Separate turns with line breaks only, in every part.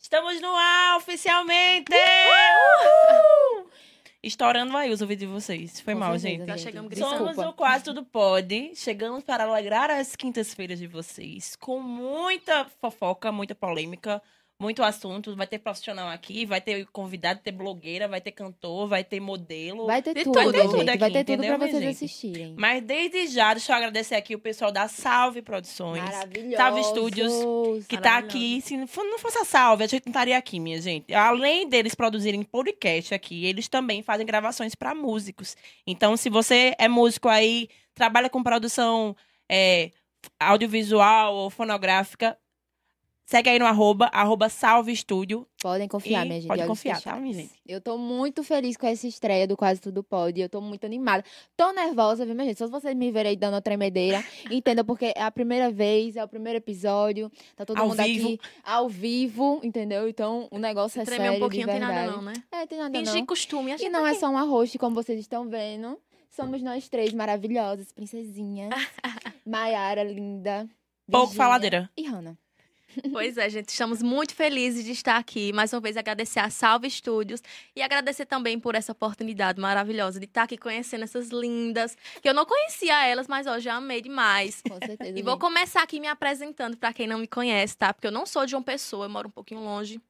Estamos no ar oficialmente! Uhul! Estourando aí os ouvidos de vocês. Foi
Com
mal,
certeza,
gente.
Tá chegando
Desculpa.
gritando.
Somos o Quase Tudo Pode. Chegamos para alegrar as quintas-feiras de vocês com muita fofoca, muita polêmica, muito assunto. Vai ter profissional aqui, vai ter convidado, vai ter blogueira, vai ter cantor, vai ter modelo.
Vai ter
De
tudo,
tudo.
gente.
Tudo aqui,
vai ter tudo
entendeu, minha
pra vocês
gente?
assistirem.
Mas desde já, deixa eu agradecer aqui o pessoal da Salve Produções.
Maravilhoso.
Salve Studios, que tá aqui. Se não fo- não fosse a Salve, a gente não estaria aqui, minha gente. Além deles produzirem podcast aqui, eles também fazem gravações para músicos. Então, se você é músico aí, trabalha com produção é, audiovisual ou fonográfica, segue aí no arroba, arroba Salve Estúdio.
Podem confiar,
E
minha gente.
pode
olhos
confiar, tá,
fechados.
minha gente?
Eu tô muito feliz com essa estreia do Quase Tudo Pode. Eu tô muito animada. Tô nervosa, viu, minha gente? Só se vocês me verem aí dando uma tremedeira, entenda, porque é a primeira vez, é o primeiro episódio. Tá todo
Ao
mundo
vivo.
aqui ao vivo, entendeu? Então, o negócio é
Tremer
sério,
um
de
pouquinho não tem nada
verdade.
não, né?
É, tem nada não.
Fingir costume. acho
E
que
não
tá
é
aqui.
só uma host, como vocês estão vendo. Somos nós três maravilhosas, princesinhas. Maiara, linda.
Pouco
Virgínia
faladeira.
E Hannah. assim.
Pois é, gente. Estamos muito felizes de estar aqui. Mais uma vez, agradecer a Salve Estúdios e agradecer também por essa oportunidade maravilhosa de estar aqui conhecendo essas lindas, que eu não conhecia elas, mas hoje já amei demais.
Com certeza.
E vou
gente.
começar aqui me apresentando pra quem não me conhece, tá? Porque eu não sou de uma pessoa, eu moro um pouquinho longe.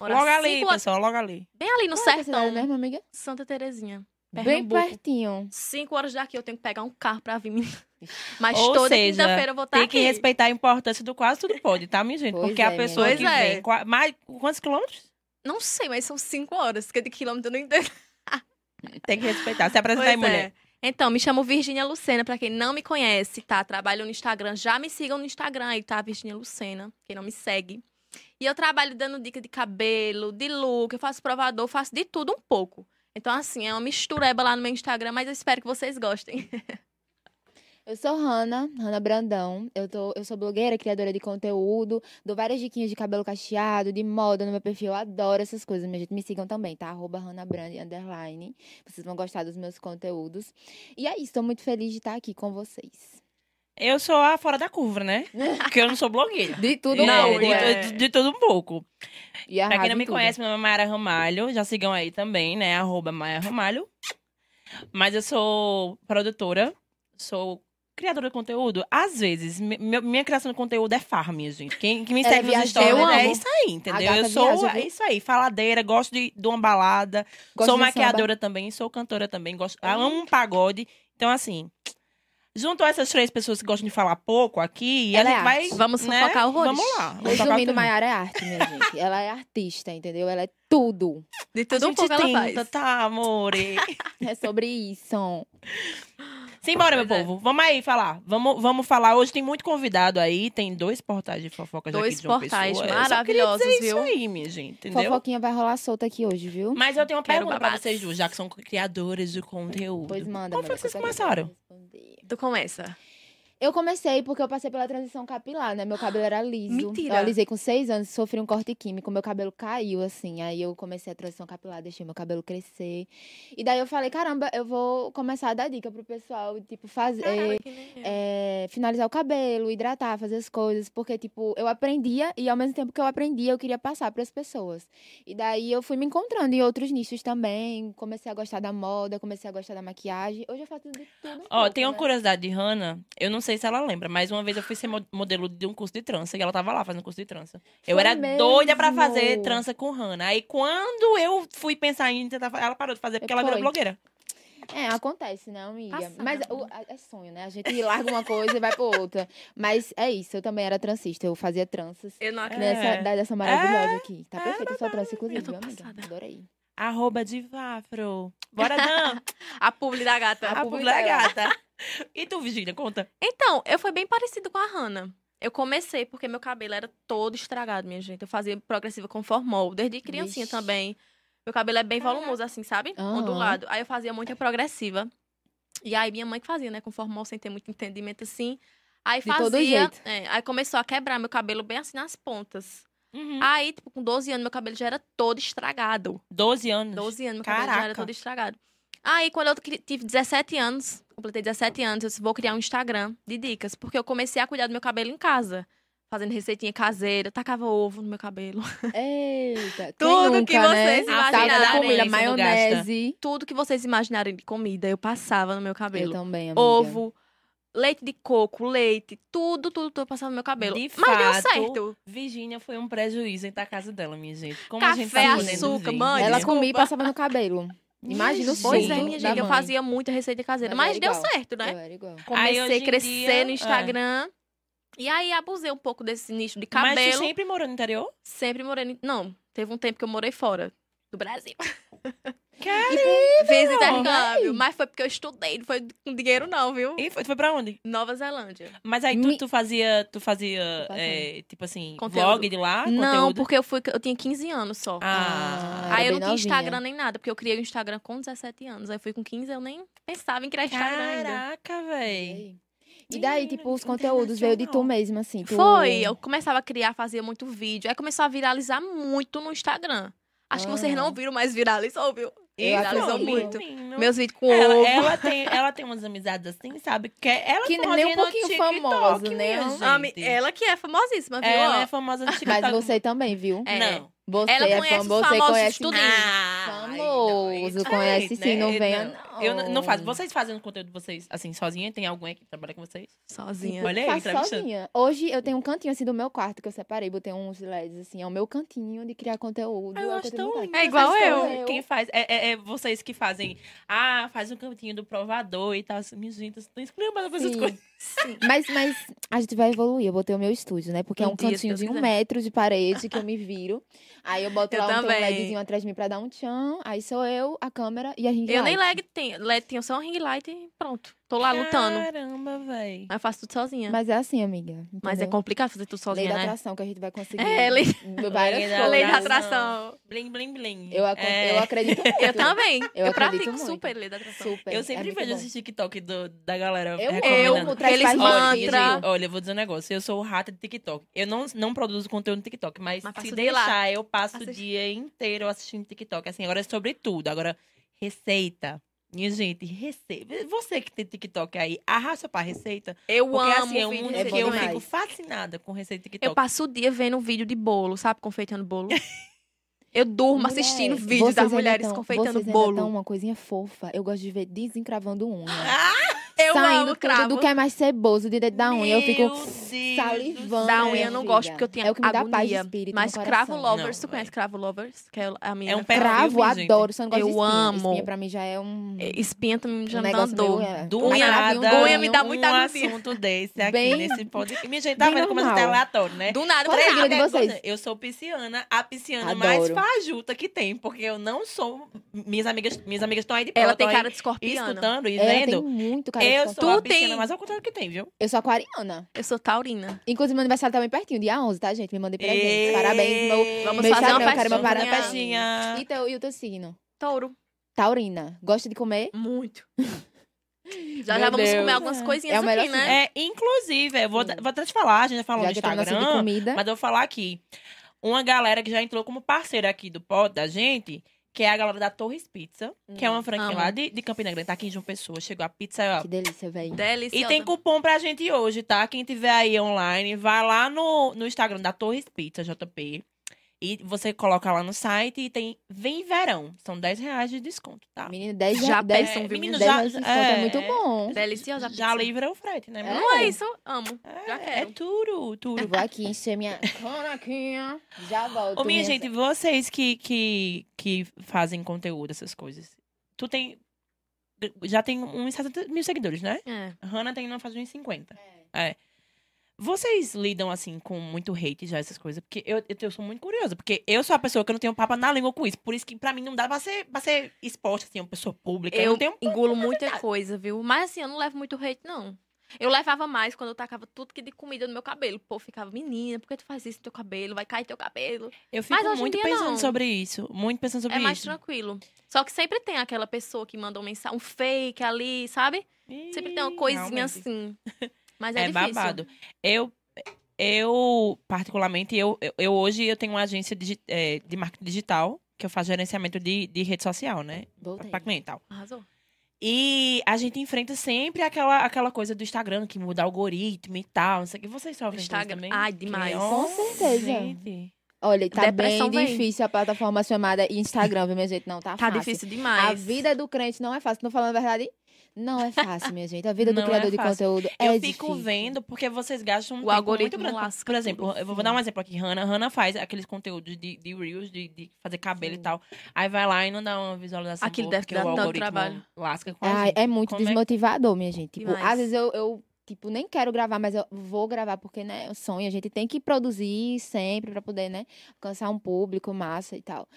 Moro a
Logo ali,
cinco horas-
pessoal, logo ali.
Bem ali no
Qual é a cidade
sertão,
mesmo, amiga?
Santa Terezinha.
Bem
Pernambuco.
pertinho.
Cinco horas daqui eu tenho que pegar um carro pra vir. Mas
Ou
toda
seja,
quinta-feira eu vou estar
Tem
Tá aqui.
que respeitar a importância do quase tudo pode, tá, minha gente?
Pois
Porque
é,
a
minha
pessoa
gente.
que
Pois é.
vem... qua- Mais, quantos quilômetros?
Não sei, mas são cinco horas, que de quilômetro eu não entendo.
Tem que respeitar. Se apresentar
Pois
aí, mulher.
é. Então, me chamo Virgínia Lucena, pra quem não me conhece, tá? Trabalho no Instagram, já me sigam no Instagram aí, tá? Virgínia Lucena, quem não me segue. E eu trabalho dando dica de cabelo, de look, eu faço provador, faço de tudo um pouco. Então, assim, é uma mistureba lá no meu Instagram, mas eu espero que vocês gostem.
Eu sou Hanna, Hanna Brandão. Eu, tô, eu sou blogueira, criadora de conteúdo. Dou várias diquinhas de cabelo cacheado, de moda no meu perfil. Eu adoro essas coisas, minha gente. Me sigam também, tá? Arroba Hanna Brand, underline. Vocês vão gostar dos meus conteúdos. E é isso, tô muito feliz de estar aqui com vocês.
Eu sou a fora da curva, né? Porque eu não sou blogueira.
De tudo um
não,
pouco,
de,
é.
de- de tudo um pouco.
E
Pra
arrasa
quem não
em
me
tudo.
conhece, meu nome é Mayara Ramalho. Já sigam aí também, né? Arroba Maia Ramalho. Mas eu sou produtora, sou criadora de conteúdo. Às vezes, mi- meu- minha criação de conteúdo é farm, minha gente. Quem, quem me
Ela é
segue nos
viajeira,
stories
eu
é
amo.
isso aí, entendeu?
gata
Eu sou,
viaja, viu?
é isso aí, faladeira, gosto de, de uma balada.
Gosto
sou
de samba.
maquiadora também, sou cantora também, gosto, amo um pagode. Então, assim, junto a essas três pessoas que gostam de falar pouco aqui,
Ela
a
é
gente vai.
arte.
Vamos
né?
fofocar horrores.
Vamos lá. Vamos tocar
Resumindo,
tudo.
Maiara é arte, minha gente. Ela é artista, entendeu? Ela é tudo.
De
A
tudo um
gente
pouco ela
tenta,
faz.
tá, amore?
É sobre isso.
Simbora, meu
Pois é.
povo. Vamos aí falar. Vamos, vamos falar. Hoje tem muito convidado aí. Tem dois portais de fofocas
Dois
aqui de João
portais
Pessoa. Eu só queria
maravilhosos,
dizer
viu?
isso aí, minha gente, entendeu?
Fofoquinha vai rolar solta aqui hoje, viu?
Mas eu tenho uma
Quero
pergunta pra
babados.
vocês duas, já que são criadores de conteúdo.
Pois manda.
Como foi
mulher,
que
que eu
vocês
quero
começaram?
responder.
Tu começa.
Eu comecei porque eu passei pela transição capilar, né? Meu cabelo era liso.
Mentira.
Eu alisei com seis anos, sofri um corte químico, meu cabelo caiu, assim. Aí eu comecei a transição capilar, deixei meu cabelo crescer. E daí eu falei, caramba, eu vou começar a dar dica pro pessoal, tipo, fazer.
Caramba, que nem eu.
é, finalizar o cabelo, hidratar, fazer as coisas, porque, tipo, eu aprendia e ao mesmo tempo que eu aprendia, eu queria passar para as pessoas. E daí eu fui me encontrando em outros nichos também, comecei a gostar da moda, comecei a gostar da maquiagem. Hoje eu faço de tudo. um
Ó,
pouco,
tem uma
né?
curiosidade de Hannah. Eu não sei se ela lembra, mas uma vez eu fui ser mo- modelo de um curso de trança e ela tava lá fazendo curso de trança. eu
Foi
era doida pra
mesmo.
fazer trança com Hannah. Aí quando eu fui pensar em tentar fazer, ela parou de fazer porque ela virou
Foi.
blogueira.
É, acontece, né, amiga?
Passada,
Mas o- a- é sonho, né? A gente larga uma coisa e vai pra outra. Mas é isso, eu também era transista, eu fazia tranças.
Eu não acredito.
Nessa,
É.
da- dessa maravilhosa aqui. Tá perfeita sua trança,
Eu
inclusive,
tô
viu, amiga.
passada.
Adorei.
Arroba de Vafro. Bora, Dan.
A publi da gata.
A
publi
publi é
dela.
gata. E tu, Virginia, conta.
Então, eu fui bem parecido com a Hannah. Eu comecei porque meu cabelo era todo estragado, minha gente. Eu fazia progressiva com formol, desde criancinha
Vixe.
também. Meu cabelo é bem volumoso, assim, sabe?
Aham.
Ondulado. Aí eu fazia muita progressiva. E aí minha mãe que fazia, né? Com formol, sem ter muito entendimento, assim. Aí
De
fazia.
todo jeito.
é, aí começou a quebrar meu cabelo bem assim nas pontas.
Uhum.
Aí, tipo, com 12 anos, meu cabelo já era todo estragado.
12 anos.
12 anos, meu cabelo já era
Caraca.
todo estragado. Aí, quando eu cri- tive 17 anos, completei 17 anos, eu disse, vou criar um Instagram de dicas, porque eu comecei a cuidar do meu cabelo em casa. fazendo receitinha caseira, tacava ovo no meu cabelo.
Eita,
Tudo
quem
que
nunca,
vocês
né?
imaginarem,
Salada de
isso
comida,
não
maionese.
Tudo que vocês imaginarem de comida, eu passava no meu
Eu
cabelo.
também, amiga.
Ovo, leite de coco, leite, tudo, tudo, tudo eu passava no meu cabelo.
De
Mas deu
fato,
certo.
Virgínia foi um prejuízo em estar casa dela, minha gente. Como a gente
Café,
tá podendo
açúcar,
ver?
mãe.
Ela
desculpa.
comia e passava no cabelo. Imagina o
Pois é,
suco
minha
da
gente, eu
mãe.
fazia muita receita caseira.
Mas
Mas,
era
deu
igual. É.
certo, né?
Eu era igual.
Aí, hoje
Comecei
em
a crescer
dia,
no
é.
Instagram. E aí abusei um pouco desse nicho de
Mas tu
cabelo.
sempre morou no interior?
Sempre morei. no- Não, teve um tempo que eu morei fora do Brasil.
Cara,
Fiz intercâmbio. Mas foi porque eu estudei, não foi com dinheiro, não, viu?
e foi, tu foi pra onde?
Nova Zelânândia.
Mas aí tu,
Me-
tu fazia, tu fazia,
Tô passando.
é, tipo assim,
Conteúdo.
vlog de lá?
não,
conteúdo?
porque eu fui. Eu tinha 15 anos só.
Ah,
era
Aí eu
bem
não tinha
novinha.
Instagram nem nada, porque eu criei o Instagram com 17 anos. Aí fui com 15, eu nem pensava em criar
é né,
Instagram ainda.
caraca, véi.
E daí,
Menina,
tipo, os conteúdos veio de tu
internacional.
mesma, assim. tu-
Foi, eu começava a criar, fazia muito vídeo. Aí começou a viralizar muito no Instagram. Acho que vocês não
Aham.
viram, mas viralizou, viu?
Eu
Viralizou
acredito.
muito. é
Menino.
Meus vídeos com ovo.
Ela, ela tem, ela tem umas amizades assim, sabe? Que ela
Que
famosinha
nem um
no
pouquinho
TikTok,
famosa, né?
minha gente.
Ami- ela que é famosíssima, viu?
Ela
Ó,
é famosa no TikTok.
Mas você também, viu?
É.
Não.
Você
Ela
é
conhece
fam-
os
você
famosos
conhece
tudo.
mesmo.
Ah,
Famoso, conhece sim, não venha, não.
né? Eu n- não faço. Vocês fazem o conteúdo de vocês assim, sozinha? Tem alguém que trabalha com vocês?
Sozinha.
Tipo,
Olha aí,
Faço
entrevistando.
sozinha. Hoje eu tenho um cantinho assim do meu quarto que eu separei, botei uns LEDs assim, é o meu cantinho de criar conteúdo.
Ah, eu
é o
acho
que tenho
tão
vontade.
lindo.
É igual
Vocês
eu.
são
Quem faz? É, é- é vocês que fazem. Ah, faz um cantinho do provador e tal. Assim, minha gente, não escrevendo essas
Sim.
coisas.
Sim.
Mas, mas a gente vai evoluir. Eu botei o meu estúdio, né? Porque é
Um
um
dia, se
cantinho
Deus
de um
quiser.
metro de parede que eu me viro. Aí eu boto
Eu
lá um- tem um
também.
LEDzinho atrás de mim pra dar um tchan. Aí sou eu, a câmera e a gente
Eu nem lag tenho. Lag tenho só um ring light e pronto. Tô lá lutando.
Caramba, véi.
Aí eu faço tudo sozinha. Mas,
Mas é assim, amiga.
né? é
entendeu?
complicado fazer tudo
Lei
sozinha,
da
né?
atração que a gente vai conseguir.
É, lei-
várias
Lei da
coisas.
Lei da
atração.
atração.
Bling, bling, bling.
Eu, ac-
É.
eu acredito muito.
Eu também.
Eu
Eu,
acredito
pratico
muito.
super lei da atração.
Super.
Eu
é
sempre
muito
vejo
bom.
esse TikTok do- da galera.
Eu
recomendando.
amo,
Eu,
traz
aqueles
faz
Olha,
vídeo.
mantra.
gente, olha, eu vou dizer um negócio. Eu sou o rato de TikTok. Eu não, não produzo conteúdo no TikTok, mas,
Mas
se
passa o dia lá.
deixar, eu passo o
Assiste.
dia inteiro assistindo TikTok. Assim, agora é sobre tudo. Agora, receita. Minha gente, receita. Você que tem TikTok aí, arrasta pra receita.
Eu
Porque
amo
assim, é um
vídeo
mundo
de
É
que eu
receita.
demais.
fico fascinada com receita de
Eu
TikTok.
passo o dia vendo vídeo de bolo, sabe? Confeitando bolo. Eu durmo
Mulher,
assistindo vídeos
vocês
das
ainda
mulheres
tão-
confeitando
vocês
bolo.
Ainda tão uma coisinha fofa. Eu gosto de ver desencravando unha.
Ah,
Eu
Saindo
amo
tudo
cravo.
do que é mais ceboso de dentro da unha. um Eu fico
Meu Deus um
salivando.
do céu.
Da unha eu não
filha.
gosto, porque eu tenho
É o que me dá paz de
agonia.
espírito
Mas
no
cravo
coração.
lovers,
Não,
tu conhece
vai.
cravo lovers? Que é a minha
É um pé-
Cravo,
Viu, minha gente?
adoro. Só não gosto
Eu
de espinha.
amo.
Espinha pra mim já é um...
espinha também já
um
me dá uma
negócio
dor.
meio, é,
Do
Unha,
nada,
cravinho,
unha me dá
um
muita agonia.
assunto desse aqui,
Bem-
nesse podcast. Minha gente, tá
bem
vendo como a gente é
normal.
aleatório, né?
Do nada,
Qual é a
cravo.
sigla de vocês?
Eu sou pisciana, a pisciana mais
Adoro.
fajuta que tem, porque eu não sou. Minhas amigas minhas amigas estão aí de
Ela
prova,
tem
tão
cara de
tá aí
escorpiana.
escutando e
Ela tem
vendo.
muito cara de
Eu sou
escorpião.
a
Tu tem-
pisciana, mas ao contrário que tem, viu?
Eu sou aquariana.
Eu sou taurina.
Inclusive, meu aniversário tá bem pertinho, dia 11, tá, gente? Me mandei presente.
Ei,
Parabéns. Meu...
Vamos
meu
fazer uma
Instagram, eu quero meu
vamos fazer uma
parabéns. E,
festinha.
teu, e o teu signo?
Touro.
Taurina. Gosta de comer?
Muito. Já
Meu
já vamos
Deus.
comer algumas coisinhas
É o melhor
aqui, né?
É, inclusive, eu vou,
Hum.
vou até te falar, a gente já falou
já
no
que eu tô no assunto de
Instagram,
comida.
mas eu vou falar aqui. Uma galera que já entrou como parceira aqui do pod da gente, que é a galera da Torres Pizza, que
Hum,
é uma franquia
amo.
lá de, de Campina Grande, tá aqui em João Pessoa. Chegou a pizza, ó,
Que delícia, velho.
É. Deliciosa.
E tem cupom pra gente hoje, tá? Quem tiver aí online, vai lá no, no Instagram da Torres Pizza JP. E você coloca lá no site e tem Vem Verão. São 10 reais de desconto, tá?
Menino, 10
Já
já 10
peçam,
É,
viu,
menino,
menina?
10
já,
reais de desconto é,
é,
muito bom.
Deliciosa
Já
pizza.
livra o frete, né?
É.
meu?
Não é isso? Amo.
É,
Já quero.
é tudo,
Eu
tudo.
vou aqui encher minha canaquinha. Já volto.
Ô, minha
minha-
gente, vocês que, que, que fazem conteúdo, essas coisas. Tu tem... Já tem uns 60 mil seguidores, né?
É.
Hannah tem não faz uns 50.
É,
Vocês lidam, assim, com muito hate já, essas coisas? Porque eu, eu, eu sou muito curiosa, porque eu sou a pessoa que eu não tenho papo na língua com isso. Por isso que pra mim não dá pra ser, pra ser exposta, assim, uma pessoa pública. Eu,
Eu
não tenho...
engulo muita
verdade.
coisa, viu? Mas assim, eu não levo muito hate, não. Eu levava mais quando eu tacava tudo que de comida no meu cabelo. Pô, ficava, menina, por que tu faz isso no teu cabelo? Vai cair teu cabelo.
Eu fico
Mas hoje em
muito
dia,
pensando
não.
sobre isso. Muito pensando sobre
é mais
isso.
tranquilo. Só que sempre tem aquela pessoa que manda um mensagem, um fake ali, sabe? Sempre tem uma
Ih,
coisinha
realmente.
assim. Mas é,
É,
difícil.
babado. Eu, eu particularmente, eu, eu, eu hoje eu tenho uma agência digi- eh, de marketing digital, que eu faço gerenciamento de, de rede social, né? Pra,
Voltei.
pra cliente e tal.
Arrasou.
E a gente enfrenta sempre aquela, aquela coisa do Instagram que muda algoritmo e tal. Não sei o que. Vocês sofrem com isso
Instagram.
também?
Ai, demais.
Com certeza.
Gente.
Olha, tá
Depressão
bem
vem.
difícil a plataforma chamada Instagram, viu, minha gente? Não, tá
Tá
fácil.
difícil
A
demais.
vida do crente não é fácil. Não falando a verdade? Não é fácil, minha gente. A vida do
Não é
criador de
fácil.
conteúdo
Eu
é
fico
difícil.
vendo porque vocês gastam um
O
tempo muito
algoritmo
grande.
lasca
Por exemplo,
tudo.
eu vou dar um exemplo aqui. Hannah, Hannah faz aqueles conteúdos de, de reels, de, de fazer cabelo e tal. Aí vai lá e não dá uma visualização
Aquilo
boa,
deve
porque
dar
o
tanto
algoritmo
trabalho.
lasca com a
Ai,
gente.
é muito
Como é que-
desmotivador, minha gente. Tipo,
Demais.
às vezes eu, eu, tipo, nem quero gravar, mas eu vou gravar porque, né, é um sonho. A gente tem que produzir sempre pra poder, né, alcançar um público massa e tal.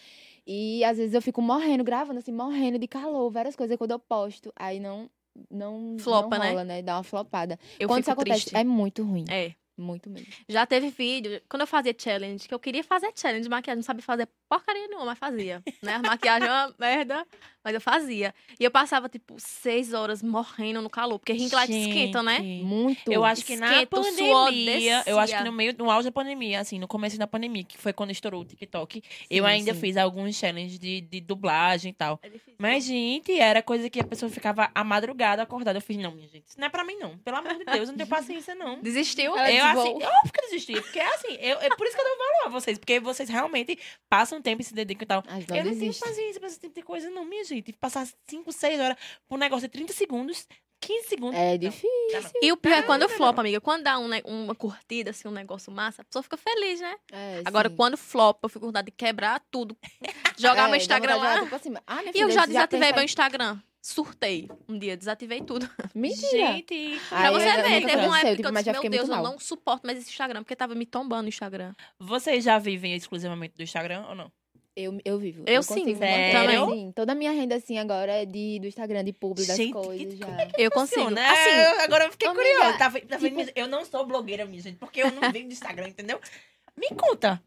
E às vezes eu fico morrendo, gravando, assim, morrendo de calor, várias coisas. Aí quando eu posto, aí não. Não,
Flopa,
não
né?
rola, né? Dá uma flopada.
Eu
Quando isso
fico
acontece,
triste.
é muito ruim.
É.
Muito mesmo.
Já teve vídeo, quando eu fazia challenge, que eu queria fazer challenge de maquiagem, não sabia fazer porcaria nenhuma, mas fazia. Né? A maquiagem é uma merda, mas eu fazia. E eu passava, tipo, seis horas morrendo no calor, porque ring light esquenta, né?
Gente.
Muito.
Eu acho que na
Esquenta, o suor
pandemia, eu
descia.
acho que no meio, no auge da pandemia, assim, no começo da pandemia, que foi quando estourou o TikTok, eu
Sim,
ainda
sim.
fiz alguns challenges de, de dublagem e tal.
É difícil.
Mas, gente, era coisa que a pessoa ficava a madrugada acordada. Eu fiz, não, minha gente, isso não é pra mim, não. Pelo amor de Deus, eu não tenho paciência, não.
Desistiu?
Ela
eu,
desvou.
assim, eu óbvio que eu desisti, porque é assim, eu, é por isso que eu dou valor a vocês, porque vocês realmente passam tempo e se dedicam e tal.
As
eu não
doses
tenho
existem.
paciência pra esse tipo de coisa, não, minha gente. Passar 5, 6 horas por um negócio de 30 segundos, 15 segundos.
É
Não.
difícil.
E o pior é quando flopa, amiga. Quando dá um ne- uma curtida, assim, um negócio massa, a pessoa fica feliz, né?
É,
Agora,
sim.
quando flopa, eu fico com vontade de quebrar tudo. Jogar
É,
meu
dá
Instagram
vontade de
lá.
jogar, tipo assim, ah, minha
E
filha,
eu já
você
desativei
pensa-
meu Instagram. Surtei. Um dia, desativei tudo.
Mentira.
Gente,
Pra
Aí
você
Ah, eu já-
ver,
nunca
teve uma
aconteceu,
época que
tipo,
eu
mas
disse,
já
meu
fiquei
Deus,
muito
eu
mal."
não suporto mais esse Instagram, porque tava me tombando o Instagram.
Vocês já vivem exclusivamente do Instagram ou não?
Eu, eu vivo.
Eu sim,
consigo
sério?
manter, assim, Toda a minha renda, assim, agora é de, do Instagram, de publi, das
Gente, que-
coisas. já.
Eu consigo.
Né?
Assim,
Eu- agora eu fiquei
amiga,
curiosa. Tá, vendo- tá vendo
tipo-
isso? eu não sou blogueira, minha gente, porque eu não venho do Instagram, entendeu? Me conta.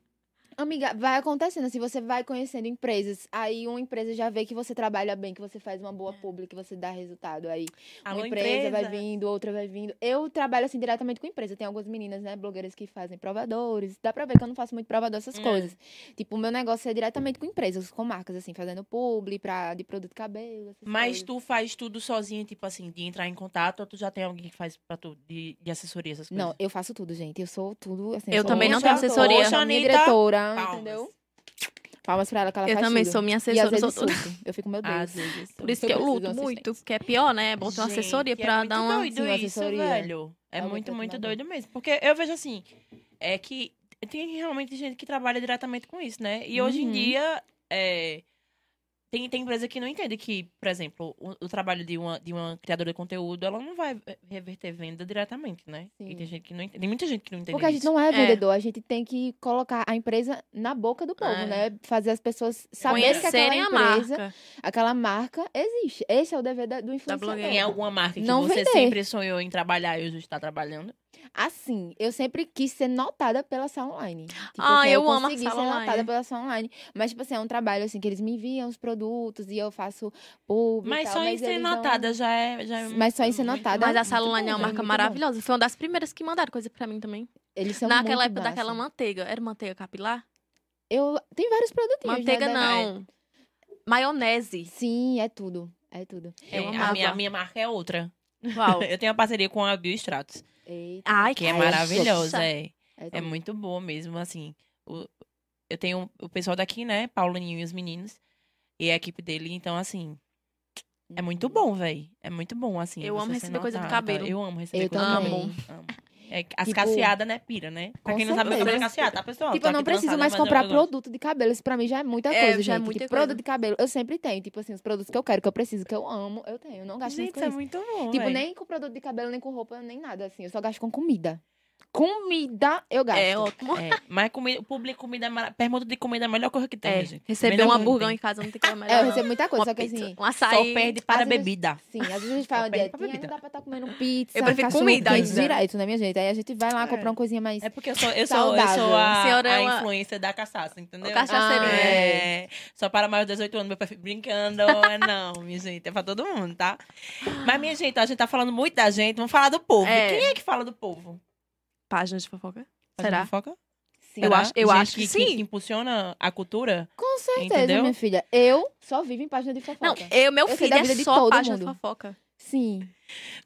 Amiga, vai acontecendo. Assim, você vai conhecendo empresas. Aí uma empresa já vê que você trabalha bem, que você faz uma boa publi, que você dá resultado. Aí uma
Alô,
empresa,
empresa.
vai vindo, outra vai vindo. Eu trabalho, assim, diretamente com empresa. Tem algumas meninas, né, blogueiras que fazem provadores. Dá pra ver que eu não faço muito provador, essas
Hum.
coisas. Tipo, o meu negócio é diretamente com empresas, com marcas, assim, fazendo publi pra, de produto cabelo, essas
Mas
coisas.
tu faz tudo sozinha, tipo assim, de entrar em contato, ou tu já tem alguém que faz pra tu, de, de assessoria, essas coisas?
Não, eu faço tudo, gente. Eu sou tudo, assim...
Eu
sou
também
não
outra
tenho
autora,
assessoria.
sou a minha
Poxa, Anitta, palmas.
diretora, entendeu? Palmas pra ela, que ela
eu
faz
também
tudo.
sou
E
minha
às
assessora. sou
vezes
tudo.
surto. Eu fico, meu Deus.
Às vezes.
Por isso
Eu
que eu
preciso de
luto
um
muito,
assistente.
porque é pior, né? É bom ter uma
Gente,
assessoria
é
pra
muito
dar uma...
doido
Sim, uma
isso,
assessoria.
velho. É
Alguém
muito,
pra
muito
tomar
doido mesmo. Porque eu vejo assim, é que tem realmente gente que trabalha diretamente com isso, né? E hoje em
Uhum.
dia, é, tem, tem empresa que não entende que, por exemplo, o, o trabalho de uma, de uma criadora de conteúdo, ela não vai eh, reverter venda diretamente, né? E
Sim.
tem gente que não entende. Tem muita gente que não entende
Porque a gente
isso.
não é
É.
vendedor, a gente tem que colocar a empresa na boca do povo,
É.
né? Fazer as pessoas saberem que aquela
Conhecerem a
empresa,
marca.
aquela marca existe. Esse é o dever da- do influenciador.
blogueira.
Tem alguma marca que
É. Não
você
vender.
sempre sonhou em trabalhar e hoje está trabalhando?
Assim, eu sempre quis ser notada pela Sala Online. Tipo,
Ah,
assim,
eu amo a
consegui
Sala
ser notada
Online.
pela Sala Online. Mas, tipo assim, é um trabalho assim que eles me enviam os produtos e eu faço público.
Mas
tal,
só em ser
eles não-
notada já é. Já é
Mas só em ser
muito-
notada.
Mas a
muito
Sala Online é
bom,
uma marca
né? muito bom.
maravilhosa. Foi uma das primeiras que mandaram coisa pra mim também.
Eles são
Naquela
muito
época
massa.
daquela manteiga. Era manteiga capilar?
Eu tem vários produtinhos. né,
Manteiga
da-
não. Maionese.
Sim, é tudo. É tudo.
É,
Eu
a, minha, a
amava.
minha marca é outra.
Uau.
Eu tenho uma parceria com a Bio Stratos,
Eita, tá
Ai,
que é
Ai,
maravilhosa,
é
é. É
tudo.
muito boa mesmo, assim. o- eu tenho o pessoal daqui, né? Paulo Ninho e os meninos. E a equipe dele, então, assim, é muito bom, velho. É muito bom, assim.
Eu amo
você ser
receber coisa do
notada.
cabelo.
Eu amo receber
Eu
coisa do
também.
cabelo. Amo. É, as
Tipo,
casseadas, né? Pira, né? Pra
com
quem não sabe, meu cabelo é
certeza.
casseado, tá, pessoal?
Tipo,
Tô
eu não
aqui
preciso
dançada,
mais
mas eu-
comprar
eu gosto.
produto de cabelo. Isso pra mim já é muita
É,
coisa,
já é
gente.
muita
Tipo,
coisa.
Produto de cabelo, eu sempre tenho. Tipo assim, os produtos que eu quero, que eu preciso, que eu amo, eu tenho. Eu não gasto
Gente,
muito
isso
com
é
isso.
muito bom,
Tipo,
véi.
nem com produto de cabelo, nem com roupa, nem nada, assim. Eu só gasto com comida. Comida eu gasto.
É ótimo.
É, mas comida, o público comida é mara- permuta de comida é a melhor coisa que tem,
É,
minha gente.
receber
Melhor
um
coisa que
hamburgão
tem.
em casa não tem como
É, eu recebo muita coisa, só que assim...
Um açaí.
Só perde para
às vezes-
bebida.
Sim, às vezes a gente faz uma
Só pede pra
dietinha,
bebida.
não dá pra estar comendo pizza,
Eu prefiro
cachorro
comida
quente
ainda.
direto, né, minha gente? Aí a gente vai lá
É.
comprar uma coisinha mais...
É porque eu sou, eu sou, eu sou
Saudável.
a,
Senhora é
a
uma-
influência da cachaça, entendeu?
O cachaceiro.
Ah,
é.
É, só para maior de 18 anos, meu pai fica brincando. é não, minha gente, é pra todo mundo, tá? Mas, minha gente, a gente tá falando muito da gente, vamos falar do povo.
É.
Quem é que fala do povo?
Páginas de fofoca?
Fazendo
Será?
fofoca?
sim.
Eu
Será?
acho- eu
Gente
acho que
que,
sim.
que impulsiona a cultura.
Com certeza,
Entendeu?
minha filha. Eu só vivo em página de fofoca.
Não, eu, meu
Eu sei
filho
da
é
vida de
só
todo
página de
mundo.
fofoca.
Sim.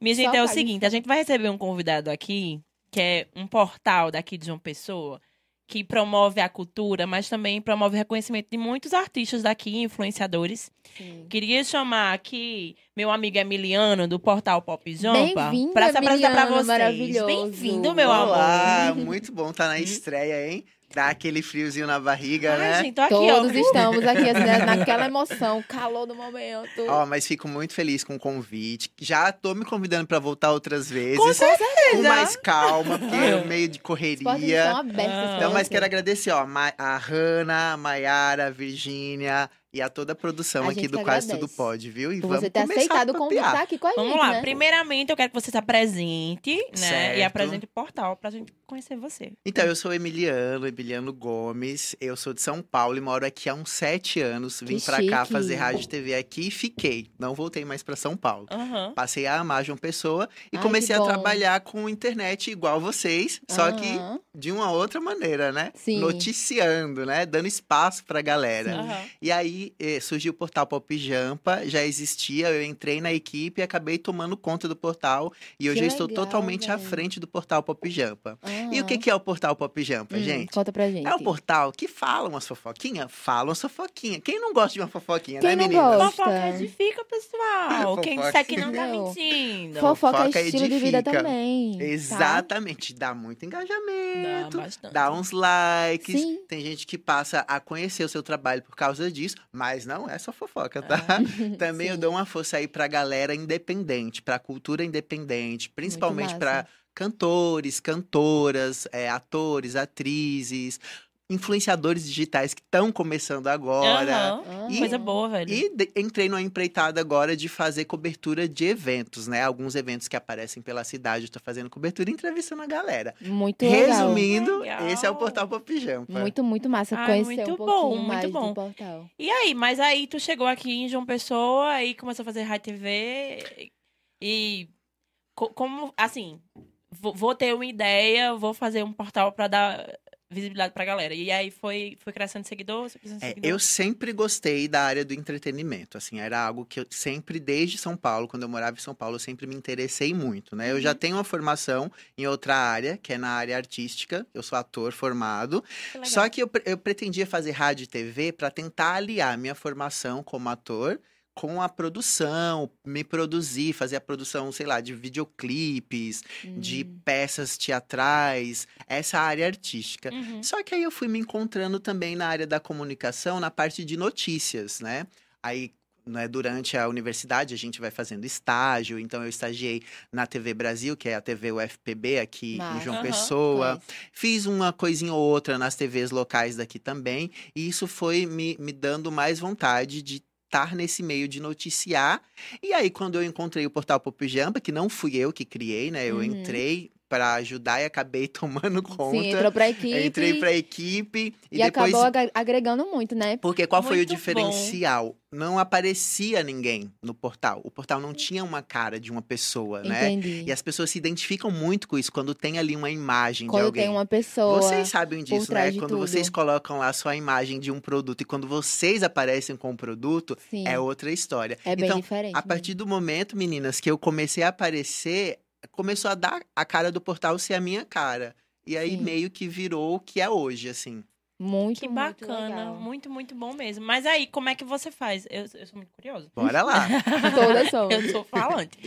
Minha
Só
gente, é o
faz.
seguinte, a gente vai receber um convidado aqui, que é um portal daqui de João Pessoa, que promove a cultura, mas também promove o reconhecimento de muitos artistas daqui, influenciadores.
sim.
Queria chamar aqui meu amigo Emiliano, do portal Pop Jompa,
Bem-vindo,
para se apresentar para
Emiliano,
vocês.
maravilhoso.
Bem-vindo, meu amor.
Olá,
amor.
muito bom estar na estreia, hein? Dá aquele friozinho na barriga, né?
Ai, gente, tô aqui,
Todos
ó.
estamos aqui, assim, né, naquela emoção, calor do momento.
Ó, mas fico muito feliz com o convite. Já tô me convidando pra voltar outras vezes.
Com certeza.
Com mais calma, porque é o meio de
As portas estão
correria.
abertas.
Ah.
pra
Então, mas
você.
quero agradecer, ó, Ma- a Hanna, a Maiara, a Virgínia e a toda a produção
A
aqui
gente
do
que
Quase
agradece.
Tudo Pode, viu? E
Por
vamos
você ter
começar a
aceitado
papear.
conversar aqui com a gente,
Vamos lá.
né?
Primeiramente, eu quero que você se apresente, né? E
Certo.
apresente o portal pra gente conhecer você.
Então,
Hum.
eu sou Emiliano, Emiliano Gomes, eu sou de São Paulo e moro aqui há uns sete anos. Vim
Que
pra cá
chique.
fazer rádio e TV aqui e fiquei. Não voltei mais pra São Paulo.
Aham.
Passei a amar João Pessoa e
Ai,
comecei
que
a
bom.
trabalhar com internet igual vocês, só que
Aham.
de uma outra maneira, né?
Sim.
Noticiando, né? Dando espaço pra galera.
Aham.
E aí eh, surgiu o portal Pop Jampa, já existia, eu entrei na equipe e acabei tomando conta do portal. E hoje
Que
eu estou
legal,
totalmente à
velho.
frente do portal Pop Jampa. E o que,
Aham.
que é o portal Pop Jampa,
Hum,
gente?
Conta pra gente.
É o portal que fala umas fofoquinhas? Fala umas fofoquinhas. Quem não gosta de uma fofoquinha,
Quem
né,
não
meninas?
gosta?
Fofoca edifica, pessoal. Quem
Fofoca.
disser que não tá
Não.
mentindo.
Fofoca,
Fofoca
é estilo de vida
edifica.
também. tá?
Exatamente. Dá muito
Dá
engajamento.
bastante.
Dá um uns likes.
Sim.
Tem gente que passa a conhecer o seu trabalho por causa disso, mas não é só fofoca, tá? Também eu
Ah, Sim.
dou uma força aí pra galera independente, pra cultura independente, principalmente pra
massa.
cantores, cantoras, é, atores, atrizes, influenciadores digitais que estão começando agora.
Aham.
E-
Uhum. Coisa boa, velho.
E de- entrei numa empreitada agora de fazer cobertura de eventos, né? Alguns eventos que aparecem pela cidade, eu tô fazendo cobertura e entrevistando a galera.
Muito legal.
Resumindo,
Legal.
esse é o portal Pop Jampa.
Muito, muito massa
Ai,
conhecer
muito
um
bom,
pouquinho
muito
mais
bom.
do portal.
E aí, mas aí tu chegou aqui em João Pessoa, aí começou a fazer Rádio TV e co- como, assim, vou, vou ter uma ideia, vou fazer um portal pra dar visibilidade pra galera. E aí foi, foi crescendo seguidor, foi crescendo
É,
seguidor.
eu sempre gostei da área do entretenimento, assim, era algo que eu sempre, desde São Paulo, quando eu morava em São Paulo, eu sempre me interessei muito, né? Eu
Uhum.
já tenho uma formação em outra área, que é na área artística, eu sou ator formado,
Que legal.
Só que eu, pre- eu pretendia fazer rádio e TV para tentar aliar minha formação como ator com a produção, me produzir, fazer a produção, sei lá, de videoclipes, de
Hum,
peças teatrais, essa área artística.
Uhum.
Só que aí eu fui me encontrando também na área da comunicação, na parte de notícias, né? Aí, né, durante a universidade, a gente vai fazendo estágio. Então, eu estagiei na TV Brasil, que é a TV UFPB aqui em
Massa.
João
Aham,
Pessoa.
conheço.
Fiz uma coisinha ou outra nas TVs locais daqui também, e isso foi me, me dando mais vontade de estar nesse meio de noticiar. E aí, quando eu encontrei o portal Pop Jamba, que não fui eu que criei, né? Eu
Uhum.
entrei para ajudar e acabei tomando conta.
Sim, entrou pra equipe.
Entrei pra equipe e,
E,
depois.
acabou aga- agregando muito, né?
Porque qual foi o
Muito bom.
diferencial? Não aparecia ninguém no portal. O portal não tinha uma cara de uma pessoa, né?
Entendi.
E as pessoas se identificam muito com isso quando tem ali uma imagem de
Quando
alguém.
tem uma pessoa.
Vocês sabem disso, né?
trás de
Quando
tudo.
vocês colocam lá a sua imagem de um produto e quando vocês aparecem com o produto,
Sim.
é outra história.
É bem
então,
diferente.
a partir do momento, meninas, que eu comecei a aparecer, começou a dar a cara do portal ser a minha cara. E aí
Sim.
meio que virou o que é hoje, assim.
mesmo. Muito,
Que
muito
bacana,
legal.
muito, muito bom mesmo. Mas aí, como é que você faz? Eu, eu sou muito curiosa.
Bora lá.
Todas são.
Eu sou falante.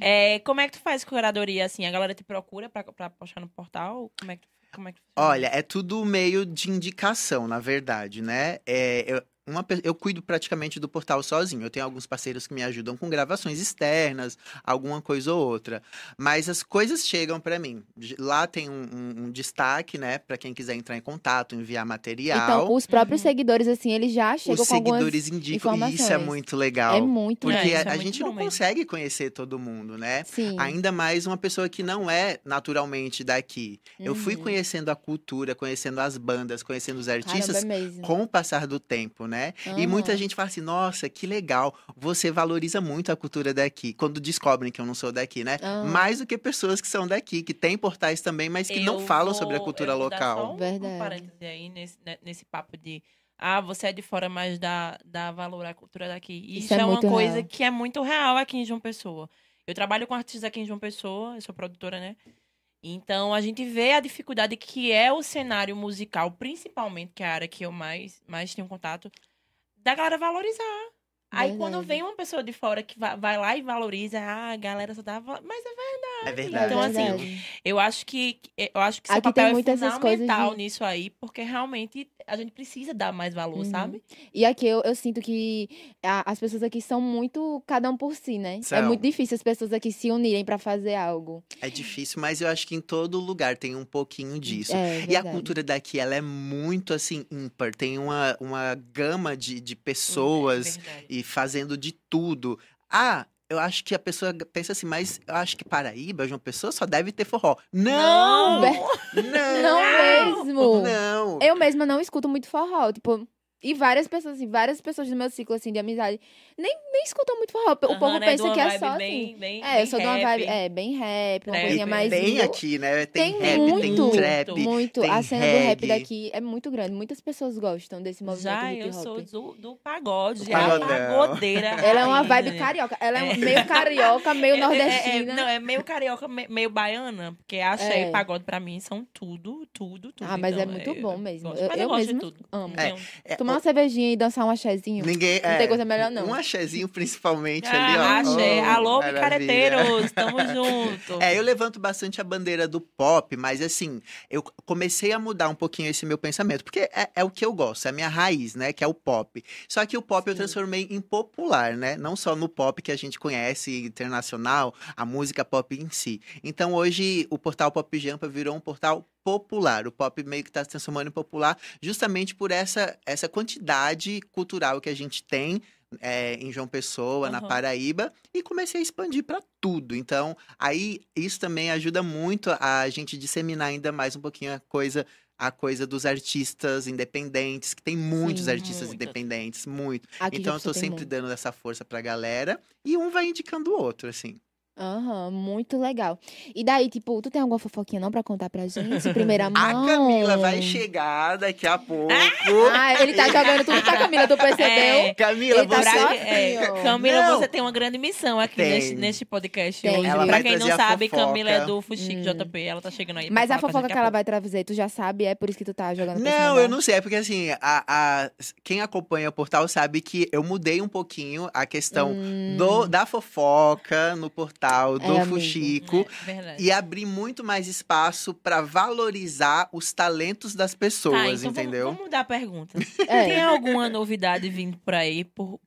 É, como é que tu faz curadoria assim? A galera te procura pra, pra postar no portal? Como é que, como é que funciona?
Olha, é tudo meio de indicação, na verdade, né? É, eu, uma pe- eu cuido praticamente do portal sozinho. Eu tenho alguns parceiros que me ajudam com gravações externas, alguma coisa ou outra. Mas as coisas chegam pra mim. J- Lá tem um, um- um destaque, né? Pra quem quiser entrar em contato, enviar material.
Então, os próprios
Uhum.
seguidores, assim, eles já chegam
os
com algumas...
seguidores indicam. Isso é
informações.
muito
É
legal.
muito
porque
É,
a,
isso é
a
muito
gente
bom
não
mesmo.
consegue conhecer todo mundo, né?
Sim.
Ainda mais uma pessoa que não é naturalmente daqui. Eu fui
Uhum.
conhecendo a cultura, conhecendo as bandas, conhecendo os
Caramba,
artistas
é mesmo.
com o passar do tempo, né? E
Aham.
muita gente fala assim, nossa, que legal, você valoriza muito a cultura daqui, quando descobrem que eu não sou daqui, né?
Aham.
Mais do que pessoas que são daqui, que têm portais também, mas que não
Eu vou-
falam sobre a cultura
eu vou dar só
local.
um-
Verdade.
Um parêntese aí nesse, né, nesse papo de. Ah, você é de fora, mas dá, dá valor à cultura daqui. E Isso,
Isso é
é, uma
muito
coisa
real.
que é muito real aqui em João Pessoa. Eu trabalho com artistas aqui em João Pessoa, eu sou produtora, né? Então a gente vê a dificuldade que é o cenário musical, principalmente, que é a área que eu mais, mais tenho contato, da galera valorizar. Aí quando
Verdade.
vem uma pessoa de fora que va- vai lá e valoriza, ah, a galera só dá. va- Mas é
É
Então,
verdade.
assim,
verdade.
eu acho que eu acho que seu
Aqui tem
papel é
muito essas coisas
fundamental
de-
nisso aí, porque realmente a gente precisa dar mais valor,
Uhum.
sabe?
E aqui eu, eu sinto que a- as pessoas aqui são muito cada um por si, né? É
São.
muito difícil as pessoas aqui se unirem pra fazer algo.
É difícil, mas eu acho que em todo lugar tem um pouquinho disso.
É,
E a
verdade.
cultura daqui, ela é muito assim, ímpar. Tem uma, uma gama de,
Uhum, é
de pessoas e fazendo de tudo. Ah, eu acho que a pessoa pensa assim, mas eu acho que Paraíba, João Pessoa, só deve ter forró. Não!
Não! é,
Não!
Não mesmo.
é Não! né?
Eu mesma não escuto muito forró, tipo, e várias pessoas, assim, várias pessoas do meu ciclo, assim, de amizade, nem, nem escutam muito forró. O povo
né,
pensa que é só, assim. É, eu sou de uma vibe, é, bem rap, uma
Trap,
coisinha
é.
mais...
Tem
indie.
aqui, né? Tem,
Tem
rap,
muito,
tem trap.
Muito,
tem
a cena do rap
reggae.
daqui é muito grande, muitas pessoas gostam desse movimento
Já
hip
eu
hop.
sou do, do pagode,
Do
é a
pagodão.
pagodeira.
Ela é uma
raiz,
vibe
né?
carioca, ela é,
É.
meio carioca,
É,
meio
é, é,
nordestina.
É, não, é meio carioca, me- meio baiana, porque axé
É.
e pagode pra mim são tudo, tudo, tudo.
Ah, mas é
Então,
muito bom mesmo.
gosto.
Eu-
Mas
eu
gosto
mesma
de tudo.
amo.
Não tenho-
É,
Tomar uma cervejinha e dançar um axézinho.
Ninguém,
Não
é,
tem coisa melhor, não.
Um axézinho, principalmente, ali, ó.
Ah, axé.
Oh,
Alô,
maravilha.
picareteiros, tamo junto.
É, eu levanto bastante a bandeira do pop, mas assim, eu comecei a mudar um pouquinho esse meu pensamento, porque é, é o que eu gosto, é a minha raiz, né, que é o pop. Só que o pop eu
Sim.
transformei em popular, né? Não só no pop que a gente conhece internacional, a música pop em si. Então hoje o portal Pop Jampa virou um portal popular. O pop meio que está se transformando em popular justamente por essa, essa quantidade cultural que a gente tem é, em João Pessoa, na
Aham.
Paraíba, e comecei a expandir para tudo. Então, aí isso também ajuda muito a gente disseminar ainda mais um pouquinho a coisa a coisa dos artistas independentes, que tem muitos
Sim,
artistas
muitos.
independentes, muito.
Aqui
então
já
eu tô
tem
sempre
muito.
dando essa força pra galera e um vai indicando o outro, assim.
Aham, muito legal. E daí, tipo, tu tem alguma fofoquinha não pra contar pra gente? Primeira mão?
A Camila vai chegar daqui a pouco.
Ah, ele tá jogando tudo pra Camila, tu percebeu?
É.
Camila,
Ele tá
você
só-
Pra- é,
ó.
Camila,
Não.
você tem uma grande missão aqui
Tem.
neste, neste podcast
Tem,
hoje.
Ela
pra
vai
quem não
trazer a
sabe,
fofoca.
Camila é do Fuxique
Hum.
JP, ela tá chegando aí. pra
Mas a
falar com
fofoca
gente
que
daqui a
ela
pouco.
vai trazer, tu já sabe, é por isso que tu tá jogando pra
Não, eu não sei, é porque assim, a, a- quem acompanha o portal sabe que eu mudei um pouquinho a questão Então, do- da fofoca no portal,
Hum.
do
É, amigo.
fuxico.
É, verdade.
E abrir muito mais espaço pra valorizar os talentos das pessoas,
Tá, então
entendeu?
Vamos, vamos mudar a pergunta. Tem
É,
alguma novidade vindo por aí, por,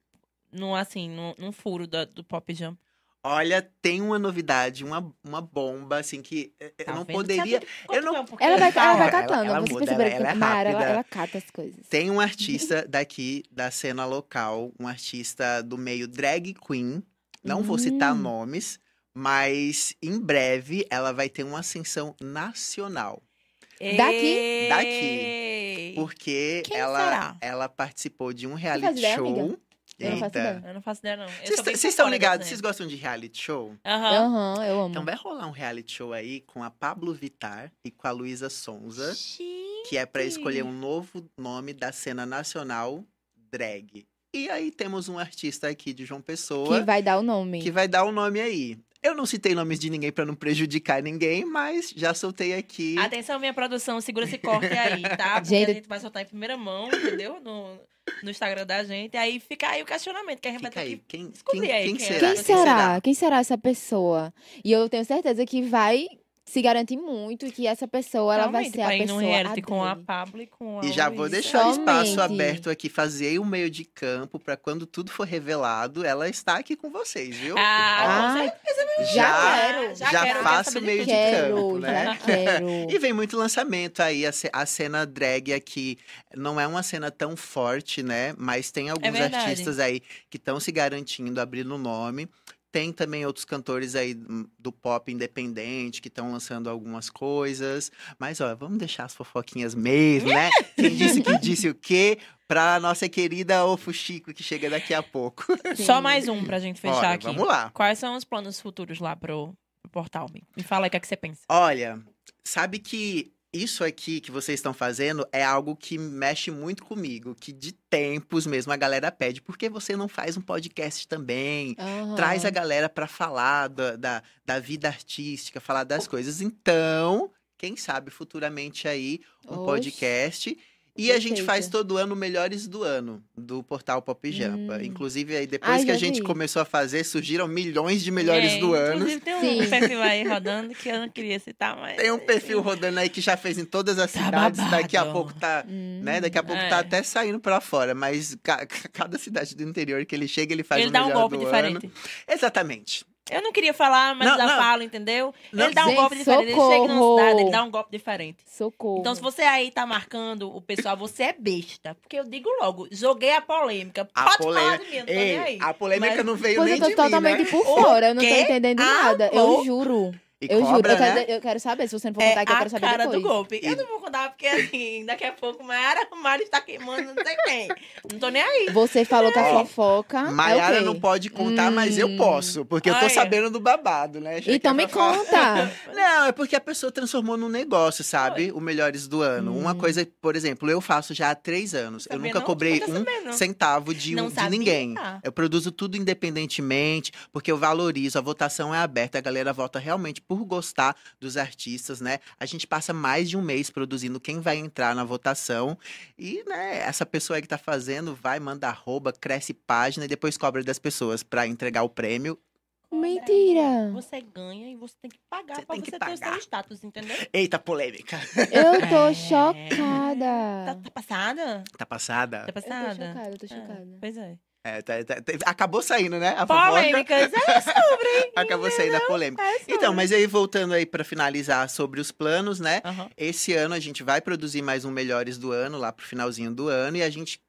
num, assim, num, num furo da- do, Pop Jump?
Olha, tem uma novidade, uma, uma bomba, assim, que eh, eu
Tá
não
vendo?
poderia.
Sabe de
eu não-
quanto tempo que-
ela vai, ela vai
Ela-
catando,
ela
vocês
muda,
perceberam
ela-
que
ela é
Mara, ela,
rápida.
ela cata as coisas.
Tem um artista daqui da cena local, um artista do meio drag queen. Não vou citar
Hum.
nomes, mas em breve ela vai ter uma ascensão nacional.
Daqui?
Daqui. Porque
Quem
ela,
será?
ela participou de um
faz
reality
ideia,
show.
amiga? Eu não faço ideia.
Eu não faço ideia, não. Eu
Vocês
sou bem
t- vocês
por
estão
fora
ligados?
dessa.
Vocês gostam de reality show?
Aham.
Aham, eu amo.
Então vai rolar um reality show aí com a Pablo Vitar e com a Luísa Sonza,
Xiii.
que é pra escolher um novo nome da cena nacional drag. E aí temos um artista aqui de João
Que
Pessoa
vai dar o nome.
que, vai dar o nome aí. Eu não citei nomes de ninguém pra não prejudicar ninguém, mas já soltei aqui.
Atenção, minha produção, segura esse corte aí, tá? Porque
Gente-
a gente vai soltar em primeira mão, entendeu? No, no Instagram da gente. Aí fica aí o questionamento que a gente
Fica
vai ter
aí.
que...
Quem,
descobri
quem-
aí
quem
quem é.
será?
Quem será? Quem será essa pessoa? E eu tenho certeza que vai se garantir muito e que essa pessoa ela vai
Realmente,
ser a
pra ir num
pessoa
reality com a
dele.
Pablo e com a
E já vou
Luísa.
deixar o espaço
Somente.
aberto aqui, fazer o meio de campo pra quando tudo for revelado, ela está aqui com vocês, viu?
Ah,
Ai,
já
quero.
já,
quero, quero
faço
saber é.
o
de
meio de
tudo.
quero,
campo, né?
já quero.
E vem muito lançamento aí, a, ce- a cena drag aqui não é uma cena tão forte, né? Mas tem alguns
É verdade.
artistas aí que estão se garantindo, abrindo o nome. Tem também outros cantores aí do pop independente que estão lançando algumas coisas. Mas, ó, vamos deixar as fofoquinhas mesmo, né? Quem disse que disse o quê? Pra nossa querida Ofo Chico, que chega daqui a pouco.
é.
Só mais um pra gente fechar
Olha,
aqui.
Vamos lá.
Quais são os planos futuros lá pro, pro portal? Mi? Me fala aí o que, é que você pensa.
Olha, sabe que isso aqui que vocês estão fazendo é algo que mexe muito comigo, que de tempos mesmo a galera pede, por que você não faz um podcast também?
Aham.
Traz a galera pra falar da, da, da vida artística, falar das coisas. Então, quem sabe futuramente aí um
Oxe.
podcast. E a gente
perfeito.
faz todo ano o Melhores do Ano, do portal Pop Jampa.
Hum.
Inclusive, aí depois
Ai,
que a
já
gente
vi.
começou a fazer, surgiram milhões de Melhores
É,
do Ano.
Inclusive, tem um
Sim.
perfil aí rodando que eu não queria citar, mas.
Tem um perfil rodando aí que já fez em todas as
Tá
cidades. Daqui a
babado.
pouco tá.
Hum.
Né? Daqui a pouco
É.
tá até saindo pra fora, mas ca- cada cidade do interior que ele chega, ele faz
Ele
o
dá um
melhor
golpe
do
diferente.
ano. Exatamente.
Eu não queria falar, mas
Não,
já
não.
falo, entendeu?
Não,
ele dá um
gente,
golpe diferente. Ele chega numa
socorro.
cidade, ele dá um golpe diferente.
Socorro.
Então, se você aí tá marcando o pessoal, você é besta. Porque eu digo logo, joguei a polêmica.
A
Pode falar
polêmica-
de mim, eu não tô
Ei,
nem um aí.
a polêmica
Mas-
não veio
Pois
nem
eu tô
de
totalmente
mim, né?
por fora, eu não tô
quê?
entendendo
Ah,
nada.
bom.
Eu juro.
E
eu juro.
cobra,
eu, quero,
né?
eu quero saber. Se você não for
É
contar aqui, eu
a
quero saber
cara
depois.
do golpe.
E-
Eu não vou contar porque, assim, daqui a pouco Mayara Mário está queimando não sei quem. Não tô nem aí.
Você falou que a
Ó,
fofoca.
Ah,
é o
Maiara
quê?
não pode contar, mas eu
Hum.
posso, porque eu tô
Olha.
sabendo do babado, né? Já
Então
que é
me
pra falar.
conta.
Não, é porque a pessoa transformou num negócio, sabe? O Melhores do Ano. Uma coisa, por exemplo, eu faço já há três anos. eu
Sabia
nunca
Hum. não?
cobrei
Não tô
um
sabendo.
centavo de,
Não
um, de
sabia.
ninguém. Eu produzo tudo independentemente, porque eu valorizo, a votação é aberta, a galera vota realmente por gostar dos artistas, né? A gente passa mais de um mês produzindo quem vai entrar na votação. E, né, essa pessoa aí que tá fazendo vai, manda arroba, cresce página e depois cobra das pessoas pra entregar o prêmio.
Mentira.
É, Você ganha e você tem que pagar
Você
pra
tem que
você ter o
pagar.
seu status, entendeu?
É.
Eita, polêmica!
Eu
É.
tô
Tá,
chocada.
tá passada?
Tá passada?
Tá
Eu tô
passada?
chocada, eu tô
É,
chocada.
pois é.
É, tá- tá- tá- acabou saindo, né? A fofoca
Polêmicas, é sobre.
acabou saindo a polêmica.
É sobre.
Então, mas aí voltando aí pra finalizar sobre os planos, né?
Aham.
Esse ano a gente vai produzir mais um Melhores do Ano, lá pro finalzinho do ano, e a gente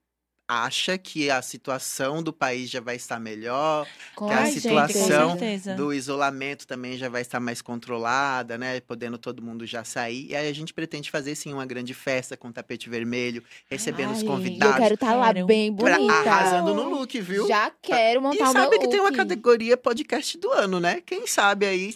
acha que a situação do país já vai estar melhor,
Com
Que a
Ai, gente,
situação
com certeza.
do isolamento também já vai estar mais controlada, né? Podendo todo mundo já sair. E aí a gente pretende fazer, sim, uma grande festa com tapete vermelho, recebendo os
Ai,
convidados.
Eu quero estar lá
Quero.
bem
pra- tá
bonita.
arrasando no look, viu?
Já quero montar
E
o meu
sabe que tem uma
look.
categoria podcast do ano, né? Quem sabe aí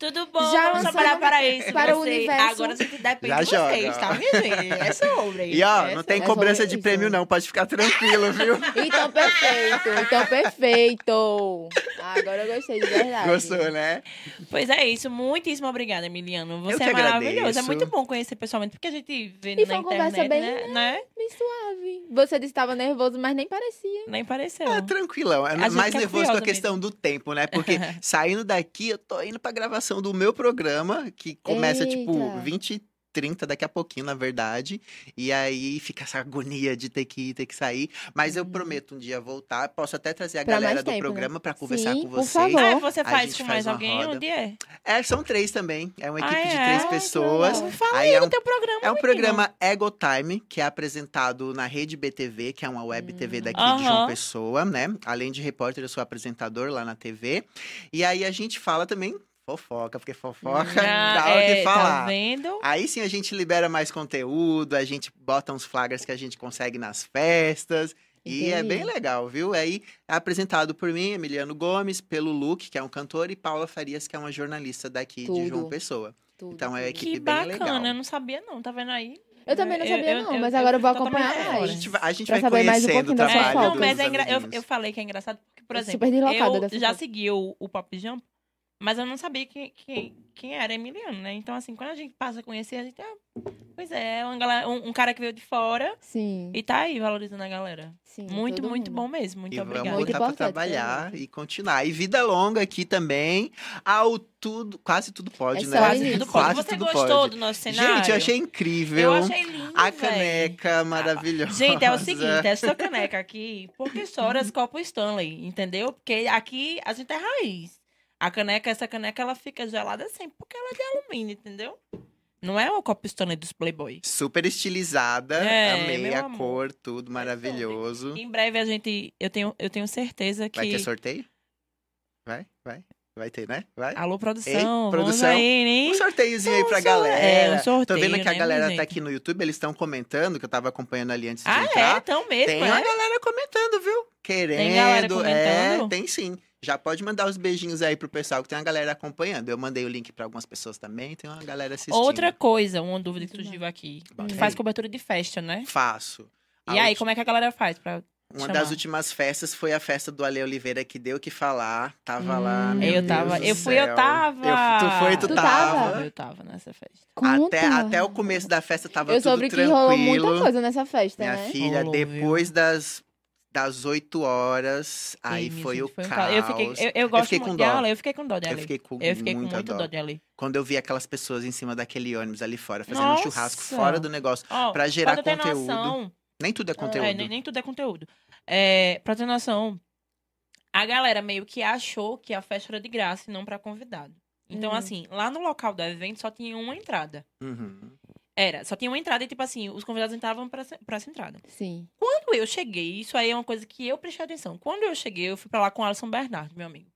Tudo bom,
Já
vamos
lançamos
trabalhar para isso.
para o
você.
universo.
Agora você depende
Já
de vocês,
joga.
tá, minha gente? É sobre.
E ó,
é
não tem
essa-
cobrança
essa-
de prêmio, não. Pode ficar tranquilo, viu?
Então perfeito, então perfeito. Ah, agora eu gostei de verdade.
Gostou, né?
Pois é isso, muitíssimo obrigada, Emiliano. Você
que
é maravilhoso.
agradeço.
É muito bom conhecer pessoalmente, porque a gente vê na
E foi uma
internet,
conversa bem,
né? né?
Bem suave. Você disse que estava nervoso, mas nem parecia.
Nem pareceu.
É tranquilão. É
A gente
mais
fica
nervoso com a
curiosa
questão do tempo, né? Porque saindo daqui, eu tô indo pra gravação do meu programa, que começa, tipo,
Eita.
20 e 30 daqui a pouquinho, na verdade. E aí fica essa agonia de ter que ir, ter que sair. Mas eu prometo um dia voltar. Posso até trazer a
Pra mais
galera do
tempo, né?
programa pra conversar
Sim,
com
por
vocês.
favor.
Ah, você
A
faz
gente
com
faz
mais
uma
alguém?
roda.
Onde é?
É, são três também. É uma
Ah,
equipe de
é?
três
Ai, que
pessoas.
legal.
Fala
Aí é um
do teu programa.
É um
menino.
programa Ego Time, que é apresentado na Rede BTV, que é uma web TV daqui de João
Hum, Aham.
Pessoa, né? Além de repórter, eu sou apresentador lá na TV. E aí a gente fala também fofoca, porque fofoca dá
Ah,
o
é,
que
Tá
falar.
vendo?
aí sim a gente libera mais conteúdo, a gente bota uns flagras que a gente consegue nas festas. E é
Entendi.
bem legal, viu? Aí é apresentado por mim, Emiliano Gomes, pelo Luke, que é um cantor, e Paula Farias, que é uma jornalista daqui de João
Tudo.
Pessoa.
Tudo,
Então é
tudo.
equipe
Que
bem
bacana,
legal.
eu não sabia não, tá vendo aí?
Eu também não
Eu-
sabia,
É, eu-
não,
eu-
mas
eu
agora eu vou
totalmente
acompanhar
errada.
É, A
mais.
gente, vai- a gente
Pra
vai
saber mais um
conhecendo
pouquinho
o
das
É,
trabalho.
fofocas.
não,
dos
mas é engra... eu,
amiguinhos.
eu falei que é engraçado porque, por
Eu
exemplo,
Tá super deslocada
eu
dessa
já
foto.
segui o, o Pop Jump, mas eu não sabia quem, quem, quem era Emiliano, né? Então, assim, quando a gente passa a conhecer, a gente, ah, pois é, é uma galera- um, um cara que veio de fora
Sim,
e tá aí valorizando a galera.
sim.
muito,
todo
muito
mundo.
bom mesmo. Muito
e
obrigada.
vamos
Muito
voltar pra
importante, né?
trabalhar
realmente.
e continuar. E vida longa aqui também. Ao tudo, quase tudo pode,
É
né?
só
Quase
isso.
tudo pode.
Quase
Você
tudo
gostou
pode.
do nosso cenário?
Gente, eu achei incrível.
Eu achei lindo,
a
véi.
caneca maravilhosa.
Gente, é o seguinte, essa caneca aqui, porque choras copo Stanley, entendeu? Porque aqui a gente é raiz. A caneca, essa caneca, ela fica gelada sempre porque ela é de alumínio, entendeu? Não é o copo Stanley dos Playboy.
Super estilizada,
É,
amei
meu
a
amor.
cor, tudo maravilhoso.
Em breve a gente, eu tenho, eu tenho certeza que
Vai ter sorteio? Vai, vai. Vai ter, né? Vai.
Alô, produção.
Ei,
Vamos
produção.
aí, né?
Um sorteiozinho aí pra
sor-
galera.
é, um sorteio,
Tô vendo que a
né,
galera
gente?
tá aqui no YouTube, eles estão comentando, que eu tava acompanhando ali antes de
Ah, é?
entrar.
Então mesmo,
Tem
é?
uma galera comentando, viu? Querendo.
galera
É,
comentando?
tem sim. Já pode mandar os beijinhos aí pro pessoal que tem uma galera acompanhando. Eu mandei o link pra algumas pessoas também, tem uma galera assistindo.
Outra coisa, uma dúvida que
Muito
surgiu aqui.
Bota
Tu
aí.
faz cobertura de festa, né?
Faço. A
E aí,
ulti-
como é que a galera faz? Pra...
Uma
chamar?
das últimas festas foi a festa do Ale Oliveira que deu o que falar. Tava lá.
Hum.
meu
eu
Deus
tava.
do
Eu fui, eu
céu.
tava.
Eu- tu foi, tu,
Tu
tava.
tava?
Eu tava nessa festa.
Até,
Conta.
até o começo da festa tava
Eu
tudo
soube que
tranquilo.
rolou muita coisa nessa festa,
Minha
né?
filha,
Rolou,
depois das, das 8 horas, aí
Ei, minha
foi
gente,
o
um
caos.
Eu fiquei, eu, eu gosto
fiquei com
muito
dó.
dela, eu fiquei com dó dela.
Eu fiquei com,
Eu fiquei com
muita
muito
dó.
dó dela.
Quando eu vi aquelas pessoas em cima daquele ônibus ali fora, fazendo um
Nossa!
churrasco fora do negócio,
Ó,
pra gerar
pra tu ter
conteúdo.
noção,
Nem tudo é conteúdo.
É, nem, nem tudo é conteúdo. É, pra ter noção, a galera meio que achou que a festa era de graça e não pra convidado. Então,
Hum.
assim, lá no local do evento só tinha uma entrada.
Uhum.
Era, só tinha uma entrada e, tipo assim, os convidados entravam pra, essa- pra essa entrada.
Sim.
Quando eu cheguei, isso aí é uma coisa que eu prestei atenção. Quando eu cheguei, eu fui pra lá com o Alisson Bernardo, meu amigo.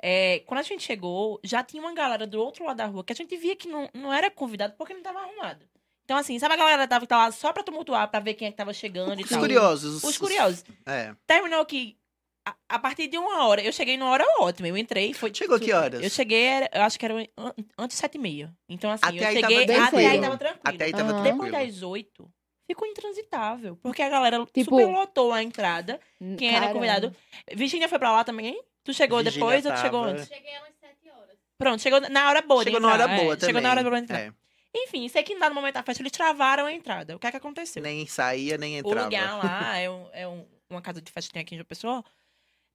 É, quando a gente chegou, já tinha uma galera do outro lado da rua que a gente via que não, não era convidado porque não tava arrumado. Então, assim, sabe a galera que tava, que tava lá só pra tumultuar, pra ver quem é que tava chegando e
Os
tal?
curiosos. os-
Os curiosos.
É.
Terminou que, a, a partir de uma hora, eu cheguei numa hora ótima. Eu entrei, foi...
Chegou que horas?
Eu cheguei, era- eu acho que era an- antes de sete e meia. Então, assim,
Até
eu
aí tava
cheguei... até
tranquilo.
aí tava tranquilo.
Até aí tava
Aham.
Ah. Depois
tranquilo.
das oito, ficou intransitável. Porque a galera
Tipo-
superlotou a entrada. Quem era
Caramba.
convidado. Virginia foi pra lá também? Tu chegou
Virgínia
depois ou tu
tava-
chegou antes?
Cheguei umas 7 horas.
Pronto, chegou na hora boa de
Chegou na hora
entrar, é.
boa também.
Chegou na hora boa de entrar.
É.
Enfim, sei que no dado momento da festa eles travaram a entrada. O que é que aconteceu?
Nem saía, nem
o
entrava.
lugar lá é, um- é um- uma casa de festa que tem aqui em João Pessoa.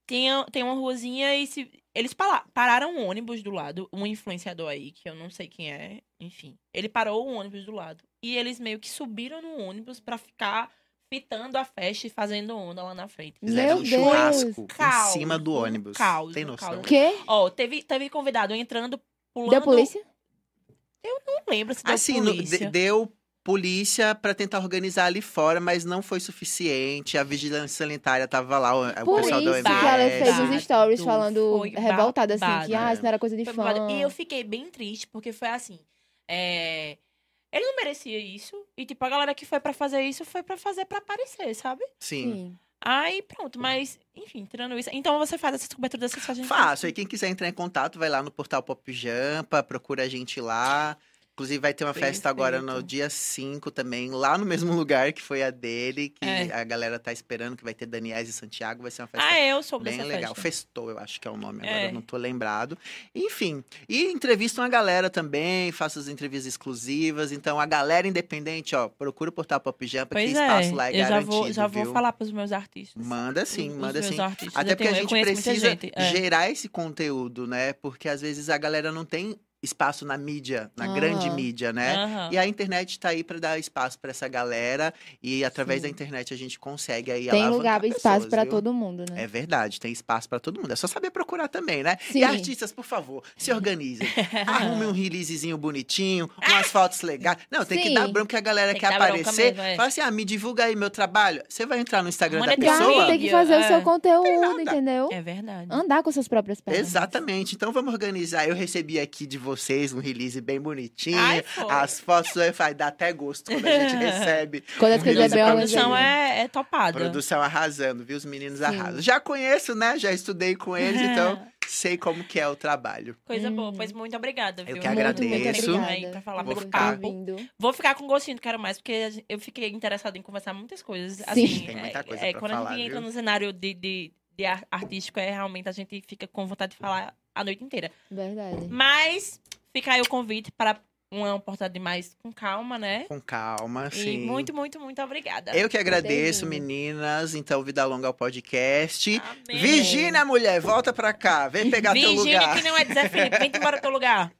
Tem, a- tem uma ruazinha e se, eles pala- pararam um ônibus do lado, um influenciador aí, que eu não sei quem é, enfim. Ele parou o ônibus do lado. E eles meio que subiram no ônibus pra ficar fitando a festa e fazendo onda lá na frente.
Fizeram
Meu
um
Deus.
churrasco
Caos,
em cima do
um
ônibus.
caos,
Tem
um
noção?
caos.
Quê?
Ó, teve, teve convidado entrando, pulando.
Deu polícia?
Não lembro se deu
Assim, no- de-
polícia.
deu polícia pra tentar organizar ali fora, mas não foi suficiente. A vigilância sanitária tava lá, o, o
Por
pessoal
isso
da
que
OMS.
ela fez
é
babado,
os stories falando
foi
revoltada, assim, que
babado.
ah, isso não era coisa de
Foi
fã.
babado. E eu fiquei bem triste, porque foi assim. é, Ele não merecia isso. E, tipo, a galera que foi pra fazer isso foi pra fazer pra aparecer, sabe?
Sim.
Sim.
Aí, pronto. Mas, enfim, tirando isso. Então você faz essas coberturas dessas faixas.
assim.
Fácil. Aí quem quiser entrar em contato, vai lá no portal Pop Jampa, procura a gente lá. Inclusive, vai ter uma festa agora no
Perfeito.
dia 5 também, lá no mesmo lugar que foi a dele, que
É.
a galera tá esperando, que vai ter Daniels e Santiago, vai ser uma festa
Ah, eu soube
Bem
dessa
legal.
festa.
Festou, eu acho que é o nome, agora
É.
eu não tô lembrado. Enfim, e entrevista uma galera também, faço as entrevistas exclusivas. Então, a galera independente, ó, procura o portal Pop Jampa, que
Pois é,
espaço lá é
eu já
garantido,
vou, já vou
viu?
falar pros meus artistas.
Manda sim,
Os- os
manda
meus
sim.
artistas.
Até
Eu
porque a
tenho- eu
gente
conheço muita
precisa
gente, é.
gerar esse conteúdo, né? Porque às vezes a galera não tem espaço na mídia, na
Aham.
grande mídia, né?
Aham.
E a internet tá aí pra dar espaço pra essa galera e através
Sim.
da internet a gente consegue aí
Tem
alavancar
lugar e espaço
pessoas,
pra
viu?
todo mundo,
Uhum.
né?
É verdade, tem espaço pra todo mundo. É só saber procurar também, né?
Sim.
E artistas, por favor, se
Uhum.
organizem. Arrume um releasezinho bonitinho, umas fotos legais. Não, tem que
Sim.
dar bronca que a galera
Ah! Tem que
quer
dar bronca
aparecer.
mesmo, é. um
Fala assim, ah, me divulga aí meu trabalho. Você vai entrar no Instagram da
Monetizar.
é pessoa?
Cara, tem que fazer o
É.
seu conteúdo,
nada.
entendeu?
É verdade.
Hum.
Andar com suas próprias pernas.
Exatamente. Então vamos organizar. Eu recebi aqui de vocês um release bem bonitinho.
Ai, foi.
As fotos aí vai dar até gosto quando a gente recebe.
Quando as
Um
coisas é
release
bem
pra
a
você.
produção
organizadas.
é, é topada.
Produção arrasando, viu? Os meninos
Sim.
arrasam. Já conheço, né? Já estudei com eles, então sei como que é o trabalho.
Coisa boa.
Uhum.
Pois muito obrigada,
Eu
viu?
que
Muito,
agradeço.
Muito aí pra falar
Vou
pelo
ficar-
papo. Vou ficar com gostinho, quero mais, porque a gen- eu fiquei interessada em conversar muitas coisas.
Sim.
Assim,
Tem muita
é-
coisa
é,
pra
Quando a
falar,
gente entra
viu?
no cenário de, de- de ar- artístico, é realmente a gente fica com vontade de falar a noite inteira.
Verdade.
Mas fica aí o convite para uma oportunidade mais com calma, né?
Com calma, sim.
E muito, muito, muito obrigada.
Eu que agradeço,
Beijinho.
meninas. Então, Vida Longa ao podcast.
Amém.
Virgínia, mulher, volta pra cá. Vem pegar teu
Virgínia,
lugar.
que não é de Zé Felipe, vem embora do teu lugar.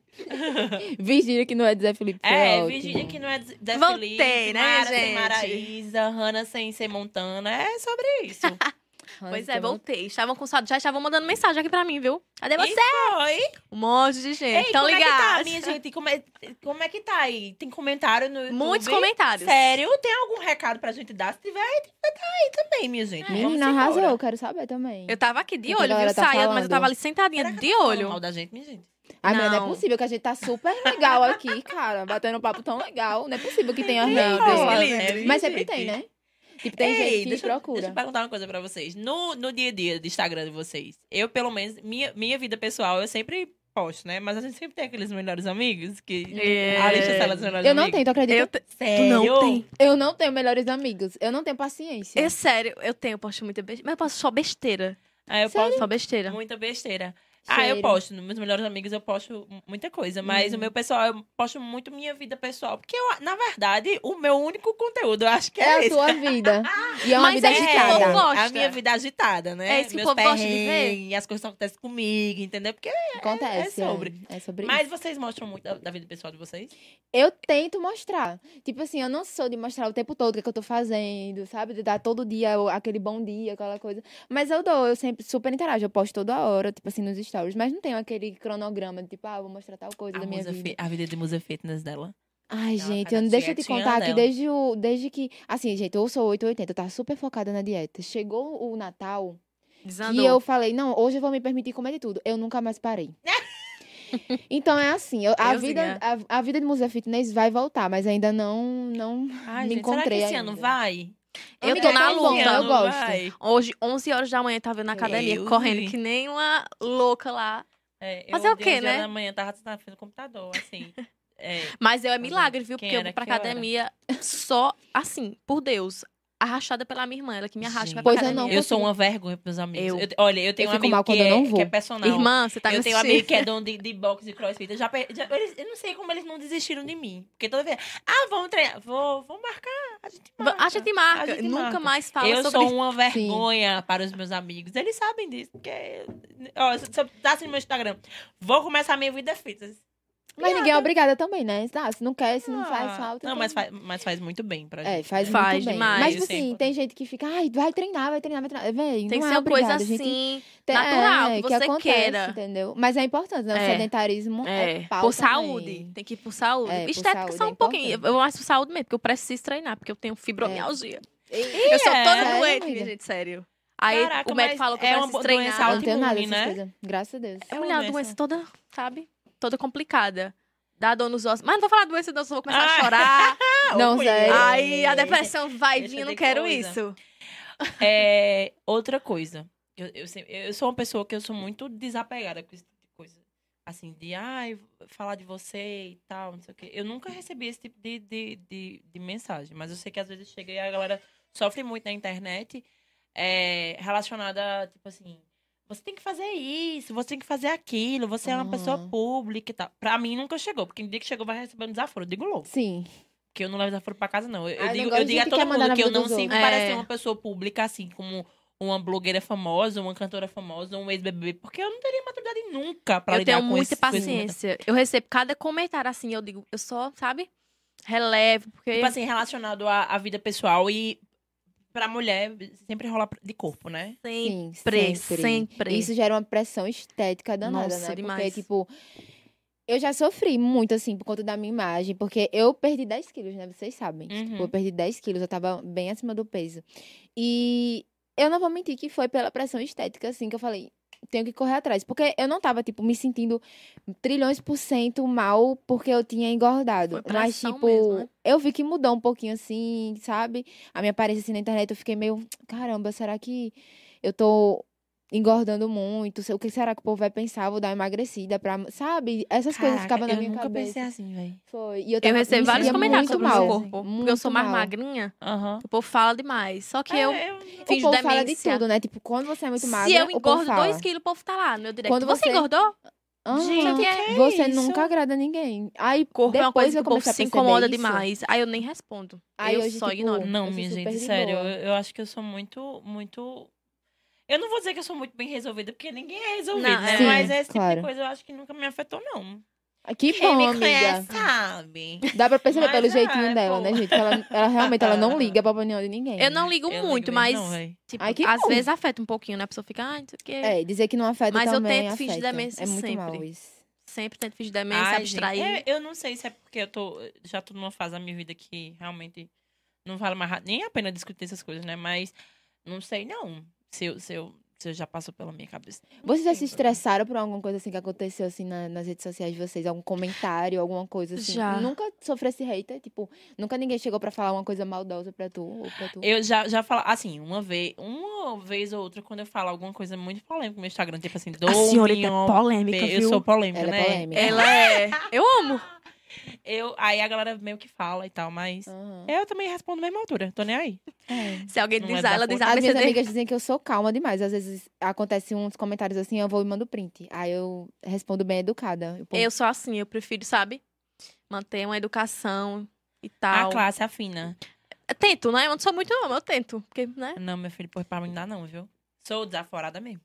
Virgínia, que não é de Zé Felipe. foi
É,
ótimo.
Virgínia que não é de Zé
Vão
Felipe.
ter, né,
Mara sem
gente?
Maraísa, Hannah sem ser Montana. É sobre isso.
Pois
então-
é, voltei. Estavam com saudade, já estavam mandando mensagem aqui pra mim, viu? Cadê você?
Oi!
Um monte de gente.
Ei,
Estão
como é que tá,
ligados.
minha gente? Como é, como é que tá aí? Tem comentário no YouTube?
Muitos comentários.
Sério? Tem algum recado pra gente dar? Se tiver, aí, tá aí também, minha gente. é, Vamos
Menina,
embora.
arrasou, eu quero saber também.
Eu tava aqui de
O que a
olho, viu?
galera tá
Saía, mas eu
falando?
tava ali sentadinha,
Será que
de
tá falando
olho.
mal da gente, minha gente?
Ai, mas não é
Não.
possível que a gente tá super legal aqui, cara. Batendo um papo tão legal. Não é possível que tenha
Não,
hate.
Deus me
Mas
livre,
Mas sempre
gente.
tem, né? Tipo, tem gente que
deixa, eu-
procura.
deixa eu perguntar uma coisa pra vocês. No, no dia a dia do Instagram de vocês, eu, pelo menos, minha, minha vida pessoal, eu sempre posto, né? Mas a gente sempre tem aqueles melhores amigos que.
É.
A lista está dos melhores
eu não
amigos.
tenho, tu acredita?
Eu
Eu...
te-
Sério?
não tem.
não tenho melhores amigos. Eu não tenho paciência.
É sério, eu tenho, eu posto muita besteira. Mas eu posto só besteira.
Ah, eu
Sério?
posto
Só besteira.
muita besteira. Ah,
Cheiro.
eu posto. Nos meus melhores amigos eu posto m- muita coisa. Mas o meu pessoal, eu posto muito minha vida pessoal. Porque, eu, na verdade, o meu único conteúdo, eu acho que é,
É a
esse.
tua vida. E é uma
Mas
vida
é isso que o
agitada.
povo gosta.
A minha vida agitada, né?
É isso que o povo gosta de ver.
perrengues, As coisas que acontecem comigo, entendeu? Porque...
Acontece.
É
É,
sobre.
é sobre
Mas vocês mostram muito da, da vida pessoal de vocês?
Eu tento mostrar. Tipo assim, eu não sou de mostrar o tempo todo o que, é que eu tô fazendo, sabe? De dar todo dia o- aquele bom dia, aquela coisa. Mas eu dou, eu sempre super interajo. Eu posto toda hora, tipo assim, nos stories. Mas não tenho aquele cronograma de tipo, ah, vou mostrar tal coisa da minha
musa
vida.
fi- a vida de musa fitness dela.
Ai,
Ela
gente,
faz
eu
a
não deixa eu te
dietinha
contar aqui
dela.
desde, o, desde que. Assim, gente, eu sou 880, eu tava super focada na dieta. Chegou o Natal
Desandou.
e eu falei, não, hoje eu vou me permitir comer de tudo. Eu nunca mais parei. então é assim, eu- a,
Deusinha.
vida,
é.
a, a vida de Museu Fitness vai voltar, mas ainda não. não...
Ai,
Me
gente, será que
encontrei
esse ano
ainda.
vai?
tá Eu
Amiga,
tô
é
na
tão bom,
luta.
Eu gosto.
Vai.
Hoje, 11 horas da manhã, tava eu na academia,
Eu
correndo
vi.
que nem uma louca lá.
É, eu
Fazer o
de
quê,
onze
né?
horas Da manhã tava na frente do computador, assim. É,
Mas eu é
Mas,
milagre, viu?
quem
Porque eu
era,
vou pra
que eu era?
academia só, assim, por Deus, arrastada pela minha irmã. Ela que me arrasta
Gente. é,
pra
Pois eu
academia.
não
eu sou uma vergonha pros meus amigos.
Eu.
Eu te- olha, eu tenho
Eu
um
fico
amigo
mal
que,
quando eu
é,
não vou.
que é personal.
Irmã, você tá me
eu tenho um
assistindo.
amigo que é dono de, de boxe e crossfit. Eu, já, pe- já- eles- eu não sei como eles não desistiram de mim. Porque toda vez. Ah, vamos treinar. Vou, vou marcar. A gente
Va-
marca.
A gente marca.
A gente
Nunca
marca.
mais fala
eu
sobre
sou um uma vergonha para os meus amigos. Eles sabem disso. Porque. Ó, se se eu desse no meu Instagram, vou começar minha vida fitness.
Mas ninguém é obrigada também, né? Ah, se não quer, se não faz
Ah,
falta.
Não,
então-
mas faz, mas faz muito bem pra
É,
gente.
faz,
Faz
muito bem.
demais,
Mas, tipo
sim.
assim, tem gente que fica, ai, vai treinar, vai treinar, vai treinar. Véi,
Tem que
não
ser
é
uma coisa
obrigada, a gente
assim.
Tem-
natural, que você
é, acontece,
queira.
Entendeu? Mas é importante, né? O
É.
sedentarismo é,
É,
pau
por
também.
saúde. Tem que ir por saúde.
É, por
Estética
saúde,
só
é
um pouquinho. Eu
importante.
eu mais por saúde mesmo, porque eu preciso treinar, porque eu tenho fibromialgia.
E-
Eu sou
é?
toda
Sério,
doente, minha
amiga?
gente, sério. Aí
Caraca,
o
mas
médico falou que
é
eu
uma
preciso
bo- doença
treinar.
Eu não tenho nada
autoimune,
dessas
né?
coisas. Graças a Deus.
É
É
mulher, uma
uma doença.
doença toda, sabe? Toda complicada. Dá dor nos ossos. Mas não vou falar doença, não, senão eu vou começar
Ah.
a chorar.
Ah,
Não,
ui.
Zé. É.
Aí a depressão vai
Deixa
vir, eu não
de
quero
coisa.
isso.
É, outra coisa. Eu, eu, sempre- eu sou uma pessoa que eu sou muito desapegada com esse tipo de coisa. Assim, de ai, falar de você e tal, não sei o quê. Eu nunca recebi esse tipo de, de, de, de mensagem, mas eu sei que às vezes chega e a galera sofre muito na internet é, relacionada, a, tipo assim, você tem que fazer isso, você tem que fazer aquilo, você é uma pessoa
Aham.
pública e tal. Pra mim nunca chegou, porque no dia que chegou vai receber um desaforo. Eu digo louco.
Sim.
Porque eu não levo desaforo pra casa, não. Eu, eu
Ai, Ah, não
digo,
gosto
eu
de
digo a
gente que
todo
quer mandar
mundo
na
que eu
vida
não
dos
sinto
outros.
parecer
É.
uma pessoa pública, assim, como uma blogueira famosa, uma cantora famosa, um ex-BBB. Porque eu não teria maturidade nunca pra
Eu
lidar
tenho
com
muita
esse- tipo com esse-
paciência. Eu recebo cada comentário assim, eu digo, eu só, sabe? Relevo, porque.
Tipo assim, relacionado à, à vida pessoal e pra mulher sempre rolar de corpo, né?
sempre,
Sim,
sempre.
Isso gera uma pressão estética danada,
Nossa,
né? Porque,
demais.
tipo, eu já sofri muito, assim, por conta da minha imagem, porque eu perdi 10 quilos, né? Vocês sabem.
Uhum.
Tipo, eu perdi 10 quilos, eu tava bem acima do peso. E eu não vou mentir que foi pela pressão estética, assim, que eu falei, tenho que correr atrás. Porque eu não tava, tipo, me sentindo trilhões por cento mal porque eu tinha engordado.
Foi
Mas,
pressão
tipo,
mesmo, né?
eu vi que mudou um pouquinho, assim, sabe? A minha aparência, assim, na internet, eu fiquei meio, caramba, será que eu tô engordando muito? O que será que o povo vai pensar? Eu Vou dar uma emagrecida pra... Sabe? Essas coisas
Caraca,
ficavam na
eu
minha
nunca
cabeça.
pensei assim, velho.
Foi. E eu,
Eu
tava- me
recebo vários
sentia
comentários
muito
sobre o
mal.
meu corpo. Porque eu sou
muito
mais
mal.
magrinha.
Aham.
O povo fala demais. Só que eu.
É, eu-
O
Finge
povo fala de
demência.
tudo, né? Tipo, quando você é muito magra,
se eu
o povo
engordo
fala.
2 quilos, o povo tá lá no meu direct.
Quando
você
você-
engordou?
Aham.
Gente, que é
Você
isso?
nunca agrada ninguém. Aí
Corpo
depois
é uma coisa que
eu
o povo
comecei a
se
perceber
incomoda
isso.
demais. Aí eu nem respondo.
Aí
eu
hoje,
só
tipo,
ignoro.
Não,
eu sou
minha
super
gente,
de
sério, eu,
boa.
eu acho que eu sou muito, muito. Eu não vou dizer que eu sou muito bem resolvida, porque ninguém é resolvido,
Não,
né?
é.
Mas
Sim,
esse tipo de
claro.
coisa eu acho que nunca me afetou, não.
Ah, Que
Quem
bom,
me
amiga.
conhece sabe.
Dá pra perceber
Mas
pelo
é,
jeitinho
é
dela,
bom.
né, gente? Que Ela, ela realmente ela não liga pra opinião de ninguém.
Eu
né?
não ligo
Eu não
muito,
ligo
mas
nem
é.
não, véi.
tipo,
Ai, que
às
bom.
vezes afeta um pouquinho, né? A pessoa fica, ah, não sei o quê.
É, dizer que não afeta
Mas eu
também
tento fingir
afeta.
demência
É muito
sempre.
mal isso.
Sempre tento fingir demência,
Ai, gente,
abstrair.
é, eu não sei se é porque eu tô, já tô numa fase da minha vida que realmente não vale mais ra- nem a pena discutir essas coisas, né? Mas não sei, não. Se eu, se eu, se eu já passou pela minha cabeça. Não
Vocês já
sei,
se estressaram por alguma coisa assim que aconteceu assim na- nas redes sociais de vocês? Algum comentário, alguma coisa assim?
Já.
Nunca sofreu esse hater? Tipo, nunca ninguém chegou pra falar uma coisa maldosa pra tu ou pra tu?
Eu já, já falo, assim, uma vez, uma vez ou outra, quando eu falo alguma coisa muito polêmica no meu Instagram, tipo assim, dou mignon
polêmica,
pe- Eu sou polêmica,
é Ela
né?
é polêmica.
Ela é. Eu amo.
Eu, aí a galera meio que fala e tal, mas
Aham.
eu também respondo na mesma altura, tô nem aí.
É.
Se alguém
Não
diz,
é
ah,
da
ela diz
força.
a
As minhas
ABCD.
amigas dizem que eu sou calma demais. Às vezes acontece uns comentários assim, eu vou e mando print. Aí eu respondo bem educada. Eu, ponho-
Eu sou assim, eu prefiro, sabe? Manter uma educação e
A
tal.
classe é afina.
Eu Tento, né? Eu não sou muito, não, mas eu tento. Porque, né?
Não, meu filho, pô, pra mim não dá não, viu? Sou desaforada mesmo.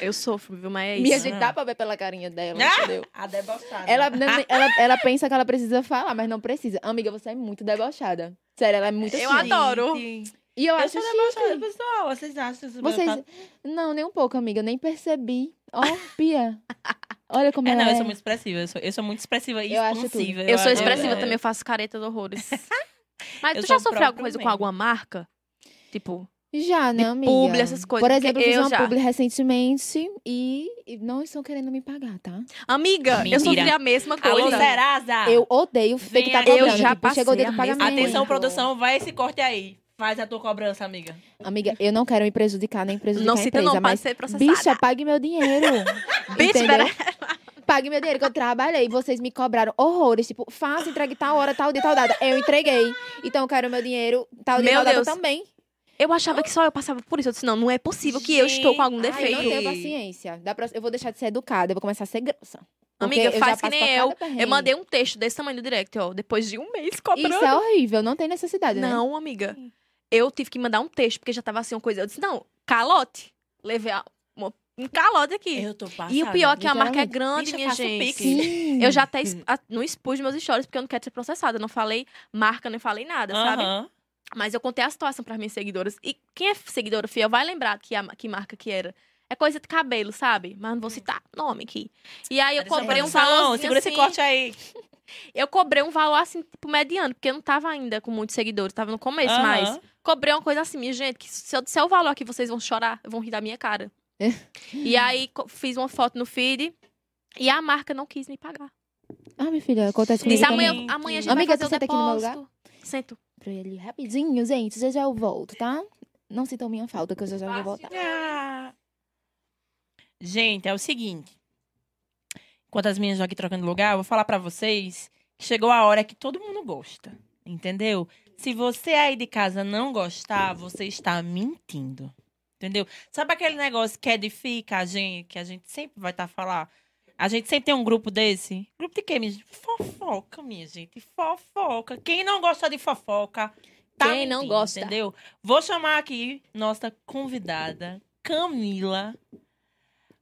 Eu sofro, viu? Mas é isso.
Minha
isso,
gente
né?
dá pra ver pela carinha dela,
Ah!
entendeu?
A debochada.
Ela, é ela, ela, ela pensa que ela precisa falar, mas não precisa. Amiga, você é muito debochada. Sério, ela é muito
Eu
chique.
adoro.
E
Eu,
eu,
sou
acho
debochada,
chique.
pessoal. Vocês acham isso? tá?
Vocês...
tá-
Não, nem um pouco, amiga. Nem percebi. Ó, Pia. Olha como
É,
ela
não,
é.
eu sou muito expressiva. Eu sou, eu sou muito expressiva e
Eu acho
expansiva.
Eu
adoro-
sou expressiva
é.
também, eu faço careta de horrores. Mas
Eu
tu já
sou
sofreu alguma
próprio
coisa com
mesmo.
alguma marca? Tipo,
Já, né, amiga?
publi, essas coisas,
Por
porque
exemplo, eu fiz
eu
uma
já.
publi recentemente e e não estão querendo me pagar, tá?
amiga, eu
Mentira.
sofri a mesma
Alô,
coisa. Tá.
Serasa!
Eu odeio ter que
Vem
tá
aqui.
cobrando.
Eu já
tipo, chegou o
passei
dedo
a
pagamento.
mesma
Atenção,
Muito.
produção, vai esse corte aí. Faz a tua cobrança, amiga.
Amiga, eu não quero me prejudicar nem prejudicar
não
a
cita
empresa,
não, pra
mas
ser processada.
bicha, pague meu dinheiro.
Bitch,
entendeu? Pague meu dinheiro que eu trabalhei, vocês me cobraram horrores, tipo, faça, entregue tal hora, tal dia, tal data. Eu entreguei. Então eu quero meu dinheiro tal dia,
Meu
tal data
Deus.
também.
Eu achava que só eu passava por isso. Eu disse, não, não é possível que eu estou com algum
Gente,
Ai, eu não
defeito.
tenho paciência. Da próxima- eu vou deixar de ser educada, eu vou começar a ser grossa. Porque
Amiga,
eu já
faz que
passo
nem
por
eu.
cada perrengue.
Eu mandei um texto desse tamanho no direct, ó. Depois de um mês cobrando.
Isso é horrível, não tem necessidade, né?
Não, amiga. Eu tive que mandar um texto, porque já tava assim uma coisa. Eu disse, não, calote. Levei a- uma- um calote aqui.
Eu tô passada.
e o pior é que a marca é
literalmente.
grande,
Bicha,
minha
faço
gente.
pix.
Sim.
Eu já até exp- a- não expus meus stories, porque eu não quero ser processada. Eu não falei marca, não falei nada, sabe?
Aham.
Mas eu contei a situação para minhas seguidoras. E quem é seguidora fiel vai lembrar que, a, ma- que marca que era. É coisa de cabelo, sabe? Mas
Hum.
não vou citar nome aqui. E aí eu
Atenção,
comprei um
produção,
valor.
Segura esse corte aí.
Eu cobrei um valor assim, tipo, mediano, porque eu não tava ainda com muitos seguidores, tava no começo,
Aham.
mas cobrei uma coisa assim, minha gente, que se eu disser o valor aqui, vocês vão chorar, vão rir da minha cara.
É.
e aí co- fiz uma foto no feed e a marca não quis me pagar.
Ah, minha filha, acontece comigo
Diz
Gente.
amanhã,
também.
amanhã a gente
Amiga,
vai fazer
tu
o
senta aqui no meu
depósito.
lugar?
Sento.
pra ele rapidinho, gente. Já já eu volto, tá? Não sintam minha falta, que eu já já vou voltar.
Ah. Gente, é o seguinte. Enquanto as minhas estão aqui trocando lugar, eu vou falar pra vocês que chegou a hora que todo mundo gosta. Entendeu? Se você aí de casa não gostar, você está mentindo. Entendeu? Sabe aquele negócio que edifica a gente, que a gente sempre vai estar falando? A gente sempre tem um grupo desse. Grupo de quê, minha gente? Fofoca, minha gente. Fofoca. Quem não gosta de fofoca, tá
Quem não
mentindo,
gosta.
Entendeu? Vou chamar aqui nossa convidada, Camila.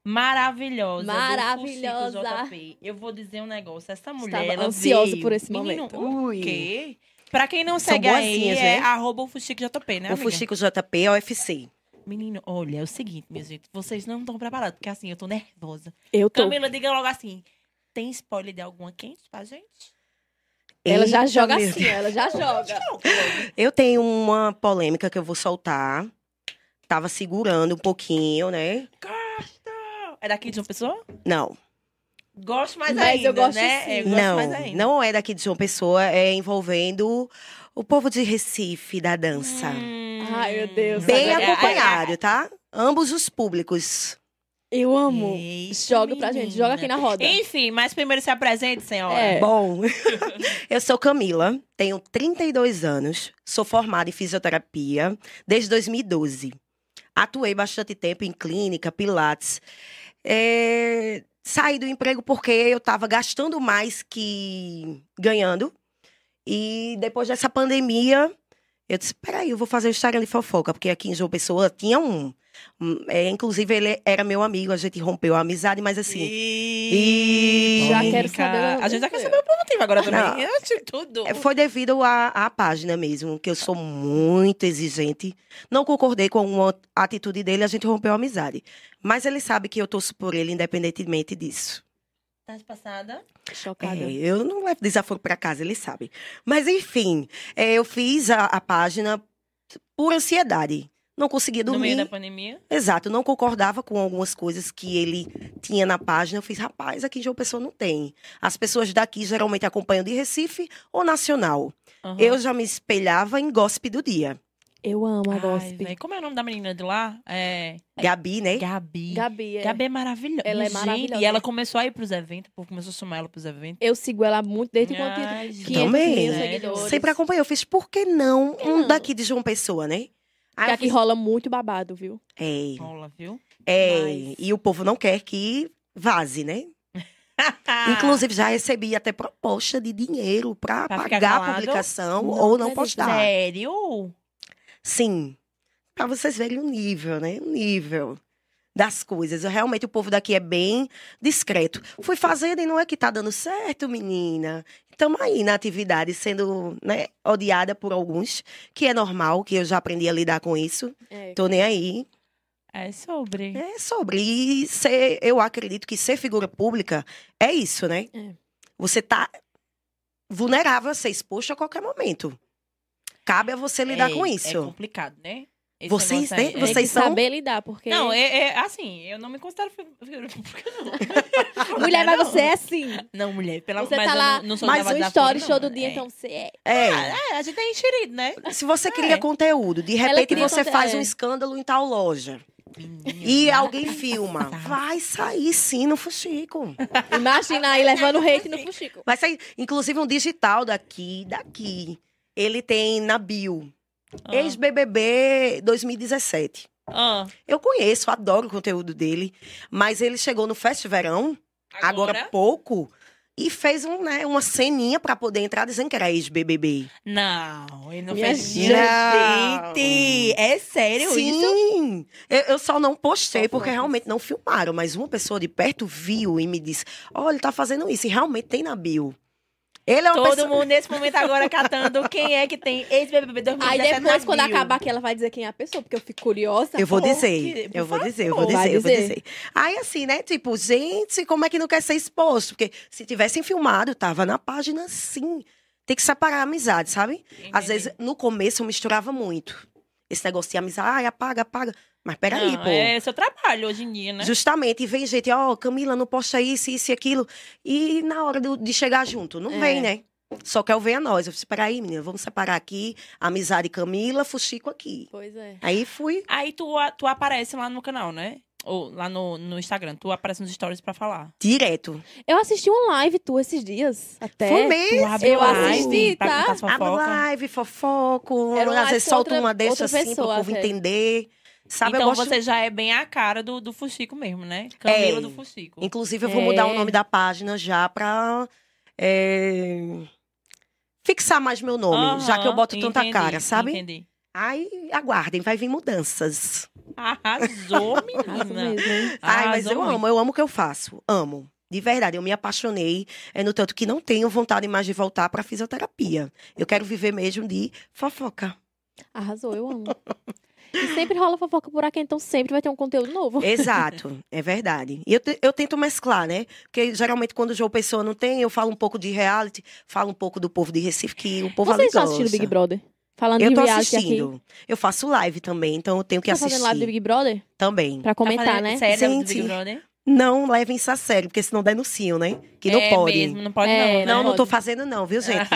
Maravilhosa. do
Maravilhosa.
Cursico JP. Eu vou dizer um negócio. Essa mulher.
Estava
ela
ansiosa
veio-
por esse
Menino, uh,
momento.
o
Ui.
quê? Pra quem não
São
segue aí,
boazinhas,
é
né?
arroba o Fuxico JP, né,
O
amiga?
Fuxico JP OFC.
Menino, olha, é o seguinte, minha gente. Vocês não estão preparados, porque assim, eu tô nervosa.
Eu
Camila, diga logo assim. Tem spoiler de alguma quente pra gente?
Ela já
Eita,
joga
meu
assim, ela já joga.
Deus. Eu tenho uma polêmica que eu vou soltar. Tava segurando um pouquinho, né?
Gosto! É daqui de uma pessoa?
Não,
Gosto mais
Mas
ainda,
eu gosto
né?
sim.
É, gosto mais
não,
ainda.
não é daqui de João Pessoa, é envolvendo o povo de Recife da dança.
Hum. é,
Ai, meu Deus. é,
Bem
Agora-
acompanhado, tá? Ambos os públicos.
Eu
Eita,
Joga pra gente, joga aqui
menina.
na roda.
Enfim, mas primeiro se apresente, senhora.
É.
Bom, eu sou Camila, tenho 32 anos, sou formada em fisioterapia desde 2012. Atuei bastante tempo em clínica, pilates. É, saí do emprego porque eu estava gastando mais que ganhando. E depois dessa pandemia, eu disse, peraí, eu vou fazer o Instagram de fofoca, porque aqui em João Pessoa tinha um. Hum, é, inclusive, ele era meu amigo, a gente rompeu a amizade, mas assim.
E...
E- Já
quero saber o-
A gente já quer saber o motivo agora
Não.
também. Eu acho tudo.
É, Foi devido à, à página mesmo, que eu sou muito exigente. Não concordei com uma atitude dele, a gente rompeu a amizade. Mas ele sabe que eu torço por ele, independentemente disso.
Tarde passada.
Chocada.
É, eu não levo desaforo pra casa, ele sabe. Mas enfim, é, eu fiz a, a página por ansiedade. Não conseguia
No meio
dormir.
da pandemia.
Exato, não concordava com algumas coisas que ele tinha na página. Eu fiz, rapaz, aqui em João Pessoa não tem. As pessoas daqui geralmente acompanham de Recife ou nacional.
Aham.
Eu já me espelhava em gossip do dia.
Eu amo a
Ai,
gossip.
véi, Como é o nome da menina de lá? É.
Gabi, né?
Gabi.
Gabi, é.
Gabi é maravilhosa.
Ela é
Gente,
maravilhosa.
E ela começou a ir pros eventos, o povo começou a chamar ela pros eventos.
Eu sigo ela muito desde quando eu
Ai,
tinha
gente.
500
Também,
mil
né?
seguidores.
Sempre acompanhei. Eu fiz, por que não um
não?
daqui de João Pessoa, né? Aí
Que
eu
aqui rola muito babado, viu?
fiz,
Rola, viu?
é, é,
demais.
e o povo não quer que vaze, né?
Ah.
Inclusive, já recebi até proposta de dinheiro pra
Pra ficar
pagar a
calado?
publicação
Não
ou não
acredito.
postar.
é Sério?
Sim. Pra vocês verem o nível, né? O nível das coisas. Realmente o povo daqui é bem discreto. Fui fazendo e não é que tá dando certo, menina. Estamos aí na atividade, sendo né, odiada por alguns, que é normal, que eu já aprendi a lidar com isso.
É.
Tô nem aí.
É sobre.
É sobre. E ser, eu acredito que ser figura pública é isso, né?
É.
Você tá vulnerável a ser exposto a qualquer momento. Cabe a você lidar
É,
com
É
isso.
complicado, né? Esse
Vocês,
negócio
né?
aí é-
Tem que
Vocês são-
saber lidar, porque...
Não, é, é assim, eu não me considero figura pública, não.
Mulher, mas
Não.
você é assim.
Não, mulher, pela
Você
mas
tá
eu
lá,
não, não sou
Mas
dava
um
da
stories
fora, não,
todo dia,
é.
então você é.
É.
Ah, é, a gente é enxerido, né?
Se você cria
É.
conteúdo, de
Ela
repente
cria
você
conte-
faz
é.
um escândalo em tal loja e alguém filma, vai sair sim no Fuxico.
Imagina aí levando hate no fuxico.
Vai sair, inclusive um digital daqui, daqui. Ele tem na bio,
Ah.
ex-BBB 2017.
Ah, ah,
Eu conheço, adoro o conteúdo dele, mas ele chegou no Fest Verão, agora,
Ah. agora?
pouco, e fez um, né, uma ceninha pra poder entrar dizendo que era ex-BBB.
Não, ele não
Minha
fez isso.
gente!
Gente, é sério isso?
Sim! Eu, eu só não postei,
Só
porque
fotos.
realmente não filmaram, mas uma pessoa de perto viu e me disse: Olha, ele tá fazendo isso, e realmente tem na bio. Ele é uma
Todo
pessoa.
mundo nesse momento agora catando quem é que tem ex-BBB 2017
Aí depois,
na
quando
bio.
acabar aqui, ela vai dizer quem é a pessoa, porque eu fico curiosa.
Eu vou
Pô,
dizer,
que-
eu vou
por
dizer, eu vou
favor.
dizer, eu vou
Vai
dizer. Aí assim, né? Tipo, gente, como é que não quer ser exposto? Porque se tivessem filmado, tava na página sim. Tem que separar a amizade, sabe?
Entendi.
Às vezes, no começo, eu misturava muito. Esse negócio de amizade, ai, apaga, apaga. Mas peraí,
não,
pô.
É seu trabalho hoje em dia, né?
Justamente, e vem gente, ó, Camila, não posta isso, isso e aquilo. E na hora do- de, chegar junto, não
É.
vem, né? Só quer ouvir a nós. Eu disse, peraí, menina, vamos separar aqui, amizade Camila, Fuxico aqui.
Pois é.
Aí fui.
Aí tu, a- tu aparece lá no canal, né? Ou lá no, no Instagram. Tu aparece nos stories pra falar.
Direto.
Eu assisti uma live tu esses dias, até.
Foi mesmo.
É, Tu abre
Eu
live um
assisti,
pra
tá?
contar as
Abre
fofocas.
live, fofoco.
Era uma
às vezes
live com
solta
outra-
uma deixa
outra
assim pro
pessoa
povo
até.
entender. Sabe,
é. então
eu gosto.
você já é bem a cara do, do Fuxico mesmo, né? Camila
É.
do Fuxico.
Inclusive, eu vou mudar o
É.
nome da página já pra. é, Fixar mais meu nome,
Aham,
Então, já que eu boto tanta
entendi,
cara, sabe?
Entendi.
Aí aguardem, vai vir mudanças.
Arrasou,
Arrasa
menina.
mesmo, hein?
Ai, mas
Arrasou
eu
muito.
amo, eu amo o que eu faço. Amo. De verdade, eu me apaixonei, é no tanto que não tenho vontade mais de voltar pra fisioterapia. Eu quero viver mesmo de fofoca.
Arrasou, eu amo. E sempre rola fofoca por aqui, então sempre vai ter um conteúdo novo.
Exato, é verdade. E eu, te- eu tento mesclar, né? Porque geralmente quando o João Pessoa não tem, eu falo um pouco de reality, falo um pouco do povo de Recife, que o povo
Vocês
ali
estão
gosta.
assistindo Big Brother? Falando
eu
de
tô
reality aqui.
assistindo. Eu faço live também, então eu tenho que
Tá
assistir
fazendo live do Big Brother?
também.
Pra
Tá
comentar,
fazendo
né?
Sério, do
Gente.
Big Brother?
Não levem isso a sério, porque senão denunciam, né? Que não
é
pode.
mesmo, não pode
É,
não,
Não,
né?
não tô fazendo não, viu, gente?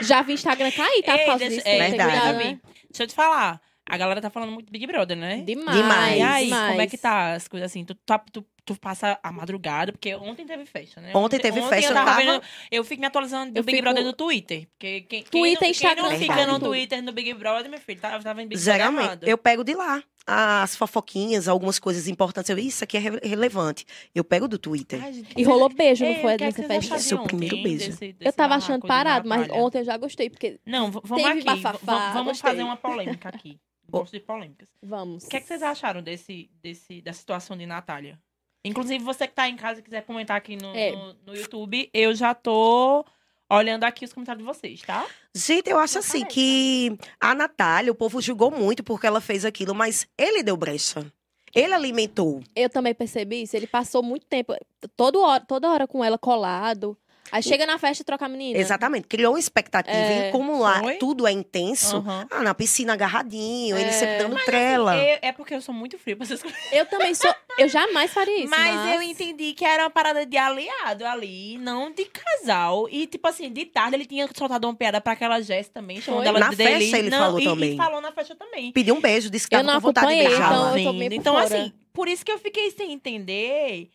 Já vi Instagram cair, tá? Por
Ei,
causa
deixa,
disso,
é,
tem que ter
verdade.
cuidado,
Gabi,
né?
Deixa eu te falar. A galera tá falando muito do Big Brother, né?
Demais.
Demais.
E aí,
demais.
como é que tá as coisas assim? Tu, tá- tu, tu passa a madrugada, porque ontem teve festa, né?
Ontem teve festa,
eu
eu
tava,
tava-
vendo- eu fico me atualizando do
Eu
Big
fico-
Brother no Twitter. Porque quem, quem
Twitter,
não,
Instagram,
quem não fica
verdade.
no Twitter, no Big Brother, meu filho, tá, tava, tava em Big Brother
Geralmente,
errado.
eu pego de lá as fofoquinhas, algumas coisas importantes. Eu, isso aqui é re- relevante. Eu pego do Twitter.
Ai, gente,
E rolou beijo,
Ei,
não foi,
o que é que
nessa
vocês
festa?
acharam de
Esse é o
ontem,
primeiro
hein,
beijo.
desse- desse
Eu tava achando
barraco do
parado, mas
Rapalha?
ontem eu já gostei, porque
Não, v- vamos
Teve
aqui. v-
bafafá,
vamos
gostei.
fazer uma polêmica aqui. um Gosto de polêmicas.
Vamos.
O que, é que vocês acharam desse, desse, da situação de Natália? Inclusive, você que tá em casa e quiser comentar aqui no,
É.
no, no YouTube, eu já tô olhando aqui os comentários de vocês, tá?
Gente, eu acho assim que a Natália, o povo julgou muito porque ela fez aquilo, mas ele deu brecha. Ele alimentou.
Eu também percebi isso. Ele passou muito tempo, toda hora, toda hora com ela colado. Aí chega na festa e troca a
né?
menina.
Exatamente. Criou uma expectativa.
É,
e como lá
foi?
tudo é intenso,
Aham.
ah, na piscina agarradinho, ele
É.
sempre dando trela.
Eu- é porque eu sou muito frio pra essas coisas.
Eu também sou. Eu jamais faria isso.
mas, eu entendi que era uma parada de aliado ali, não de casal. E, tipo assim, de tarde ele tinha soltado uma piada pra aquela Jess também, chamando
Foi?
ela
Na
de
festa
delírio.
ele
não,
falou
e, E
também.
falou na festa também.
Pediu um beijo, disse que
Eu
tava
não
com vontade de
acompanhei,
beijá
então- eu tô
Vendo.
meio por
Então,
fora.
assim, por isso que eu fiquei sem entender.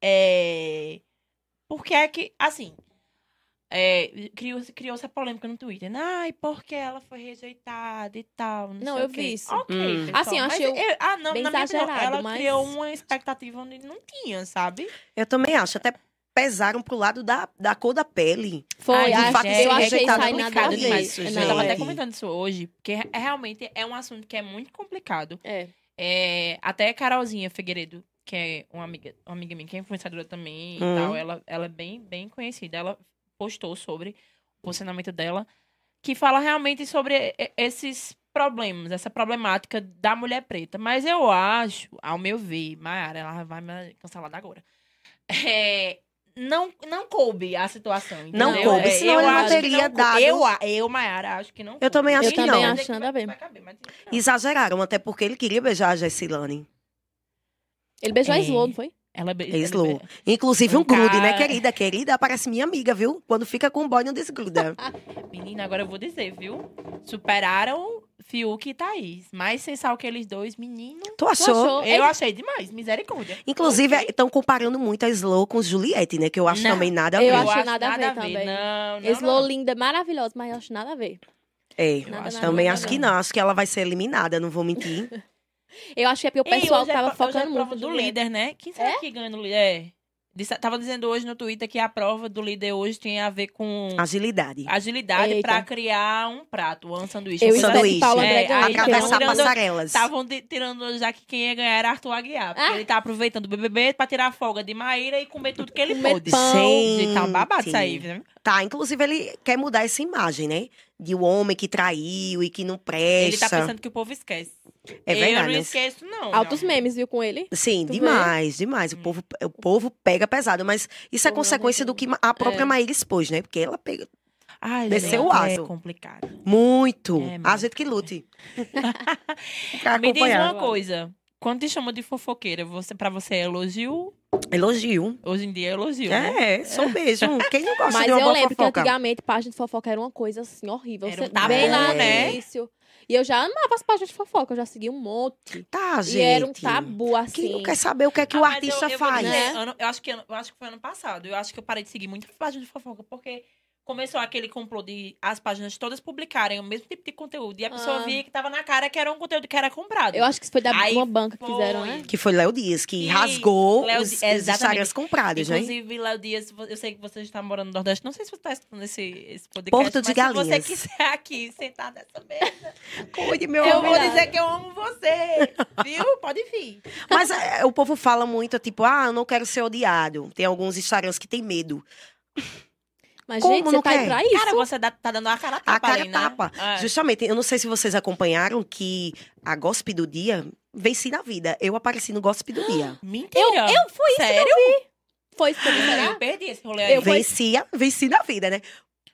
É... Porque é que, assim. é, criou-se criou essa polêmica no Twitter. né? Ai, porque ela foi rejeitada e tal. Não,
Não,
sei
eu
o
vi
quê.
isso.
Ok,
Hum.
pessoal,
Assim, eu
mas
achei o-
Ah, não,
bem
na minha opinião,
exagerado,
ela
mas-
criou uma expectativa onde não tinha, sabe?
Eu também acho. Até pesaram pro lado da, da cor da pele.
Foi,
Ai,
acho-
de fato, isso
eu
é
achei isso
rejeitado,
aí
é
Tá nada a
complicado
ver.
demais isso,
É,
Eu
não,
tava
gente.
até
é.
comentando isso hoje, porque é- realmente é um assunto que é muito complicado.
É.
É, até Carolzinha Figueiredo, que é uma amiga, uma amiga minha, que é influenciadora também
Hum.
e tal, ela, ela é bem, bem conhecida. Ela postou sobre o posicionamento dela, que fala realmente sobre e- esses problemas, essa problemática da mulher preta. Mas eu acho, ao meu ver, Mayara, ela vai me cancelar agora. É, não, não coube a situação.
Não
entendeu?
coube,
É,
senão
eu
ele não
acho que
teria
coube.
dado.
Eu, a- eu Mayara, acho que não. coube.
também acho
Tem
que
gente
não.
dizer
Acho nada a ver.
vai caber, mas tem gente que não.
Exageraram, até porque ele queria beijar a Jessilane.
Ele beijou a
É.
Slow, não foi?
Ela be-
É
ela be-
slow. Inclusive um
Um cara-
grude, né, querida? Querida parece minha amiga, viu? Quando fica com o boy, não desgruda.
Menina, agora eu vou dizer, viu? Superaram Fiuk e Thaís. Mais sem sal que eles dois, menino.
Tu achou?
achou?
Eu achei demais, misericórdia.
Inclusive, estão comparando muito a Slow com Juliette, né? Que eu acho
Não.
também nada a
Eu
ver.
acho- nada a ver também.
Não, não,
Slow
não.
linda, maravilhosa, mas eu acho nada a ver.
É,
Eu
Nada,
acho
nada,
também
nada,
acho que não. Acho que ela vai ser eliminada, não vou mentir.
Hum.
Eu acho que é porque o
Ei,
pessoal
hoje é
tava
pro- hoje é a
focando
prova
muito.
do
no
líder, né? Quem será que ganha no líder? É. Disse- tava dizendo hoje no Twitter que a prova do líder hoje tem a ver com
Agilidade.
agilidade
Eita.
pra criar um prato, um sanduíche.
Eu
uma coisa
espero
sanduíche.
que Paulo André né?
É,
ganhe. porque
Atravessar
não-
passarelas.
Estavam de- tirando já que quem ia ganhar era Arthur Aguiar. Porque
Ah.
ele tá aproveitando o BBB pra tirar a folga de Maíra e comer tudo que ele
Comer
pôde.
pão.
Gente, tá um babado isso aí, né?
Tá, inclusive ele quer mudar essa imagem, né? De um homem que traiu e que não
Ele
presta.
tá pensando que o povo esquece.
É
Eu
verdade.
não
né?
esqueço, não.
Altos
não.
memes, viu, com ele?
Sim,
Tu
demais, demais. O
Hum.
povo, o povo pega pesado, mas isso é
Povo não
consequência do que ma- a própria
É.
Maíra expôs, né? Porque ela pega
Ai, gente,
Desceu o
É
aço.
complicado.
muito.
É,
a
mas-
gente que lute. pra
Me diz
acompanhar.
uma coisa. Quando te chamam de fofoqueira, você, pra você é elogio?
Elogio.
Hoje em dia é elogio, né?
É, sou mesmo. Quem não gosta
Mas
de uma
eu
boa
lembro que
fofoca?
antigamente página de fofoca era uma coisa assim horrível.
Era um
Você- bem
tabu,
lá no
né?
início. E eu já amava as páginas de fofoca, eu já segui um monte.
Tá, gente.
E era um tabu, assim.
Quem não quer saber o que é que
Ah,
o
mas
artista
eu, eu vou
faz? É.
dizer,
Né?
ano- eu, acho que, ano- eu acho que foi ano passado. Eu acho que eu parei de seguir muito página de fofoca, porque começou aquele complô de as páginas todas publicarem o mesmo tipo de conteúdo. E a pessoa
Ah.
via que tava na cara que era um conteúdo que era comprado.
Eu acho que isso foi da
Aí
uma banca que
foi.
fizeram, né?
Que foi Léo Dias,
E
que rasgou
Léo
os,
Di- é,
os
exatamente.
Instagrams comprados, né?
Inclusive, Léo Dias, vo- eu sei que você está morando no Nordeste. Não sei se você está escutando esse, esse podcast.
Porto de
mas Se você
Galinhas.
quiser aqui, sentar nessa mesa,
Cuide, meu
eu
amor.
vou
verdade.
dizer que eu amo você. Viu? Pode vir.
Mas é, o povo fala muito, tipo, ah, eu não quero ser odiado. Tem alguns Instagrams que tem medo.
Mas,
Como
gente, você
não
tá aí
quer?
pra isso.
Cara, você dá- tá dando a cara tapa
A cara
ali, né?
tapa.
É.
Justamente, eu não sei se vocês acompanharam que a Gospe do Dia venci na vida. Eu apareci no Gospe do Dia.
Mentira. Eu, fui, Sério?
Foi isso que eu vi,
Eu
né?
será?
perdi esse rolê aí.
Eu fui-
venci, a- venci na vida, né?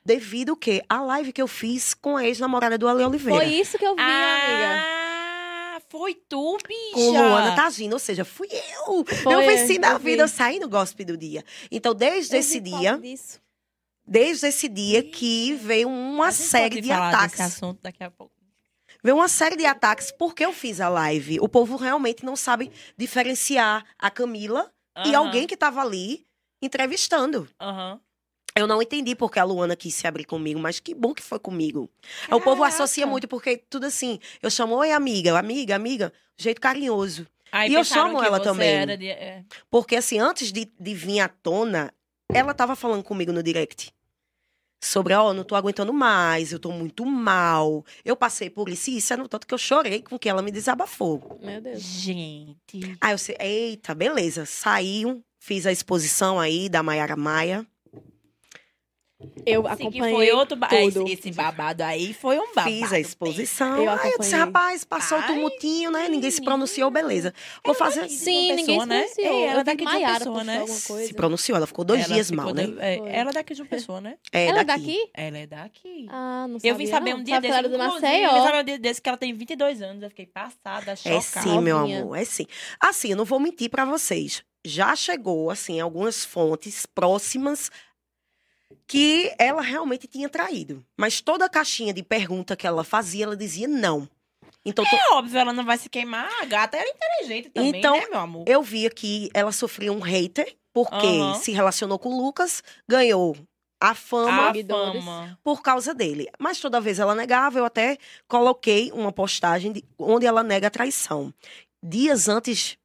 Devido o quê? A live que eu fiz com a ex-namorada do Ale Oliveira.
Foi isso que eu vi, amiga.
Ah, foi tu, bicha.
Com Luana tá Tagina, ou seja, fui eu.
Foi,
eu venci na
eu vi.
vida, eu saí no Gospe do Dia. Então, desde
Eu
esse
vi foto
dia,
disso.
desde esse dia que veio uma
A gente pode
série de
falar
ataques.
Desse assunto daqui a pouco.
Veio uma série de ataques porque eu fiz a live. O povo realmente não sabe diferenciar a Camila e
Aham,
alguém que estava ali entrevistando.
aham.
Eu não entendi porque a Luana quis se abrir comigo, mas que bom que foi comigo. O povo associa
Caraca.
muito porque tudo assim, eu chamo oi amiga, amiga, amiga, jeito carinhoso.
Aí
E eu
pensaram
chamo
que
ela
você
também.
era de- é.
Porque assim, antes de, de vir à tona, ela tava falando comigo no direct. Sobre, ó, não tô aguentando mais, eu tô muito mal. Eu passei por isso e isso, é no tanto que eu chorei com que ela me desabafou.
Meu Deus.
Gente.
Aí eu sei, eita, beleza. Saiu, fiz a exposição aí da Maiara Maia.
Eu
Esse que
acompanhei
foi outro ba- esse,
tudo.
esse babado aí foi um babado.
Fiz a exposição.
Eu
aí eu disse,
acompanhei.
rapaz, passou o
Ai,
tumultinho, né? Ninguém se
menina.
pronunciou, beleza. Vou fazer.
daqui.
Sim,
Pessoa,
ninguém se
né?
pronunciou.
É, ela
Eu vi
daqui de uma
Maiara
pessoa,
postou
né?
alguma
Se
coisa.
Se pronunciou, ela ficou dois
Ela
dias
ficou
mal,
da-
né?
é,
Foi.
ela é daqui de uma pessoa, né?
É,
Ela é
daqui.
daqui?
Ela é daqui.
Ah, não sabia.
eu vim saber
não.
um
Tá
dia
Sabe que ela
desse,
era do
inclusive,
Maceió.
Eu sabia um dia desse que ela tem 22 anos. Eu fiquei passada, chocada.
É sim, meu
Novinha.
amor, é sim. Assim, eu não vou mentir pra vocês. Já chegou, assim, algumas fontes próximas que ela realmente tinha traído. Mas toda a caixinha de pergunta que ela fazia, ela dizia não. Então, to-
É óbvio, ela não vai se queimar. A gata era inteligente também,
Então,
né, meu amor?
eu via que ela sofria um hater, porque
Aham.
se relacionou com o Lucas, ganhou a fama
A
Abdômenes.
fama.
por causa dele. Mas toda vez ela negava, eu até coloquei uma postagem de- onde ela nega a traição. Dias antes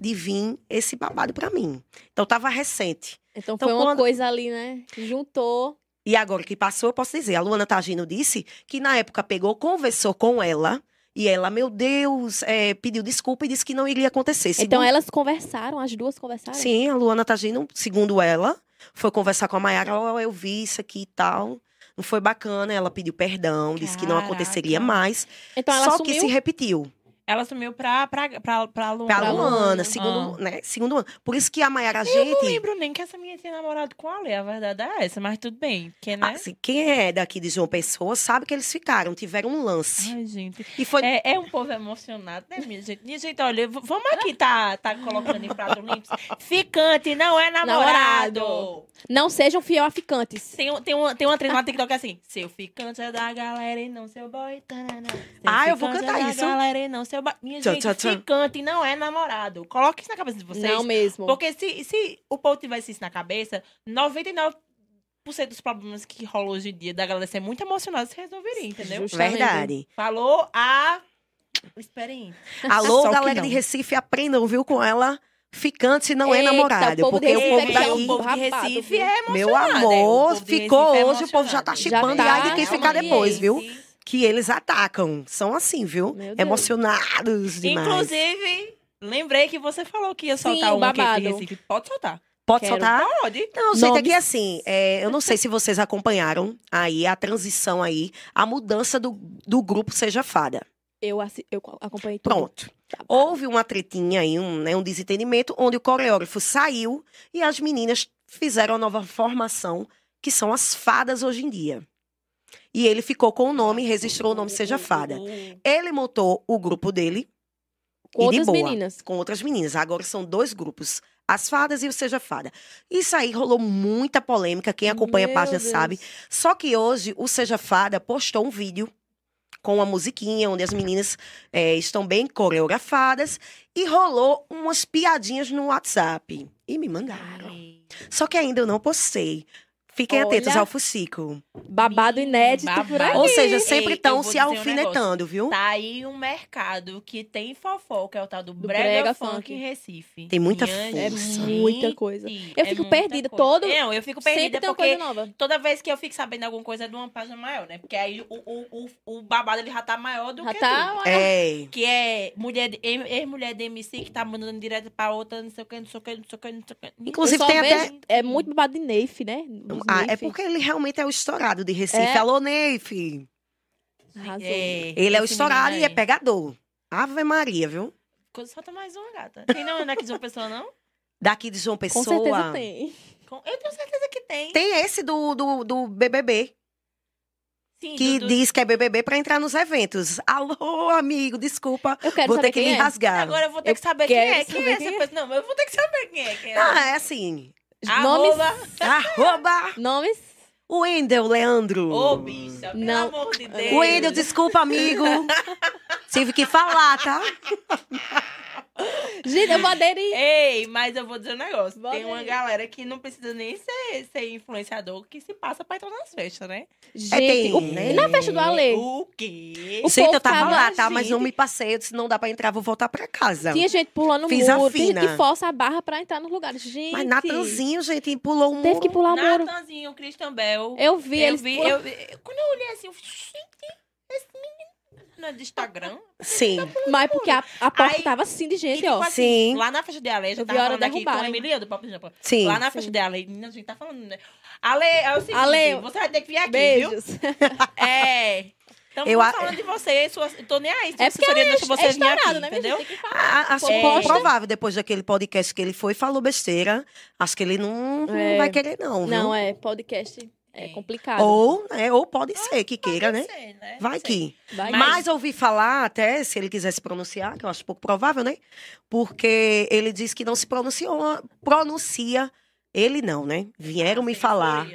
de vir esse babado pra mim. Então tava recente.
Então,
Então,
foi uma
quando-
coisa ali, né? Que Juntou.
E agora que passou, eu posso dizer, a Luana Tagino disse que na época pegou, conversou com ela, e ela, meu Deus, é, pediu desculpa e disse que não iria acontecer.
Então
Segundo-
elas conversaram, as duas conversaram?
Sim, a Luana Tagino, segundo ela, foi conversar com a Mayara, ó, eu vi isso aqui e tal. Não foi bacana, ela pediu perdão, disse que não aconteceria
Caraca.
mais.
Então ela
Só
assumiu.
que se repetiu.
Ela sumiu pra, pra, pra, pra Luana.
Pra
Pra
Luana,
Luana.
segundo, né, segundo ano. Por isso que a Maiara, gente...
Não lembro nem que essa menina tinha namorado com a Lê. A verdade é essa, mas tudo bem. Porque, né?
assim, quem é daqui de João Pessoa sabe que eles ficaram, tiveram um lance.
Ai, gente.
E foi...
É, é um povo emocionado, né, minha gente? Minha gente, olha, v- vamos aqui, tá, tá colocando em prato limpo. Ficante não é namorado.
Namorado. Não sejam fiel a ficantes.
Tem, um- tem, uma, tem uma trend lá no TikTok assim. Seu ficante é da galera e não seu boy. tananá. Seu
Ah, eu vou
ficante
cantar
é
isso.
Da galera e não seu boy. Minha
Tchau,
gente,
tchau, tchau.
ficante não é namorado. Coloque isso na cabeça de vocês.
Não mesmo.
Porque se, se o povo tivesse isso na cabeça, 99% dos problemas que rolam hoje em dia da galera ser muito emocionada se resolveria, entendeu?
Justo.
Verdade.
Falou a experiência.
Alô,
Só que
galera
não.
de Recife, aprendam, viu, com ela. Ficante não é
Eita,
namorado.
o povo de
Porque o
Recife
um povo
é
daqui...
o povo de
Rapado,
Recife
viu?
é emocionado.
Meu
é. O
amor,
povo de Recife
ficou
é
hoje, o povo já tá
emocionado.
chipando.
tá,
e ai de quem
já
ficar
tá.
é
depois, viu?
Sim.
Que eles atacam. São assim, viu?
Meu Deus.
Emocionados demais.
Inclusive, lembrei que você falou que ia soltar
Sim,
um aqui de
babado.
Recife. Pode soltar.
Pode
Quero.
soltar?
Pode.
Não, gente, é
Nomes.
que assim, é, eu não sei se vocês acompanharam aí a transição aí, a mudança do, do grupo Seja Fada.
Eu, assi- eu acompanhei tudo. Tá,
Pronto. Houve uma tretinha aí, um, né, um desentendimento, onde o coreógrafo saiu e as meninas fizeram a nova formação, que são as fadas hoje em dia. E ele ficou com o nome, registrou o nome Seja Fada. Ele montou o grupo dele
Com
E de
outras
boa.
meninas.
com outras meninas. Agora são dois grupos, as fadas e o Seja Fada. Isso aí rolou muita polêmica, quem acompanha
Meu
a página
Deus.
sabe. Só que hoje o Seja Fada postou um vídeo com uma musiquinha onde as meninas eh, estão bem coreografadas e rolou umas piadinhas no WhatsApp. E me mandaram. Só que ainda eu não postei. Fiquem
Olha.
atentos ao Fucico.
Babado inédito por aí.
babado.
Ou seja,
Ei,
sempre
eu
estão
vou
se
dizer um
alfinetando, viu?
Tá aí um mercado que tem fofoca, é o tal do,
Do
brega,
brega
funk,
funk.
em Recife.
Tem muita
É
força.
muita coisa. Eu fico perdida, todo-
todo. é Não, eu fico
Sempre
perdida
tem uma
porque
coisa nova.
toda vez que eu fico sabendo alguma coisa é de uma página maior, né? Porque aí o, o, o, o babado ele já tá maior do
Já
que
tá
tudo.
uma-
É.
Que é mulher de- em- ex-mulher de MC que tá mandando direto pra outra, não sei o que, não sei o que, não sei o que, não sei o que.
Inclusive,
Eu só
tem
vejo-
até.
É muito babado de Neif, né? Dos
Ah, é
Neif.
porque ele realmente é o estourado de Recife.
É.
Alô, Neife.
Arrasou.
Ele é o
esse
estourado e
menino
é
aí.
pegador. Ave Maria, viu?
Co- Solta mais uma gata. Quem não é daqui de uma pessoa, não?
Daqui de João
Com
Pessoa.
certeza tem.
Com- Eu tenho certeza que tem.
Tem esse do, do, do BBB,
Sim,
que
Dudu.
diz que é BBB pra entrar nos eventos. Alô, amigo, desculpa.
Eu quero
vou
saber
ter que
quem
me
é.
rasgar.
Agora eu vou ter
Eu
que saber quem
quero
é. Quem
saber
é essa
quem é.
pessoa? Não, eu vou ter que saber quem é. Quem é.
Ah, é assim.
Nomes.
Arroba...
Arroba
Nomes.
o Wendel, Leandro.
Ô, bicha, pelo
Não.
amor de Deus.
o Wendel, desculpa, amigo. Tive que falar, tá?
Gente, eu vou aderir.
Ei, mas eu vou dizer um negócio.
Bora
Tem uma
aí.
galera que não precisa nem ser, ser influenciador que se passa pra entrar nas festas, né?
Gente,
É, tem,
o-
né?
na festa do Ale,
O quê?
O
Sim,
povo
eu tava
tava
lá, tá? Mas
agindo.
não me passei. Eu disse, não dá pra entrar, vou voltar pra casa.
tinha gente pulando o
Fiz a
muro, tinha gente que
fina.
força a barra pra entrar nos lugares. Gente,
Mas Natanzinho, gente, pulou um
teve que
muro.
pular o muro.
Natanzinho, Christian Bell.
Eu vi,
eu
eles
vi,
pulam-
eu vi. Quando eu olhei assim, eu falei, gente, esse menino não é de Instagram.
Sim,
Mas porque a, a porta
Aí-
tava assim de
E,
gente,
tipo,
Ah, ó.
assim,
Sim.
Lá na festa de Ale, já
Eu vi
tava
a hora né?
falando aqui com a
derrubarem.
Emília do Papo Jampa.
sim.
Lá na festa de Ale, menina, a gente tá falando, né? Ale, é o seguinte,
Ale,
você vai ter que vir aqui, viu?
Beijos.
É. Estamos
Eu a-
falando de você, sua... tô nem aí.
Tipo,
sua
É porque
assessoria
ela é,
deixa você
é
vir aqui,
estourado, né, minha
entendeu?
gente? Tem que falar.
A- Ah, Acho
Posta.
pouco provável, depois daquele podcast que ele foi, falou besteira. Acho que ele não, não
É.
vai querer, não. viu?
Não, é podcast é complicado.
Ou, né, ou pode ser que queira, né?
Sei, né?
Vai
Sei.
que.
Vai
Mas... ouvi falar até, se ele quiser se pronunciar, que eu acho pouco provável, né? Porque ele disse que não se pronunciou, pronuncia. Ele não, né?
Ah,
Vieram me falar.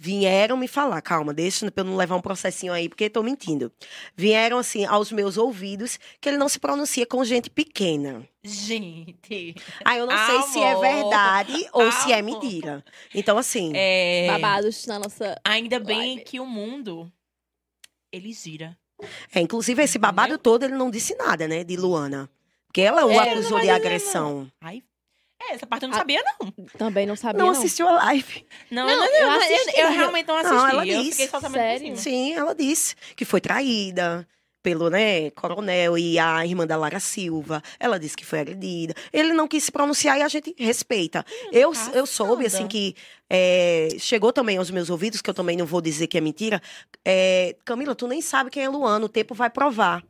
Vieram me falar, calma, deixa pra eu não levar um processinho aí, porque eu tô mentindo. Vieram, assim, aos meus ouvidos, que ele não se pronuncia com gente pequena.
Gente.
Aí eu não sei se é
Ah, Amor. Ah,
verdade ou se é
Amor.
mentira. Então, assim,
É...
babados na nossa.
Ainda bem
Live.
que o mundo, ele gira.
é, inclusive esse babado
Entendeu?
todo, ele não disse nada, né, de Luana. Porque ela o
É, não
acusou
vai
de
dizer,
agressão.
Ai... É, essa parte eu não
Ah,
sabia, não.
Também não sabia.
Não,
Não,
assistiu a live.
Não,
não,
não,
eu
eu, não- eu-
assisti,
eu
mas eu-
realmente não assisti.
Não, ela
eu
disse.
fiquei só sabendo por
Sério?
cima.
Sim, ela disse que foi traída pelo, né, coronel e a irmã da Lara Silva. Ela disse que foi agredida. Ele não quis se pronunciar e a gente respeita. Eu,
tá
eu soube, assim,
passada.
que é, chegou também aos meus ouvidos, que eu também não vou dizer que é mentira. É, Camila, tu nem sabe quem é Luana, o tempo vai provar.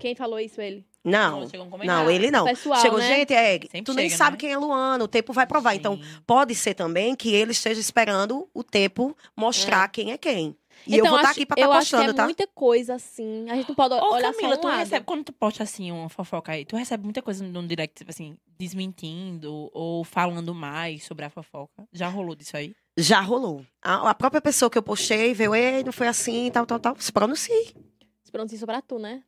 Quem falou isso, ele?
Não,
chegou um comentário.
não, ele não.
Pessoal,
Chegou,
né?
gente, é,
Sempre
tu nem
chega,
sabe
né?
quem é Luana, o tempo vai provar. Então,
Sim.
pode ser também que ele esteja esperando o tempo mostrar quem é quem. E eu
Então,
vou estar
acho-
aqui pra estar
eu acho que
postando,
é
tá?
muita coisa assim. A gente não pode
Ô,
olhar
Camila,
só um
tu
lado.
recebe, quando tu posta assim uma fofoca aí, tu recebe muita coisa no direct, tipo assim, desmentindo ou falando mais sobre a fofoca. Já rolou disso aí?
Já rolou. A, a própria pessoa que eu postei veio, ei, não foi assim, tal, tal, tal. Se pronuncie.
Se pronuncia sobre tu, né?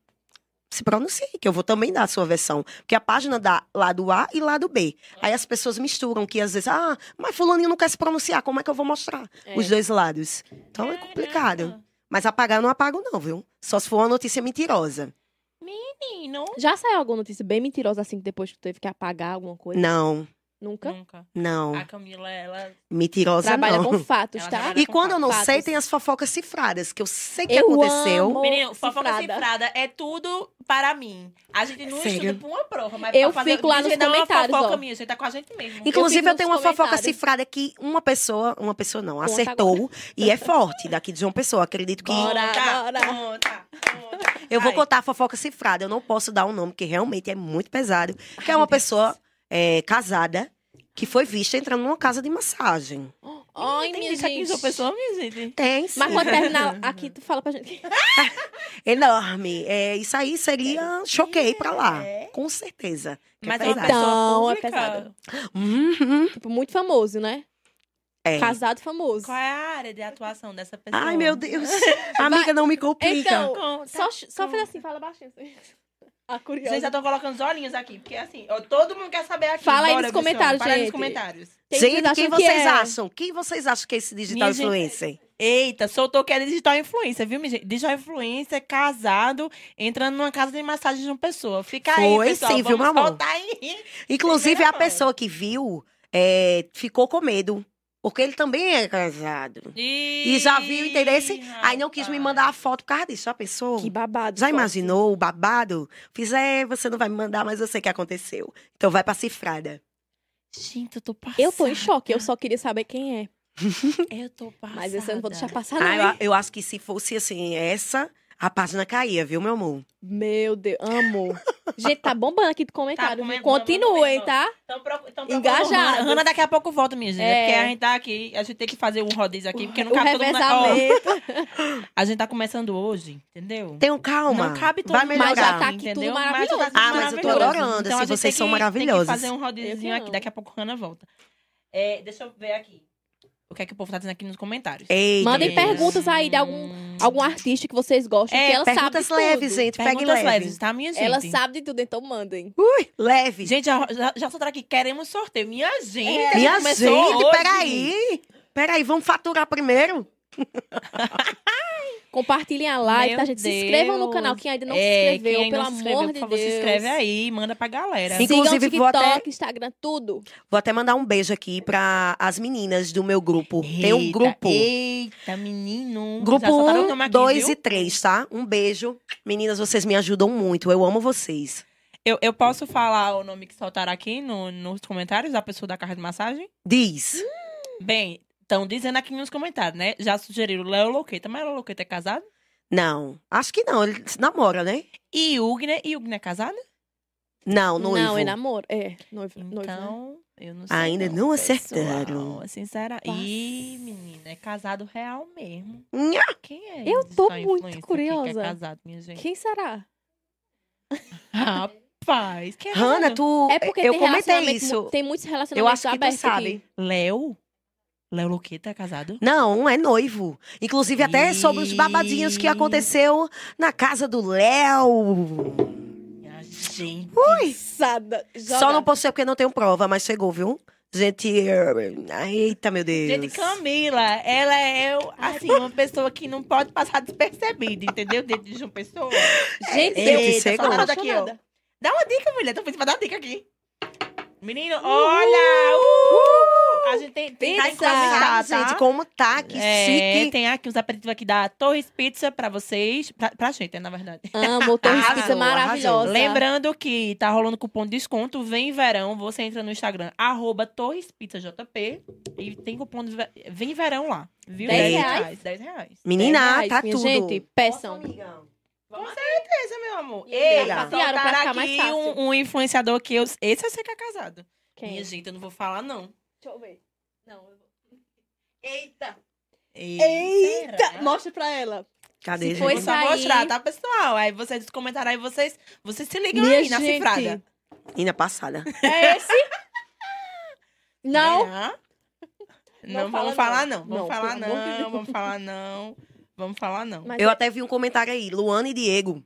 Se pronuncie, que eu vou também dar a sua versão. Porque a página dá lado A e lado B. Aí as pessoas misturam, que às vezes, ah, mas fulaninho não quer se pronunciar, como é que eu vou mostrar
É.
os dois lados? Então é complicado. Mas apagar eu não apago, não, viu? Só se for uma notícia mentirosa.
Menino.
Já saiu alguma notícia bem mentirosa assim que depois que tu teve que apagar alguma coisa?
Não,
Nunca?
Nunca.
não.
A Camila, ela.
Mentirosa
Ah, Trabalha
não.
com fatos,
Ela
tá?
trabalha
E quando eu não
fatos.
sei, tem as fofocas cifradas, que eu sei que
Eu
aconteceu.
amo. Ô,
Menino, fofoca
cifrada.
cifrada é tudo para mim. A gente não
Sério?
estuda pra uma prova, mas
Eu
pra fazer,
fico lá
dizer,
nos
não, é uma
comentários,
fofoca
ó.
minha, você tá com a gente mesmo.
Inclusive, eu,
nos
tenho uma fofoca
comentários.
cifrada que uma pessoa, uma pessoa não,
Conta
acertou e é forte daqui de João Pessoa. Acredito que
Bora.
Conta,
bora.
conta, conta.
eu vou
Vai.
contar a fofoca cifrada. Eu não posso dar o nome, que realmente é muito pesado. Que é uma pessoa é, casada que foi vista entrando numa casa de massagem.
Ai,
Tem
minha
isso aqui em
gente.
sua pessoa, assim. minha gente.
Tem, sim.
Mas quando terminar aqui, tu fala pra gente.
Enorme. É, isso aí seria choquei pra lá. Com certeza. Que
Mas
é
é uma
pesado.
É. Então,
pessoa
é
pública.
pesado.
Uhum.
Tipo, muito famoso, né?
É.
Casado famoso.
Qual é a área de atuação dessa pessoa?
Ai, meu Deus. Amiga, não me complica.
Então,
Conta.
Só, só faz assim, fala baixinho. assim. A curiosa.
Vocês já estão colocando os olhinhos aqui, porque assim, ó, todo mundo quer saber aqui.
Fala aí
Bora,
nos
Wilson,
comentários,
fala aí
gente.
nos comentários.
Tem
Gente, quem
acham que
vocês
é.
acham? Quem vocês acham que é esse digital
Minha gente- é
influencer?
Eita, soltou que é digital influencer, viu, minha gente? Digital influencer, casado, entrando numa casa de massagem de uma pessoa. Fica
Foi
aí, pessoal.
sim, viu,
vamos
meu amor?
soltar aí.
Inclusive, a
Primeira mão.
pessoa que viu é, ficou com medo. Porque ele também é casado. E já viu o interesse.
Ah,
Aí não quis me
tá.
mandar a foto por causa disso. A pessoa.
Que babado.
Já
Só-
imaginou o babado? Fiz, é, você não vai me mandar, mas eu sei que aconteceu. Então vai pra cifrada.
Gente, eu tô passada.
Eu tô em choque, eu só queria saber quem é.
Eu tô passada.
Mas esse eu não vou deixar passar, não.
Ah, eu,
é?
hein?
a- eu acho que se fosse assim, essa, a página caía, viu, meu amor?
Meu Deus, amo. Gente, tá bombando aqui do comentário. viu?
comendo,
Continuem,
vamos
tá?
Tão Então pro... tão
Engajados.
Hanna. Hanna daqui a pouco volta, minha gente.
É.
Porque a gente tá aqui, a gente tem que fazer um rodízio aqui, porque não
o
cabe todo mundo. na- Ó,
revezamento.
a gente tá começando hoje, entendeu?
Tenham calma.
Não cabe todo
Vai
mundo,
melhorar.
Mas já tá aqui tudo
entendeu?
maravilhoso.
Mas já
Ah,
tudo
mas eu tô
maravilhoso.
adorando,
Então,
assim,
a gente
vocês
tem
são
que-
maravilhosos.
Tem que fazer um
Eu que
rodíziozinho
não.
aqui, daqui a pouco a Hannah volta. É, deixa eu ver aqui. o que é que o povo tá dizendo aqui nos comentários.
Eita,
É, Mandem
menina.
perguntas aí de algum,
Hum,
algum artista que vocês gostam,
É,
que ela sabe de
Perguntas
tudo.
leves, gente. Peguem
Perguntas
leve.
leves, tá, minha gente?
Ela sabe de tudo, então mandem.
Ui, leve.
Gente, já, já, já soltaram aqui, queremos sorteio. Minha
É.
gente, a
Minha
começou
gente,
hoje.
peraí. Peraí, vamos faturar primeiro?
Compartilhem a live,
Meu
tá, gente? Se
Deus.
inscrevam no canal, quem ainda não se
É,
inscreveu,
quem ainda
pelo
não se inscreveu,
amor
por
de
favor,
Deus.
se inscreve aí e manda pra galera.
Sim.
Sigam o
Inclusive, vou
TikTok,
até-
Instagram, tudo.
Vou até mandar um beijo aqui para as meninas do meu grupo. Tem um
Eita,
grupo.
Eita, menino.
Grupo
Já
um,
soltaram o nome
1,
aqui,
2
viu?
e 3, tá? Um beijo. Meninas, vocês me ajudam muito. Eu amo vocês.
Eu, eu posso falar o nome que soltaram aqui no, nos comentários da pessoa da carta de massagem?
Diz.
Bem, estão dizendo aqui nos comentários, né? Já sugeriram Léo Loqueta, mas Léo Loqueta é casado?
Não. Acho que não. Ele se namora, né?
E Ugner, e Ugner é casada?
Não, noivo.
Não, é namoro. É, noivo. noivo, né?
Então, eu não sei.
Ainda
não,
não
pessoal.
acertaram.
Sincera. Ih, menina, é casado real mesmo.
Nha.
Quem é?
Ah, Eu
esse
tô
só
muito
influencer aqui Que
curiosa.
é casado, minha gente.
Quem será?
Rapaz, quem é
Hannah,
casado?
tu.
É porque
eu
tem
comentei
relacionamento-
isso.
Tem muitos
Eu
relacionamentos
acho que tu
abertos
sabe.
aqui.
Léo? Léo Loqueta é casado?
Não, é noivo. Inclusive, até sobre os babadinhos que aconteceu na casa do Léo.
Minha gente.
Sada.
Só não posso ser porque não tenho prova, mas chegou, viu? Gente. Eita, meu Deus.
Gente, Camila, ela é assim, uma pessoa que não pode passar despercebida, entendeu? Dentro de João Pessoa.
Gente,
Gente,
eu
Eita,
chegou.
só nada daqui, ó. Dá uma dica, mulher. Tô pensando pra dar dica aqui. Menino, olha! Uhul! A gente tem, tem, tem
Tá
que comentar,
engraçado,
tá?
gente, como tá? Que
É,
chique.
tem aqui os aperitivos aqui da Torres Pizza pra vocês. Pra, pra gente, né, na verdade.
Amo, Torres
Arrasou,
Pizza
arrasou.
maravilhosa.
Lembrando que tá rolando cupom de desconto. Vem verão. Você entra no Instagram, arroba Torres Pizza JP. E tem cupom de ve- Vem verão lá. Viu?
Dez
10
reais.
reais. 10 reais.
Menina,
Reais,
tá
É minha
tudo.
Gente, peçam.
Esse, meu amor.
E aí,
Ei,
amiga?
Claro, pra
soltaram
ficar mais
aqui
fácil.
um, um influenciador que eu... Esse eu sei que é casado.
Quem?
Minha
Deixa
gente, eu não vou falar, não.
eu ver. Não, eu vou. Eita!
Eita! será?
Mostra pra ela. Se
Cadê,
Vou
foi
gente?
essa-
só
aí-
mostrar, tá, pessoal? Aí vocês comentaram, aí vocês, vocês se ligam
Minha
aí na
gente.
cifrada.
Menina passada.
É esse? Não.
Será? Não,
Não fala
vamos falar
não.
não. Vamos
Não,
falar
pelo amor de
não,
Deus.
vamos falar não. Vamos falar não.
Mas é
Eu até vi um comentário aí, Luana e Diego.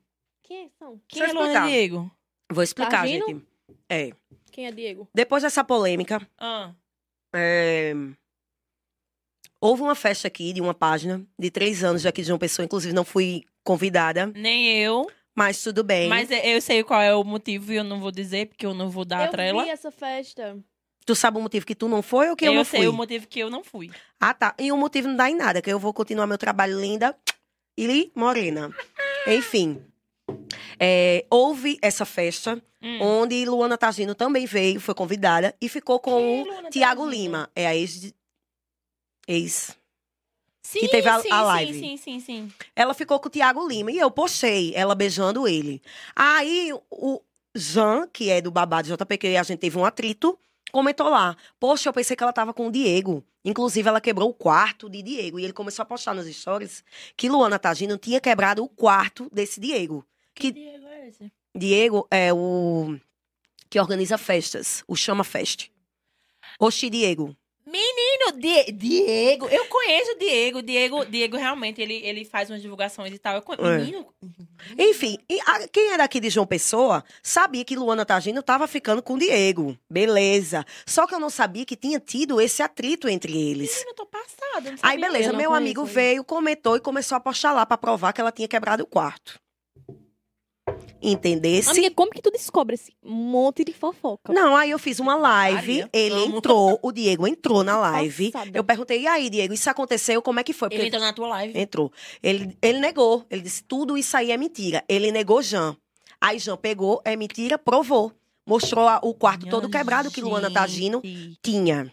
Quem são?
Quem é
Deixa eu
Luana
explicar.
Diego?
Vou explicar,
Targino?
gente. É.
Quem é Diego?
Depois dessa polêmica,
Ah,
é, houve uma festa aqui de uma página de três anos aqui de uma pessoa, inclusive não fui convidada,
nem eu,
mas tudo bem.
mas eu sei qual é o motivo e eu não vou dizer, porque eu não vou dar a
eu
trela.
vi essa festa.
Tu sabe o motivo que tu não foi ou que eu,
eu
não
sei
fui?
o motivo que eu não fui.
Ah, tá. E o motivo não dá em nada, que eu vou continuar meu trabalho linda e morena. Enfim. É, houve essa festa,
Hum.
onde Luana Tagino também veio, foi convidada e ficou com o
Quem é Luana
tá
Tiago
Tardino?
Lima. É a ex. Ex.
Sim,
teve a-
sim,
a
sim,
live.
Sim, sim, sim.
Ela ficou com o Tiago Lima e eu postei ela beijando ele. Aí o Jean, que é do babado JP, que a gente teve um atrito, comentou lá: Poxa, eu pensei que ela tava com o Diego. Inclusive, ela quebrou o quarto de Diego. E ele começou a postar nos stories que Luana Tagino tinha quebrado o quarto desse Diego. Que-
Diego é esse?
Diego é o que organiza festas, o Chama Fest. Oxi, Diego.
Menino, Die- Diego, eu conheço o Diego. Diego, Diego realmente, ele, ele faz umas divulgações e tal. Eu conhe-
É.
Menino,
Enfim, e a- quem era aqui de João Pessoa sabia que Luana Tagino estava ficando com o Diego. Beleza. Só que eu não sabia que tinha tido esse atrito entre eles.
menino, eu tô passada. não
Aí,
sabia.
beleza,
eu não
meu
conheço
amigo
ele.
veio, comentou e começou a postar lá pra provar que ela tinha quebrado o quarto. Entendesse?
Amiga, como que tu descobre esse monte de fofoca?
Não, aí eu fiz uma live,
Maria,
ele
amo.
entrou, o Diego entrou na live.
Passada.
Eu perguntei, e aí, Diego, isso aconteceu? Como é que foi? Porque
Ele entrou na tua live.
Entrou. Ele, ele negou. Ele disse: tudo isso aí é mentira. Ele negou Jean. Aí Jean pegou, é mentira, provou. Mostrou a- o quarto
Minha
todo quebrado que Luana tá Tagino
gente.
tinha.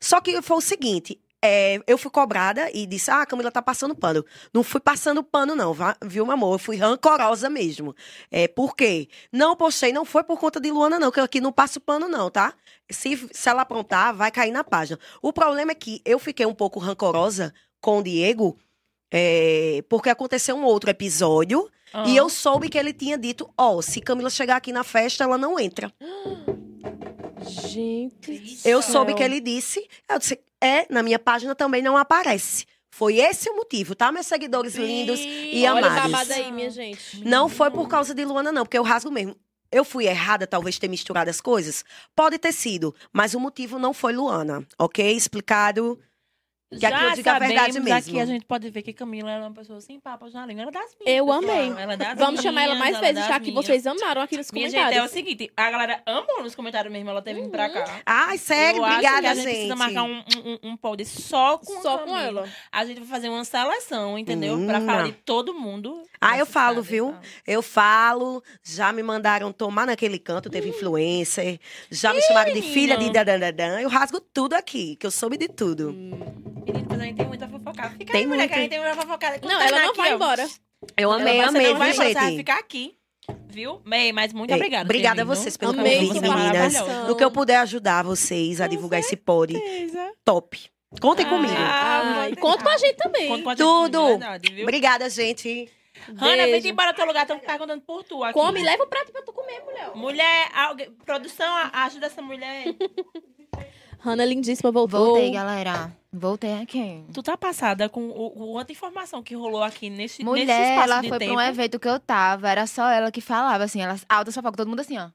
Só que foi o seguinte. é, eu fui cobrada e disse: Ah, a Camila tá passando pano. Não fui passando pano, não, vá- viu, meu amor? Eu fui rancorosa mesmo. É, por quê? Não postei, não foi por conta de Luana, não, que eu aqui não passo pano, não, tá? Se, se ela aprontar, vai cair na página. O problema é que eu fiquei um pouco rancorosa com o Diego, é, porque aconteceu um outro episódio
Ah.
e eu soube que ele tinha dito: Ó, se Camila chegar aqui na festa, ela não entra.
Gente.
Eu
do
soube
céu.
que ele disse. Eu disse, é, na minha página também não aparece. Foi esse o motivo, tá, meus seguidores lindos? e
Olha o
amados.
babado aí, minha
é
gente.
Não foi por causa de Luana, não, porque eu rasgo mesmo. Eu fui errada, talvez ter misturado as coisas? Pode ter sido, mas o motivo não foi Luana, ok? Explicado. Que aqui eu
Já
digo a
sabemos,
verdade mesmo.
aqui a gente pode ver que Camila era uma pessoa sem papas na língua. Ela é das minhas.
Eu
pessoal.
amei.
Ela é das
Vamos chamar ela mais
minhas, é
vezes,
das
já que
minhas.
vocês amaram aqui nos
Minha gente, é o
comentários.
seguinte, a galera amou nos comentários mesmo, ela ter vindo
Uhum.
pra cá.
Ai, sério,
Eu acho que
obrigada,
a gente. precisa marcar um, um, um- um pod só com
Só
a
com
Camila.
ela.
A gente vai fazer uma seleção, entendeu? Pra
Hum,
falar
não.
de todo mundo.
Ah, eu
Nossa,
falo,
sabe,
viu?
tá.
Eu falo, já me mandaram tomar naquele canto, teve influencer, já me chamaram de filha de dadadadã. Eu rasgo tudo aqui, que eu soube de tudo.
Hum. Menino, mas a gente tem muita fofocada. Fica
Tem
aí, mulher, que a
muito.
gente tem muita fofocada.
Não, ela não vai embora.
Eu amei,
ela
amei,
não vai
viu,
embora, Você vai
gente?
ficar aqui, viu? Mei, mas muito
Ei,
obrigada.
Obrigada a
Termino.
vocês pelo
Amei
convite,
sua
meninas.
participação.
No que eu puder ajudar vocês a divulgar esse pod, top. Contem comigo.
Ah,
Ai,
muito
conta com a
obrigada.
gente também.
Conta com a gente,
Tudo.
é verdade, viu?
Obrigada, gente.
Hanna, vem
Beijo.
embora do teu lugar, estão perguntando por tu aqui.
Come, leva o prato pra tu comer, mulher.
Mulher, alguém- produção, a- ajuda essa mulher.
Hanna lindíssima voltou.
Voltei, galera. Voltei aqui.
tu tá passada com o, o outra informação que rolou aqui nesse, nesse
Mulher,
espaço
ela
de
foi pra
tempo.
um evento que eu tava, era só ela que falava, assim, ela alta só todo mundo assim, ó.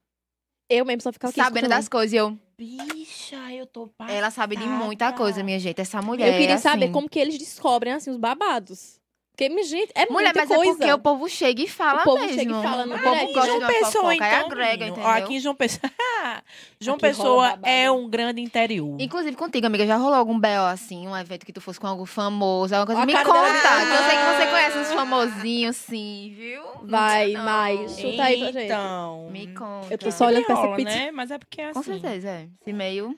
Eu mesmo só ficava aqui
sabendo
escutando.
das coisas. E eu,
Bicha, eu tô passada.
ela sabe de muita coisa, minha gente. Essa mulher.
Eu queria
assim.
saber como que eles descobrem, assim, os babados. Porque, minha gente, é
Mulher,
muita
mas
coisa.
é porque o povo chega e fala
O povo
mesmo.
chega e fala, né?
O
Aí,
povo
Em
gosta
João
de uma
Pessoa,
fofoca,
então,
aí agrega,
menino.
entendeu?
Ó, Aqui em João Pessoa. João
Aqui rola
Pessoa
babado.
é um grande interior.
Inclusive contigo, amiga, já rolou algum B.O. assim, um evento que tu fosse com algo famoso, alguma coisa?
Ó a
Me
cara
conta,
dela. tá
que eu sei que você conhece uns famosinhos, sim, viu?
Vai,
Não.
mais. Chuta aí pra gente.
Então.
Me conta.
Eu tô só olhando pra essa
rola,
pizza.
né? Mas é porque é assim.
Com certeza, é. Esse meio...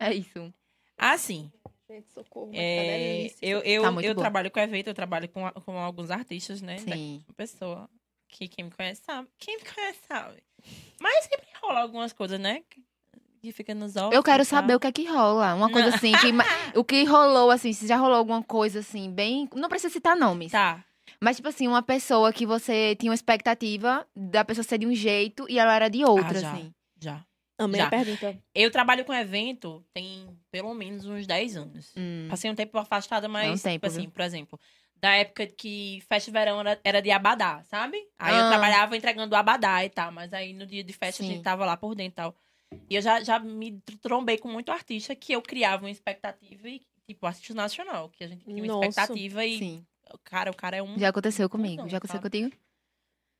É isso.
Assim,
Gente, socorro, mas tá
é,
delícia.
eu, eu,
Tá muito
eu
bom.
trabalho com evento, eu trabalho com, a- com alguns artistas, né?
é
daqui
Sim.
uma pessoa que quem me conhece sabe. Quem me conhece sabe. Mas sempre rola algumas coisas, né? Que fica nos olhos.
Eu quero
assim, tá?
saber o que é que rola. Uma coisa assim, que, ma- o que rolou, assim, se já rolou alguma coisa assim, bem. Não precisa citar nomes.
Tá.
Mas, tipo assim, uma pessoa que você tinha uma expectativa da pessoa ser de um jeito e ela era de outra,
Ah, já.
assim.
Já.
Amei
Já.
a pergunta.
Eu trabalho com evento tem pelo menos uns 10 anos.
Hum.
Passei um tempo afastada, mas,
É um tempo,
tipo assim,
viu?
por exemplo, da época que festa de verão era, era de abadá, sabe? Aí eu
Ah.
trabalhava entregando abadá e tal, mas aí no dia de festa a
Sim.
gente tava lá por dentro e tal. E eu já, já me tr- trombei com muito artista que eu criava uma expectativa e, tipo, artista nacional, que a gente tinha uma
Nossa.
expectativa e,
Sim.
cara, o cara é um.
Já aconteceu comigo.
Não,
Já aconteceu
sabe?
contigo?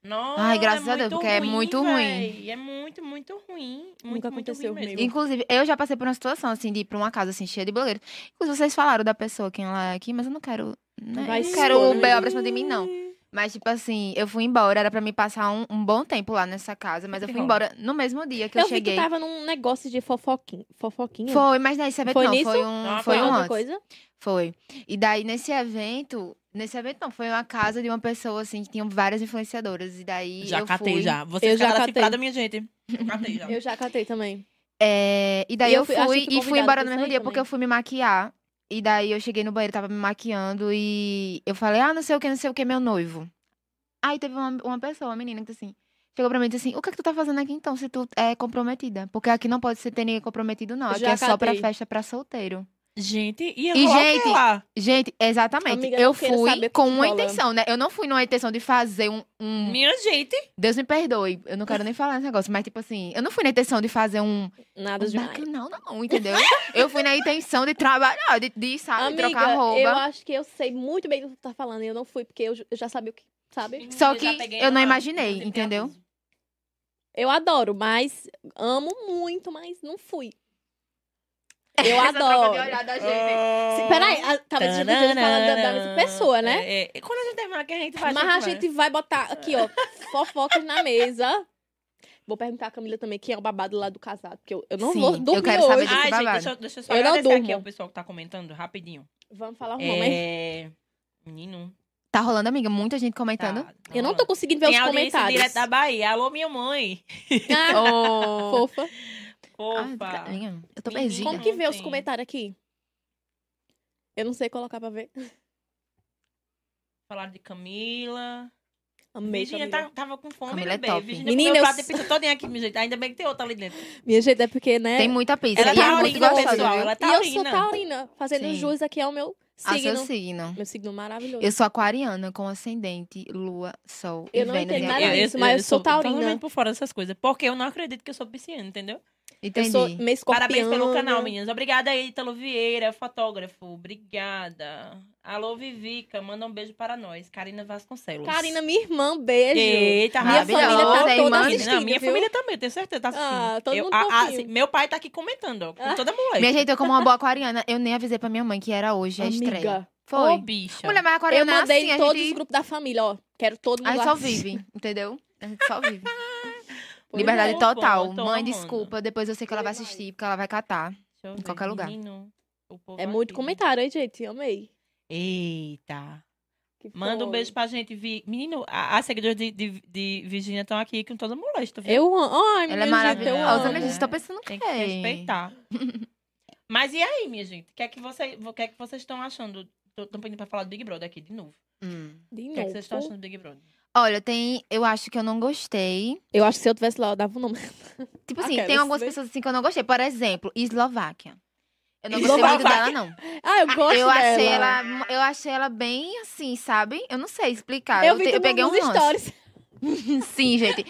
Não,
Ai, graças
é
a Deus,
muito
porque é muito ruim.
véi. É muito, muito ruim. Muito, muito
aconteceu
ruim
comigo.
mesmo.
Inclusive, eu já passei por uma situação, assim, de ir pra uma casa, assim, cheia de blogueiros. Inclusive, vocês falaram da pessoa, quem ela é aqui, mas eu não quero. Né?
Vai
não
se
quero o
expor, né?
B.O. pra cima de mim, não. Mas, tipo assim, eu fui embora, era pra mim passar um, um bom tempo lá nessa casa, mas eu
Que
fui
rola.
embora no mesmo dia que eu,
Eu vi
cheguei.
que tava num negócio de fofoquinha. Fofoquinha?
Foi, mas nesse evento
Foi
não,
nisso?
foi um,
Ah,
foi
tá.
um
outra
antes.
coisa?
Foi. E daí, nesse evento, nesse evento não, foi uma casa de uma pessoa, assim, que tinham várias influenciadoras, e daí
Já
eu
catei,
fui...
já. Vocês
Eu já
cataram a
catei.
cifrada, minha gente. Eu catei, já.
Eu já catei também.
É, e daí
E eu
eu,
fui-
fui,
acho que fui
e fui
convidada pra
embora no mesmo
sair
dia porque
também.
eu fui me maquiar. E daí eu cheguei no banheiro, tava me maquiando e eu falei, ah, não sei o que, não sei o que, meu noivo. Aí teve uma, uma pessoa, uma menina, que disse assim, chegou pra mim e disse assim, o que é que tu tá fazendo aqui então, se tu é comprometida? Porque aqui não pode ser ter ninguém comprometido não, aqui
Já
é só pra
catei.
festa pra solteiro.
Gente, e, rola
E,
o que
gente,
lá?
Gente, exatamente,
Amiga,
eu
não queira saber
fui
o que tá
com
que
uma
rola.
intenção, né? Eu não fui numa intenção de fazer um- um
Minha gente.
Deus me perdoe, eu não quero nem falar esse negócio, mas tipo assim, eu não fui na intenção de fazer um,
Nada
um
demais.
bacanal, não, entendeu? eu fui na intenção de trabalhar, de, de sabe,
Amiga,
trocar roupa.
eu acho que eu sei muito bem do que tu tá falando. E eu não fui, porque eu ju- eu já sabia o que, sabe?
Só que eu não imaginei, entendeu?
Eu adoro, mas amo muito, mas não fui. Eu adoro. Ah. Se- Peraí, a- talvez a gente esteja falando da, da mesma pessoa, né?
É, é. Quando a gente terminar aqui, a gente vai... né?
Mas a gente vai botar aqui, ó, fofocas na mesa. Vou perguntar a Camila também quem é o babado lá do casado, porque eu, eu não
Sim,
vou
eu
dormir
quero
hoje.
saber
Ai, gente,
babado.
deixa, eu- deixa eu só
Eu não
agradecer aqui
durmo.
ao pessoal que tá comentando, rapidinho.
Vamos falar um o nome.
É... Menino.
Tá rolando, amiga, muita gente comentando.
Tá,
Eu não tô conseguindo ver
Tem
os
audiência
comentários.
direto da Bahia. Alô, minha mãe.
Ah,
Oh.
fofa.
Opa.
eu tô
Menina.
perdida.
Como que vê os
Ontem.
comentários aqui? Eu não sei colocar pra ver.
Falaram de Camila.
Amei,
Virginia
Camila.
tá- tava com fome,
Camila é
bebê.
top.
Virginia
Menina,
comeu
eu
o prato de
s-
pizza todinha aqui, minha gente. Ainda bem que tem outra ali dentro.
Minha gente, é porque, né?
Tem muita pizza.
Ela
e é
tá
muito
taurina,
gostosa,
pessoal.
viu?
Ela é
E eu sou
taurina.
taurina, fazendo
Sim.
jus aqui ao meu
A seu
signo.
signo.
Meu signo maravilhoso.
Eu sou aquariana, com ascendente, lua, sol
Eu
e
não
Vênus
entendo
em
nada
aquário.
disso. mas eu sou taurina.
totalmente por fora dessas coisas. Porque eu não acredito que eu sou pisciana, entendeu?
Eu
Entendi.
sou meio escorpiana.
Parabéns pelo canal, meninas. Obrigada aí, Ítalo Vieira, fotógrafo. Obrigada. Alô, Vivica, manda um beijo para nós. Karina Vasconcelos.
Karina, minha irmã, beijo.
Eita,
Minha
arrasou.
família tá
toda
Não,
assistindo,
minha
viu?
família também, tenho certeza, tá assistindo.
Ah, todo
Eu-
mundo
a- a-
fofinho.
assim, meu pai tá aqui comentando, ó, com
Ah.
toda moleque.
Me ajeitei como uma boa aquariana. Eu nem avisei pra minha mãe que era hoje a estreia.
Amiga,
Ô,
Foi.
bicha.
Mulher, mas
eu
aquariana é
mandei
assim,
em
a
todos os
gente...
grupos da família, ó. Quero todo mundo
A gente
lá.
só vive, entendeu? A gente só vive.
Pois
Liberdade
é.
total.
Bom, então,
mãe,
Amanda.
desculpa. Depois eu sei que ela vai
Foi, mãe.
assistir, porque ela vai catar.
Deixa eu
em
ver,
qualquer lugar.
menino, o povo
É muito
aqui.
comentário, hein, gente? Amei.
Eita.
Que
Manda um
foi.
beijo pra gente. Vi... Menino, a- as seguidoras de, de, de Virgínia estão aqui com toda molesta, viu?
Eu amo. Ai,
Ela é
minha gente, então eu
maravilhosa.
amo. né?
Minha gente, tô pensando que
Tem que respeitar. Mas e aí, minha gente? O que é que, você, o que, é que vocês estão achando? Estão pedindo pra falar do Big Brother aqui de novo.
Hum.
De
O que é que vocês estão
novo.
achando do Big Brother?
Olha, tem... Eu acho que eu não gostei.
Eu acho que se eu tivesse lá, eu dava o nome.
Tipo assim,
Aquelas,
tem algumas
né?
pessoas assim que eu não gostei. Por exemplo, Eslováquia. Eu não gostei muito
Eslováquia.
dela, não.
Ah, eu gosto
eu
dela.
achei ela, eu achei ela bem assim, sabe? Eu não sei explicar.
Eu
Eu,
vi
te- eu
tudo
peguei um
nos
lance.
stories.
Sim, gente.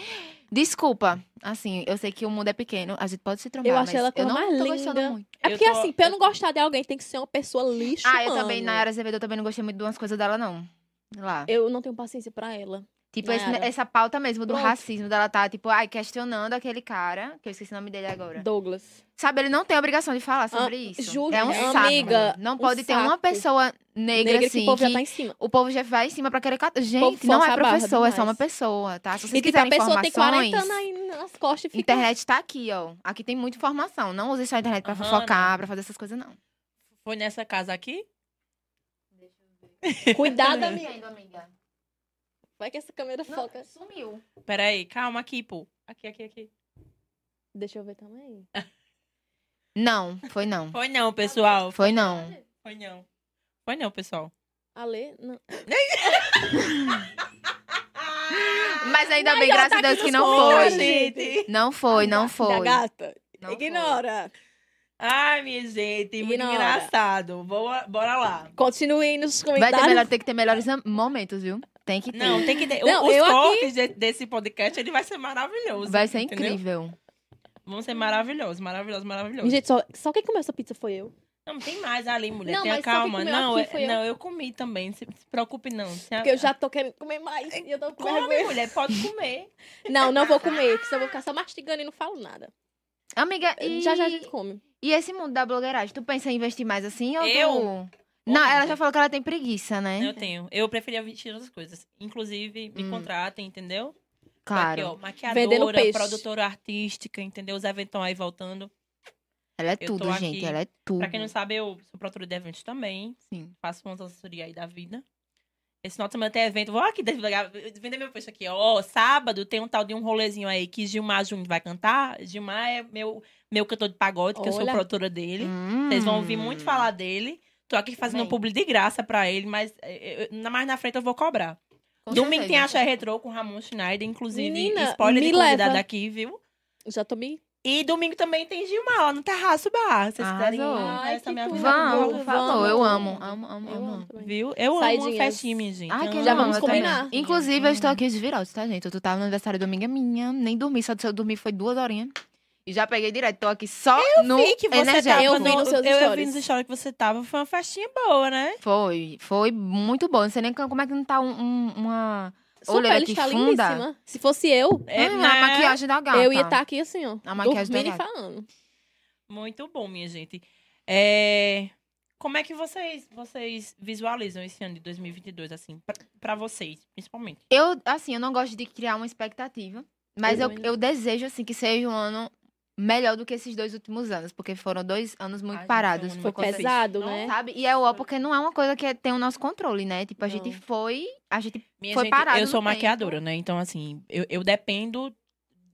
Desculpa. Assim, eu sei que o mundo é pequeno, a gente pode se trombar,
Eu achei
mas
ela
eu
tão
não
mais
tô gostando
linda.
muito.
É
Eu
porque,
tô-
assim, pra eu
eu-
não gostar de alguém, tem que ser uma pessoa lixo,
Ah, eu
mano.
também, Nayara Azevedo, eu também não gostei muito de umas coisas dela, não. Lá.
Eu não tenho paciência pra ela.
tipo, esse-
Nayara.
essa pauta mesmo do
Pronto.
racismo dela tá, tipo, ai, questionando aquele cara, que eu esqueci o nome dele agora.
Douglas.
Sabe, ele não tem obrigação de falar sobre
Ah,
isso.
juro,
é um
é.
saco.
Amiga,
não
um
pode ter uma
saco.
pessoa negra,
Negra que
assim,
o povo
que
já tá em cima.
O povo já vai em cima pra querer catar. Gente,
força
não
a
é
barra
professor, é só
demais.
uma pessoa, tá? Se vocês
E tipo, a
quiserem
pessoa tem 40 anos
informações,
aí nas costas e fica...
internet tá aqui, ó. Aqui tem muita informação. Não use só a internet pra
Aham,
fofocar, pra fazer essas coisas, não.
Foi nessa casa aqui?
Cuidado, amiga.
amiga.
Vai que essa câmera foca.
Sumiu.
Peraí, calma aqui, pô. Aqui, aqui, aqui.
Deixa eu ver também.
Não, foi não.
Foi não, pessoal.
Foi não.
Foi não. Foi não, pessoal.
Ale, não.
Mas ainda bem,
ela
graças
tá
a Deus,
aqui
que
nos
não
comentários,
foi.
gente.
Não foi, não
Da- Da
foi.
gata.
Não
Ignora.
Ai, minha gente, muito
Ignora.
engraçado. Bora, bora lá.
Continue aí nos
foi. Vai
comentários.
ter melhor, tem que ter melhores am- momentos, viu? Tem que ter.
Não, tem que. ter-
Não,
Os
eu aqui-
cortes de- desse podcast ele vai ser maravilhoso.
Vai ser
entendeu?
incrível.
Vão ser maravilhosos, maravilhosos, maravilhosos.
Gente, só, só quem comeu essa pizza foi eu.
Não, tem mais ali, mulher.
Não,
Tenha
mas só quem
calma.
comeu
Não,
aqui
é-
foi eu.
não, eu comi também. Se, se preocupe, não. Se a-
Porque eu já tô querendo comer mais. E eu tô com
Come,
vergonha.
mulher, pode comer.
Não, não vou comer. Porque senão eu vou ficar só mastigando e não falo nada.
Amiga, e...
Já já a gente come.
E esse mundo da blogueiragem, tu pensa em investir mais assim ou
Eu?
tu- Não,
Horrível.
ela já falou que ela tem preguiça, né?
Eu tenho. Eu preferia vestir outras coisas. Inclusive, me
Hum.
contratem, entendeu? Tô Aqui, ó,
Claro.
maquiadora,
Vendendo peixe.
produtora artística, entendeu? Os eventos estão aí voltando.
Ela é
tô
tudo,
aqui.
gente. Ela é tudo.
Pra quem não sabe, eu sou produtora de eventos também.
Sim.
Faço umas assessoria aí da vida. Esse final de semana tem evento. Vou aqui desligar- vender meu peixe aqui, ó. Ó, Sábado tem um tal de um rolezinho aí que Gilmar Júnior vai cantar. Gilmar é meu, meu cantor de pagode, que eu sou
Olha.
produtora dele.
Hum.
Vocês vão ouvir muito falar dele. Tô aqui fazendo um
Amei.
publi de graça pra ele, mas eh, eu- na- mais na frente eu vou cobrar.
Com
Domingo tem
certeza.
Axé Retrô com Ramon Schneider, inclusive
Menina,
spoiler de
me
convidada
leva.
aqui, viu?
Já tomei.
E domingo também tem Gilmar lá no Terraço Bar. Se Vocês quiserem ir,
Arrasou.
né,
Ai,
essa
que
minha
tudo.
vida
Vamos,
boa.
por
Vamos,
favor. Eu
vamos.
amo, amo, amo,
Eu amo
amo.
também.
Viu? Eu amo uma
Saidinhas.
festinha, minha gente.
Ai, que
Eu
já
amo.
vamos
eu também.
combinar.
Inclusive, eu estou aqui de virose, tá, gente? Tu tava no aniversário domingo é minha. Nem dormi, só de eu dormir foi duas horinhas. E já peguei direto. Tô aqui só no
Vi que você
energético.
tava
Eu
no-
vi nos seus
eu, eu vi
stories.
nos stories que você tava. Foi uma festinha boa, né?
Foi, foi muito bom. Não sei nem como é que não tá um- um- uma...
Sua
Olha,
pele
que
está
funda.
lindíssima. Se fosse eu,
É,
Hum,
né? tá-
a maquiagem da gata.
eu ia estar aqui assim, ó.
A maquiagem tá
dormindo e
da gata.
falando.
Muito bom, minha gente. É, Como é que vocês, vocês visualizam esse ano de 2022, assim, pra- pra vocês, principalmente?
Eu, assim, eu não gosto de criar uma expectativa, mas
Eu
eu,
também não.
eu desejo, assim, que seja um ano melhor do que esses dois últimos anos, porque foram dois anos muito
Ai, gente,
parados.
foi um
por
ano
conta
muito
disso,
pesado,
Não,
né?
Sabe? E é o ó, porque não é uma coisa que tem o nosso controle, né? Tipo, a gente
Não.
foi. A gente.
Minha
Foi
gente,
parado
eu
no
sou
tempo.
maquiadora, né? Então, assim, eu, eu dependo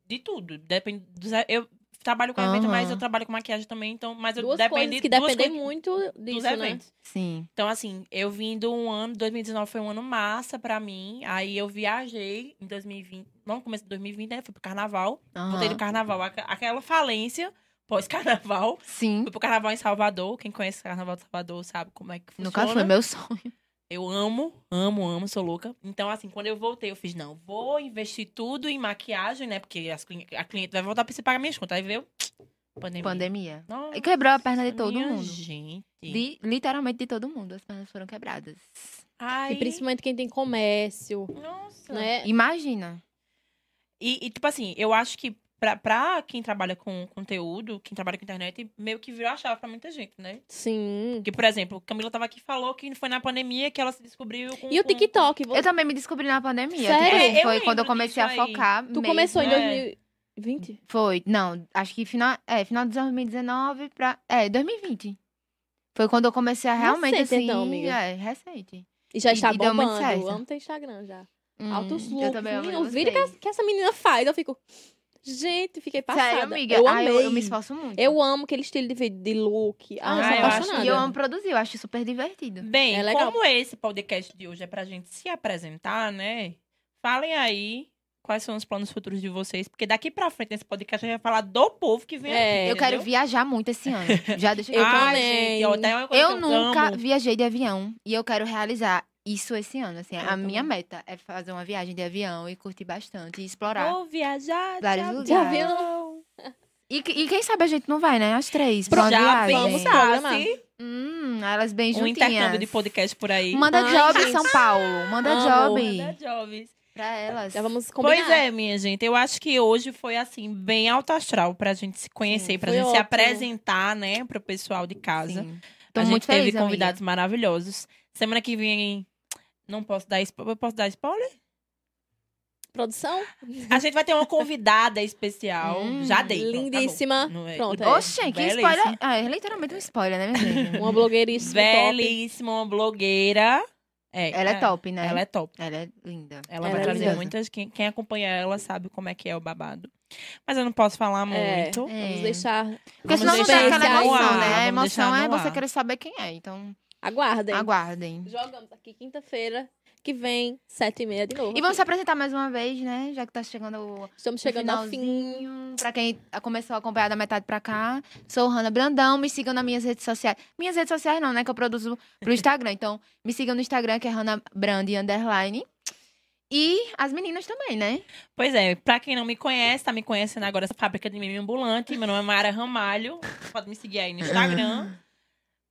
de tudo. Dependo dos, eu trabalho com evento,
Aham.
mas eu trabalho com maquiagem também, então, mas eu
Duas
dependi
coisas que
duas
dependem
coisas
muito disso,
dos
né?
eventos.
Sim.
Então, assim, eu vim de um ano, 2019 foi um ano massa pra mim. Aí eu viajei em 2020, não, no começo de 2020, né? Fui pro carnaval. Voltei do
Aham.
carnaval, aqua- aquela falência pós-carnaval.
Sim.
Fui pro carnaval em Salvador. Quem conhece o carnaval de Salvador sabe como é que funciona.
Nunca foi meu sonho.
Eu amo, amo, amo, sou louca. Então, assim, quando eu voltei, eu fiz, não, vou investir tudo em maquiagem, né? Porque as clien- a cliente vai voltar pra você pagar minhas contas. Aí veio pandemia.
Pandemia.
Nossa,
E quebrou a perna de todo
minha
mundo.
gente.
De- literalmente de todo mundo. As pernas foram quebradas.
Ai,
E principalmente quem tem comércio,
Tá.
nossa.
né?
Imagina.
E, e, tipo assim, eu acho que pra, pra quem trabalha com conteúdo, quem trabalha com internet, meio que virou a chave pra muita gente, né?
Sim.
Porque, por exemplo, Camila tava aqui e falou que foi na pandemia que ela se descobriu com...
E o
com-
TikTok? Você...
Hum, Eu também me descobri na pandemia. Tipo,
Sério?
É, eu
foi quando eu
lembro
comecei a
disso aí.
focar.
Tu
mesmo. né?
começou em
É.
2020?
Foi, não, acho que final, é, final de 2019 pra. É, 2020. Foi quando eu comecei a realmente
Recente,
assim.
então, amiga.
É, recente.
E já
E-
está
e deu muito
bombando.
certo.
Eu amo ter Instagram já.
Hum,
Altos looks.
Eu também amo.
menina, o vídeo que essa, que essa menina faz, eu fico... Gente, fiquei passada.
Sério, amiga.
Eu
ah,
amei.
eu, eu me esforço muito.
Eu amo aquele estilo de, vídeo, de look. Ah,
Ah,
eu sou
eu acho
apaixonada.
E eu amo produzir, eu acho super divertido.
Bem,
É legal.
como esse podcast de hoje é pra gente se apresentar, né? Falem aí quais são os planos futuros de vocês, porque daqui pra frente nesse podcast a gente vai falar do povo que vem
É,
aqui,
eu quero
entendeu?
viajar muito esse ano. Já deixa
Eu
claro.
Ai,
também.
gente, ó, até uma coisa
eu,
que
nunca
amo.
viajei de avião e eu quero realizar isso esse ano. Assim, a
também.
minha meta é fazer uma viagem de avião e curtir bastante e explorar.
Vou viajar
Vários
de
lugares.
avião.
E, que- e quem sabe a gente não vai, né? As três. pra uma
Já
viagem.
vamos
Programar.
Hum, elas bem
Um
juntinhas.
intercâmbio de podcast por aí.
Manda
Ai,
job
gente.
em São Paulo. Manda
Amo.
job
Manda jobs.
pra elas.
Já vamos combinar.
Pois é, minha gente. Eu acho que hoje foi, assim, bem alto astral pra gente se conhecer, pra
foi
gente se
ótimo.
apresentar, né, pro pessoal de casa.
Sim. Tô
a gente
muito
teve
feliz, amiga.
convidados maravilhosos. Semana que vem. Não posso dar spoiler. Posso dar spoiler?
Produção?
A gente vai ter uma convidada especial.
Hum,
já dei. pronto,
Lindíssima.
acabou. Não é-
Pronto, é.
Oxe, que
Belíssima.
spoiler. Ah, é literalmente um spoiler, né, minha gente?
Uma blogueiríssima top.
Belíssima, uma blogueira. É,
é Ela é top, né?
Ela é top.
Ela é linda.
Ela, vai
Ela é
trazer
maravilhosa.
muitas. Quem, quem acompanha ela sabe como é que é o babado. Mas eu não posso falar
É.
muito.
É.
Vamos deixar.
Porque
Vamos
senão não dá
deixar
aquela
no
emoção,
ar,
né? A
vamos
emoção
deixar
é
no
você
ar.
querer saber quem é. Então,
Aguardem.
aguardem.
Jogamos aqui quinta-feira, que vem, sete e meia de novo.
E vamos se
aqui.
apresentar mais uma vez, né? Já que tá chegando o
Estamos chegando ao fim.
finalzinho. Pra quem começou a acompanhar da metade pra cá, sou Hanna Brandão. Me sigam nas minhas redes sociais. Minhas redes sociais não, né? Que eu produzo pro Instagram. Então, me sigam no Instagram, que é Hanna Brand Underline. E as meninas também, né?
Pois é, pra quem não me conhece, tá me conhecendo agora essa fábrica de meme ambulante. Meu nome é Mara Ramalho. Pode me seguir aí no Instagram.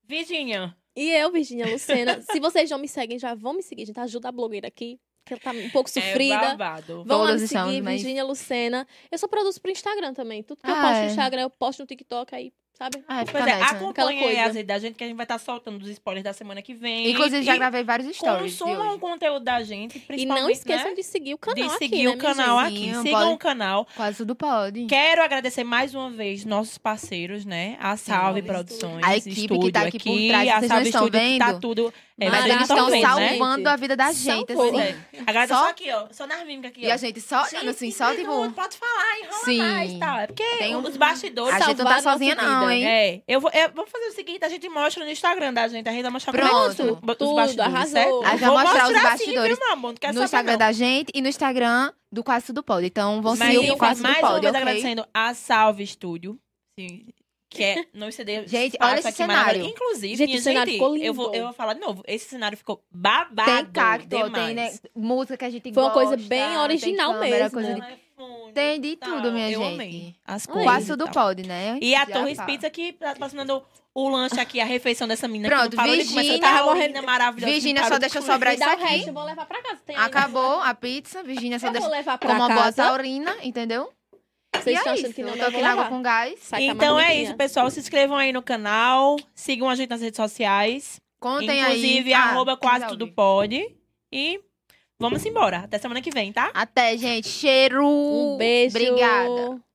Virginia.
E eu, Virgínia Lucena. se vocês não me seguem, já vão me seguir, gente. Ajuda a blogueira aqui, que ela tá um pouco
É
sofrida.
babado.
Vão lá me
Todas estamos,
seguir,
mas-
Virgínia Lucena. Eu só produzo pro Instagram também. Tudo que eu
Ah,
posto no
é.
Instagram, eu posto no TikTok aí, sabe?
Ah, fica
Pois é,
nessa.
acompanha
Aquela
aí
coisa.
as redes da gente, que a gente vai estar soltando os spoilers da semana que vem.
Inclusive, já
E um
gravei vários stories. de
Consumam o
hoje.
conteúdo da gente,
E
principalmente,
não esqueçam
né,
de seguir o canal
de
aqui,
seguir
né,
o
minha
canal
gente?
aqui.
Sim,
Sigam
podem-
o canal.
Quase tudo pode.
Quero agradecer mais uma vez nossos parceiros, né? A Salve
Salve
Produções,
A equipe que
estúdio
tá aqui por
aqui,
trás,
a
vocês não
Salve
estão
Estúdio que tá
vendo? Então,
tudo. É,
Mas
vocês não
eles estão
vendo, né?
salvando a vida da gente,
Salvou.
Pois
assim.
é. Agradeço
Só-
só aqui, ó. Só nas mímicas aqui, ó.
E a gente só olhando assim, só
Sim,
tipo.
tudo, Pode falar, enrola
Sim.
mais, tal. É porque
Tem um-
os bastidores...
A gente não
salvar
tá
a nossa
sozinha, não,
vida.
hein?
É, eu vou, é, vamos fazer o seguinte, a gente mostra no Instagram da gente, a gente vai mostrar como é
Pronto.
que os- os
Tudo,
bastidores,
arrasou.
certo?
A gente vai
Vou
mostrar os
sim,
bastidores
viu, meu amor? Não quer
no
saber,
Instagram
não.
da gente e no Instagram do Quase Tudo Pode. Então vão
Mas
seguir
eu
o Quase
mais
Tudo
uma
Pode,
vez
ok?
agradecendo a Salve Estúdio, sim, que é nos CD.
Gente,
espaço
olha esse
aqui
cenário.
maravilhoso. Inclusive,
Gente,
minha
o cenário
gente,
ficou lindo.
Eu, vou, eu vou falar de novo, esse cenário ficou babado
Tem cacto, ó, tem né,
demais.
música que a gente
Foi uma
gosta.
coisa bem
tem
original
câmera,
mesmo.
coisa de-
Telefone,
Tem de
tal.
tudo, minha
eu
gente.
Amei. As
Olha
cores
Quase
e
Tudo
tal.
Pode, né?
E a
Já
Torres
fala.
Pizza que tá patrocinando o lanche aqui, a refeição dessa menina. que
Pronto,
não parou de comer,
Virgínia-
tá morrendo maravilhosa. não
Virgínia só
parou de
deixa
comer.
sobrar
Me
isso
dá o
aqui.
resto, eu vou levar pra casa. Tem ainda.
Acabou a pizza. Virgínia só
Eu vou
deixa
levar pra
como uma boa
casa.
taurina, entendeu?
Vocês
e
estão
é
achando
isso.
que não, tá
Eu tô
mas
aqui
eu vou
na água
levar.
com gás.
Sai com a Um
Então é
marmitinha.
isso, pessoal. Se inscrevam aí no canal, sigam a gente nas redes sociais.
Contem
Inclusive,
aí. Ah,
arroba quase
resolve.
tudo pode. E vamos embora. Até semana que vem, tá?
Até, gente. Cheiro.
Um beijo.
Obrigada.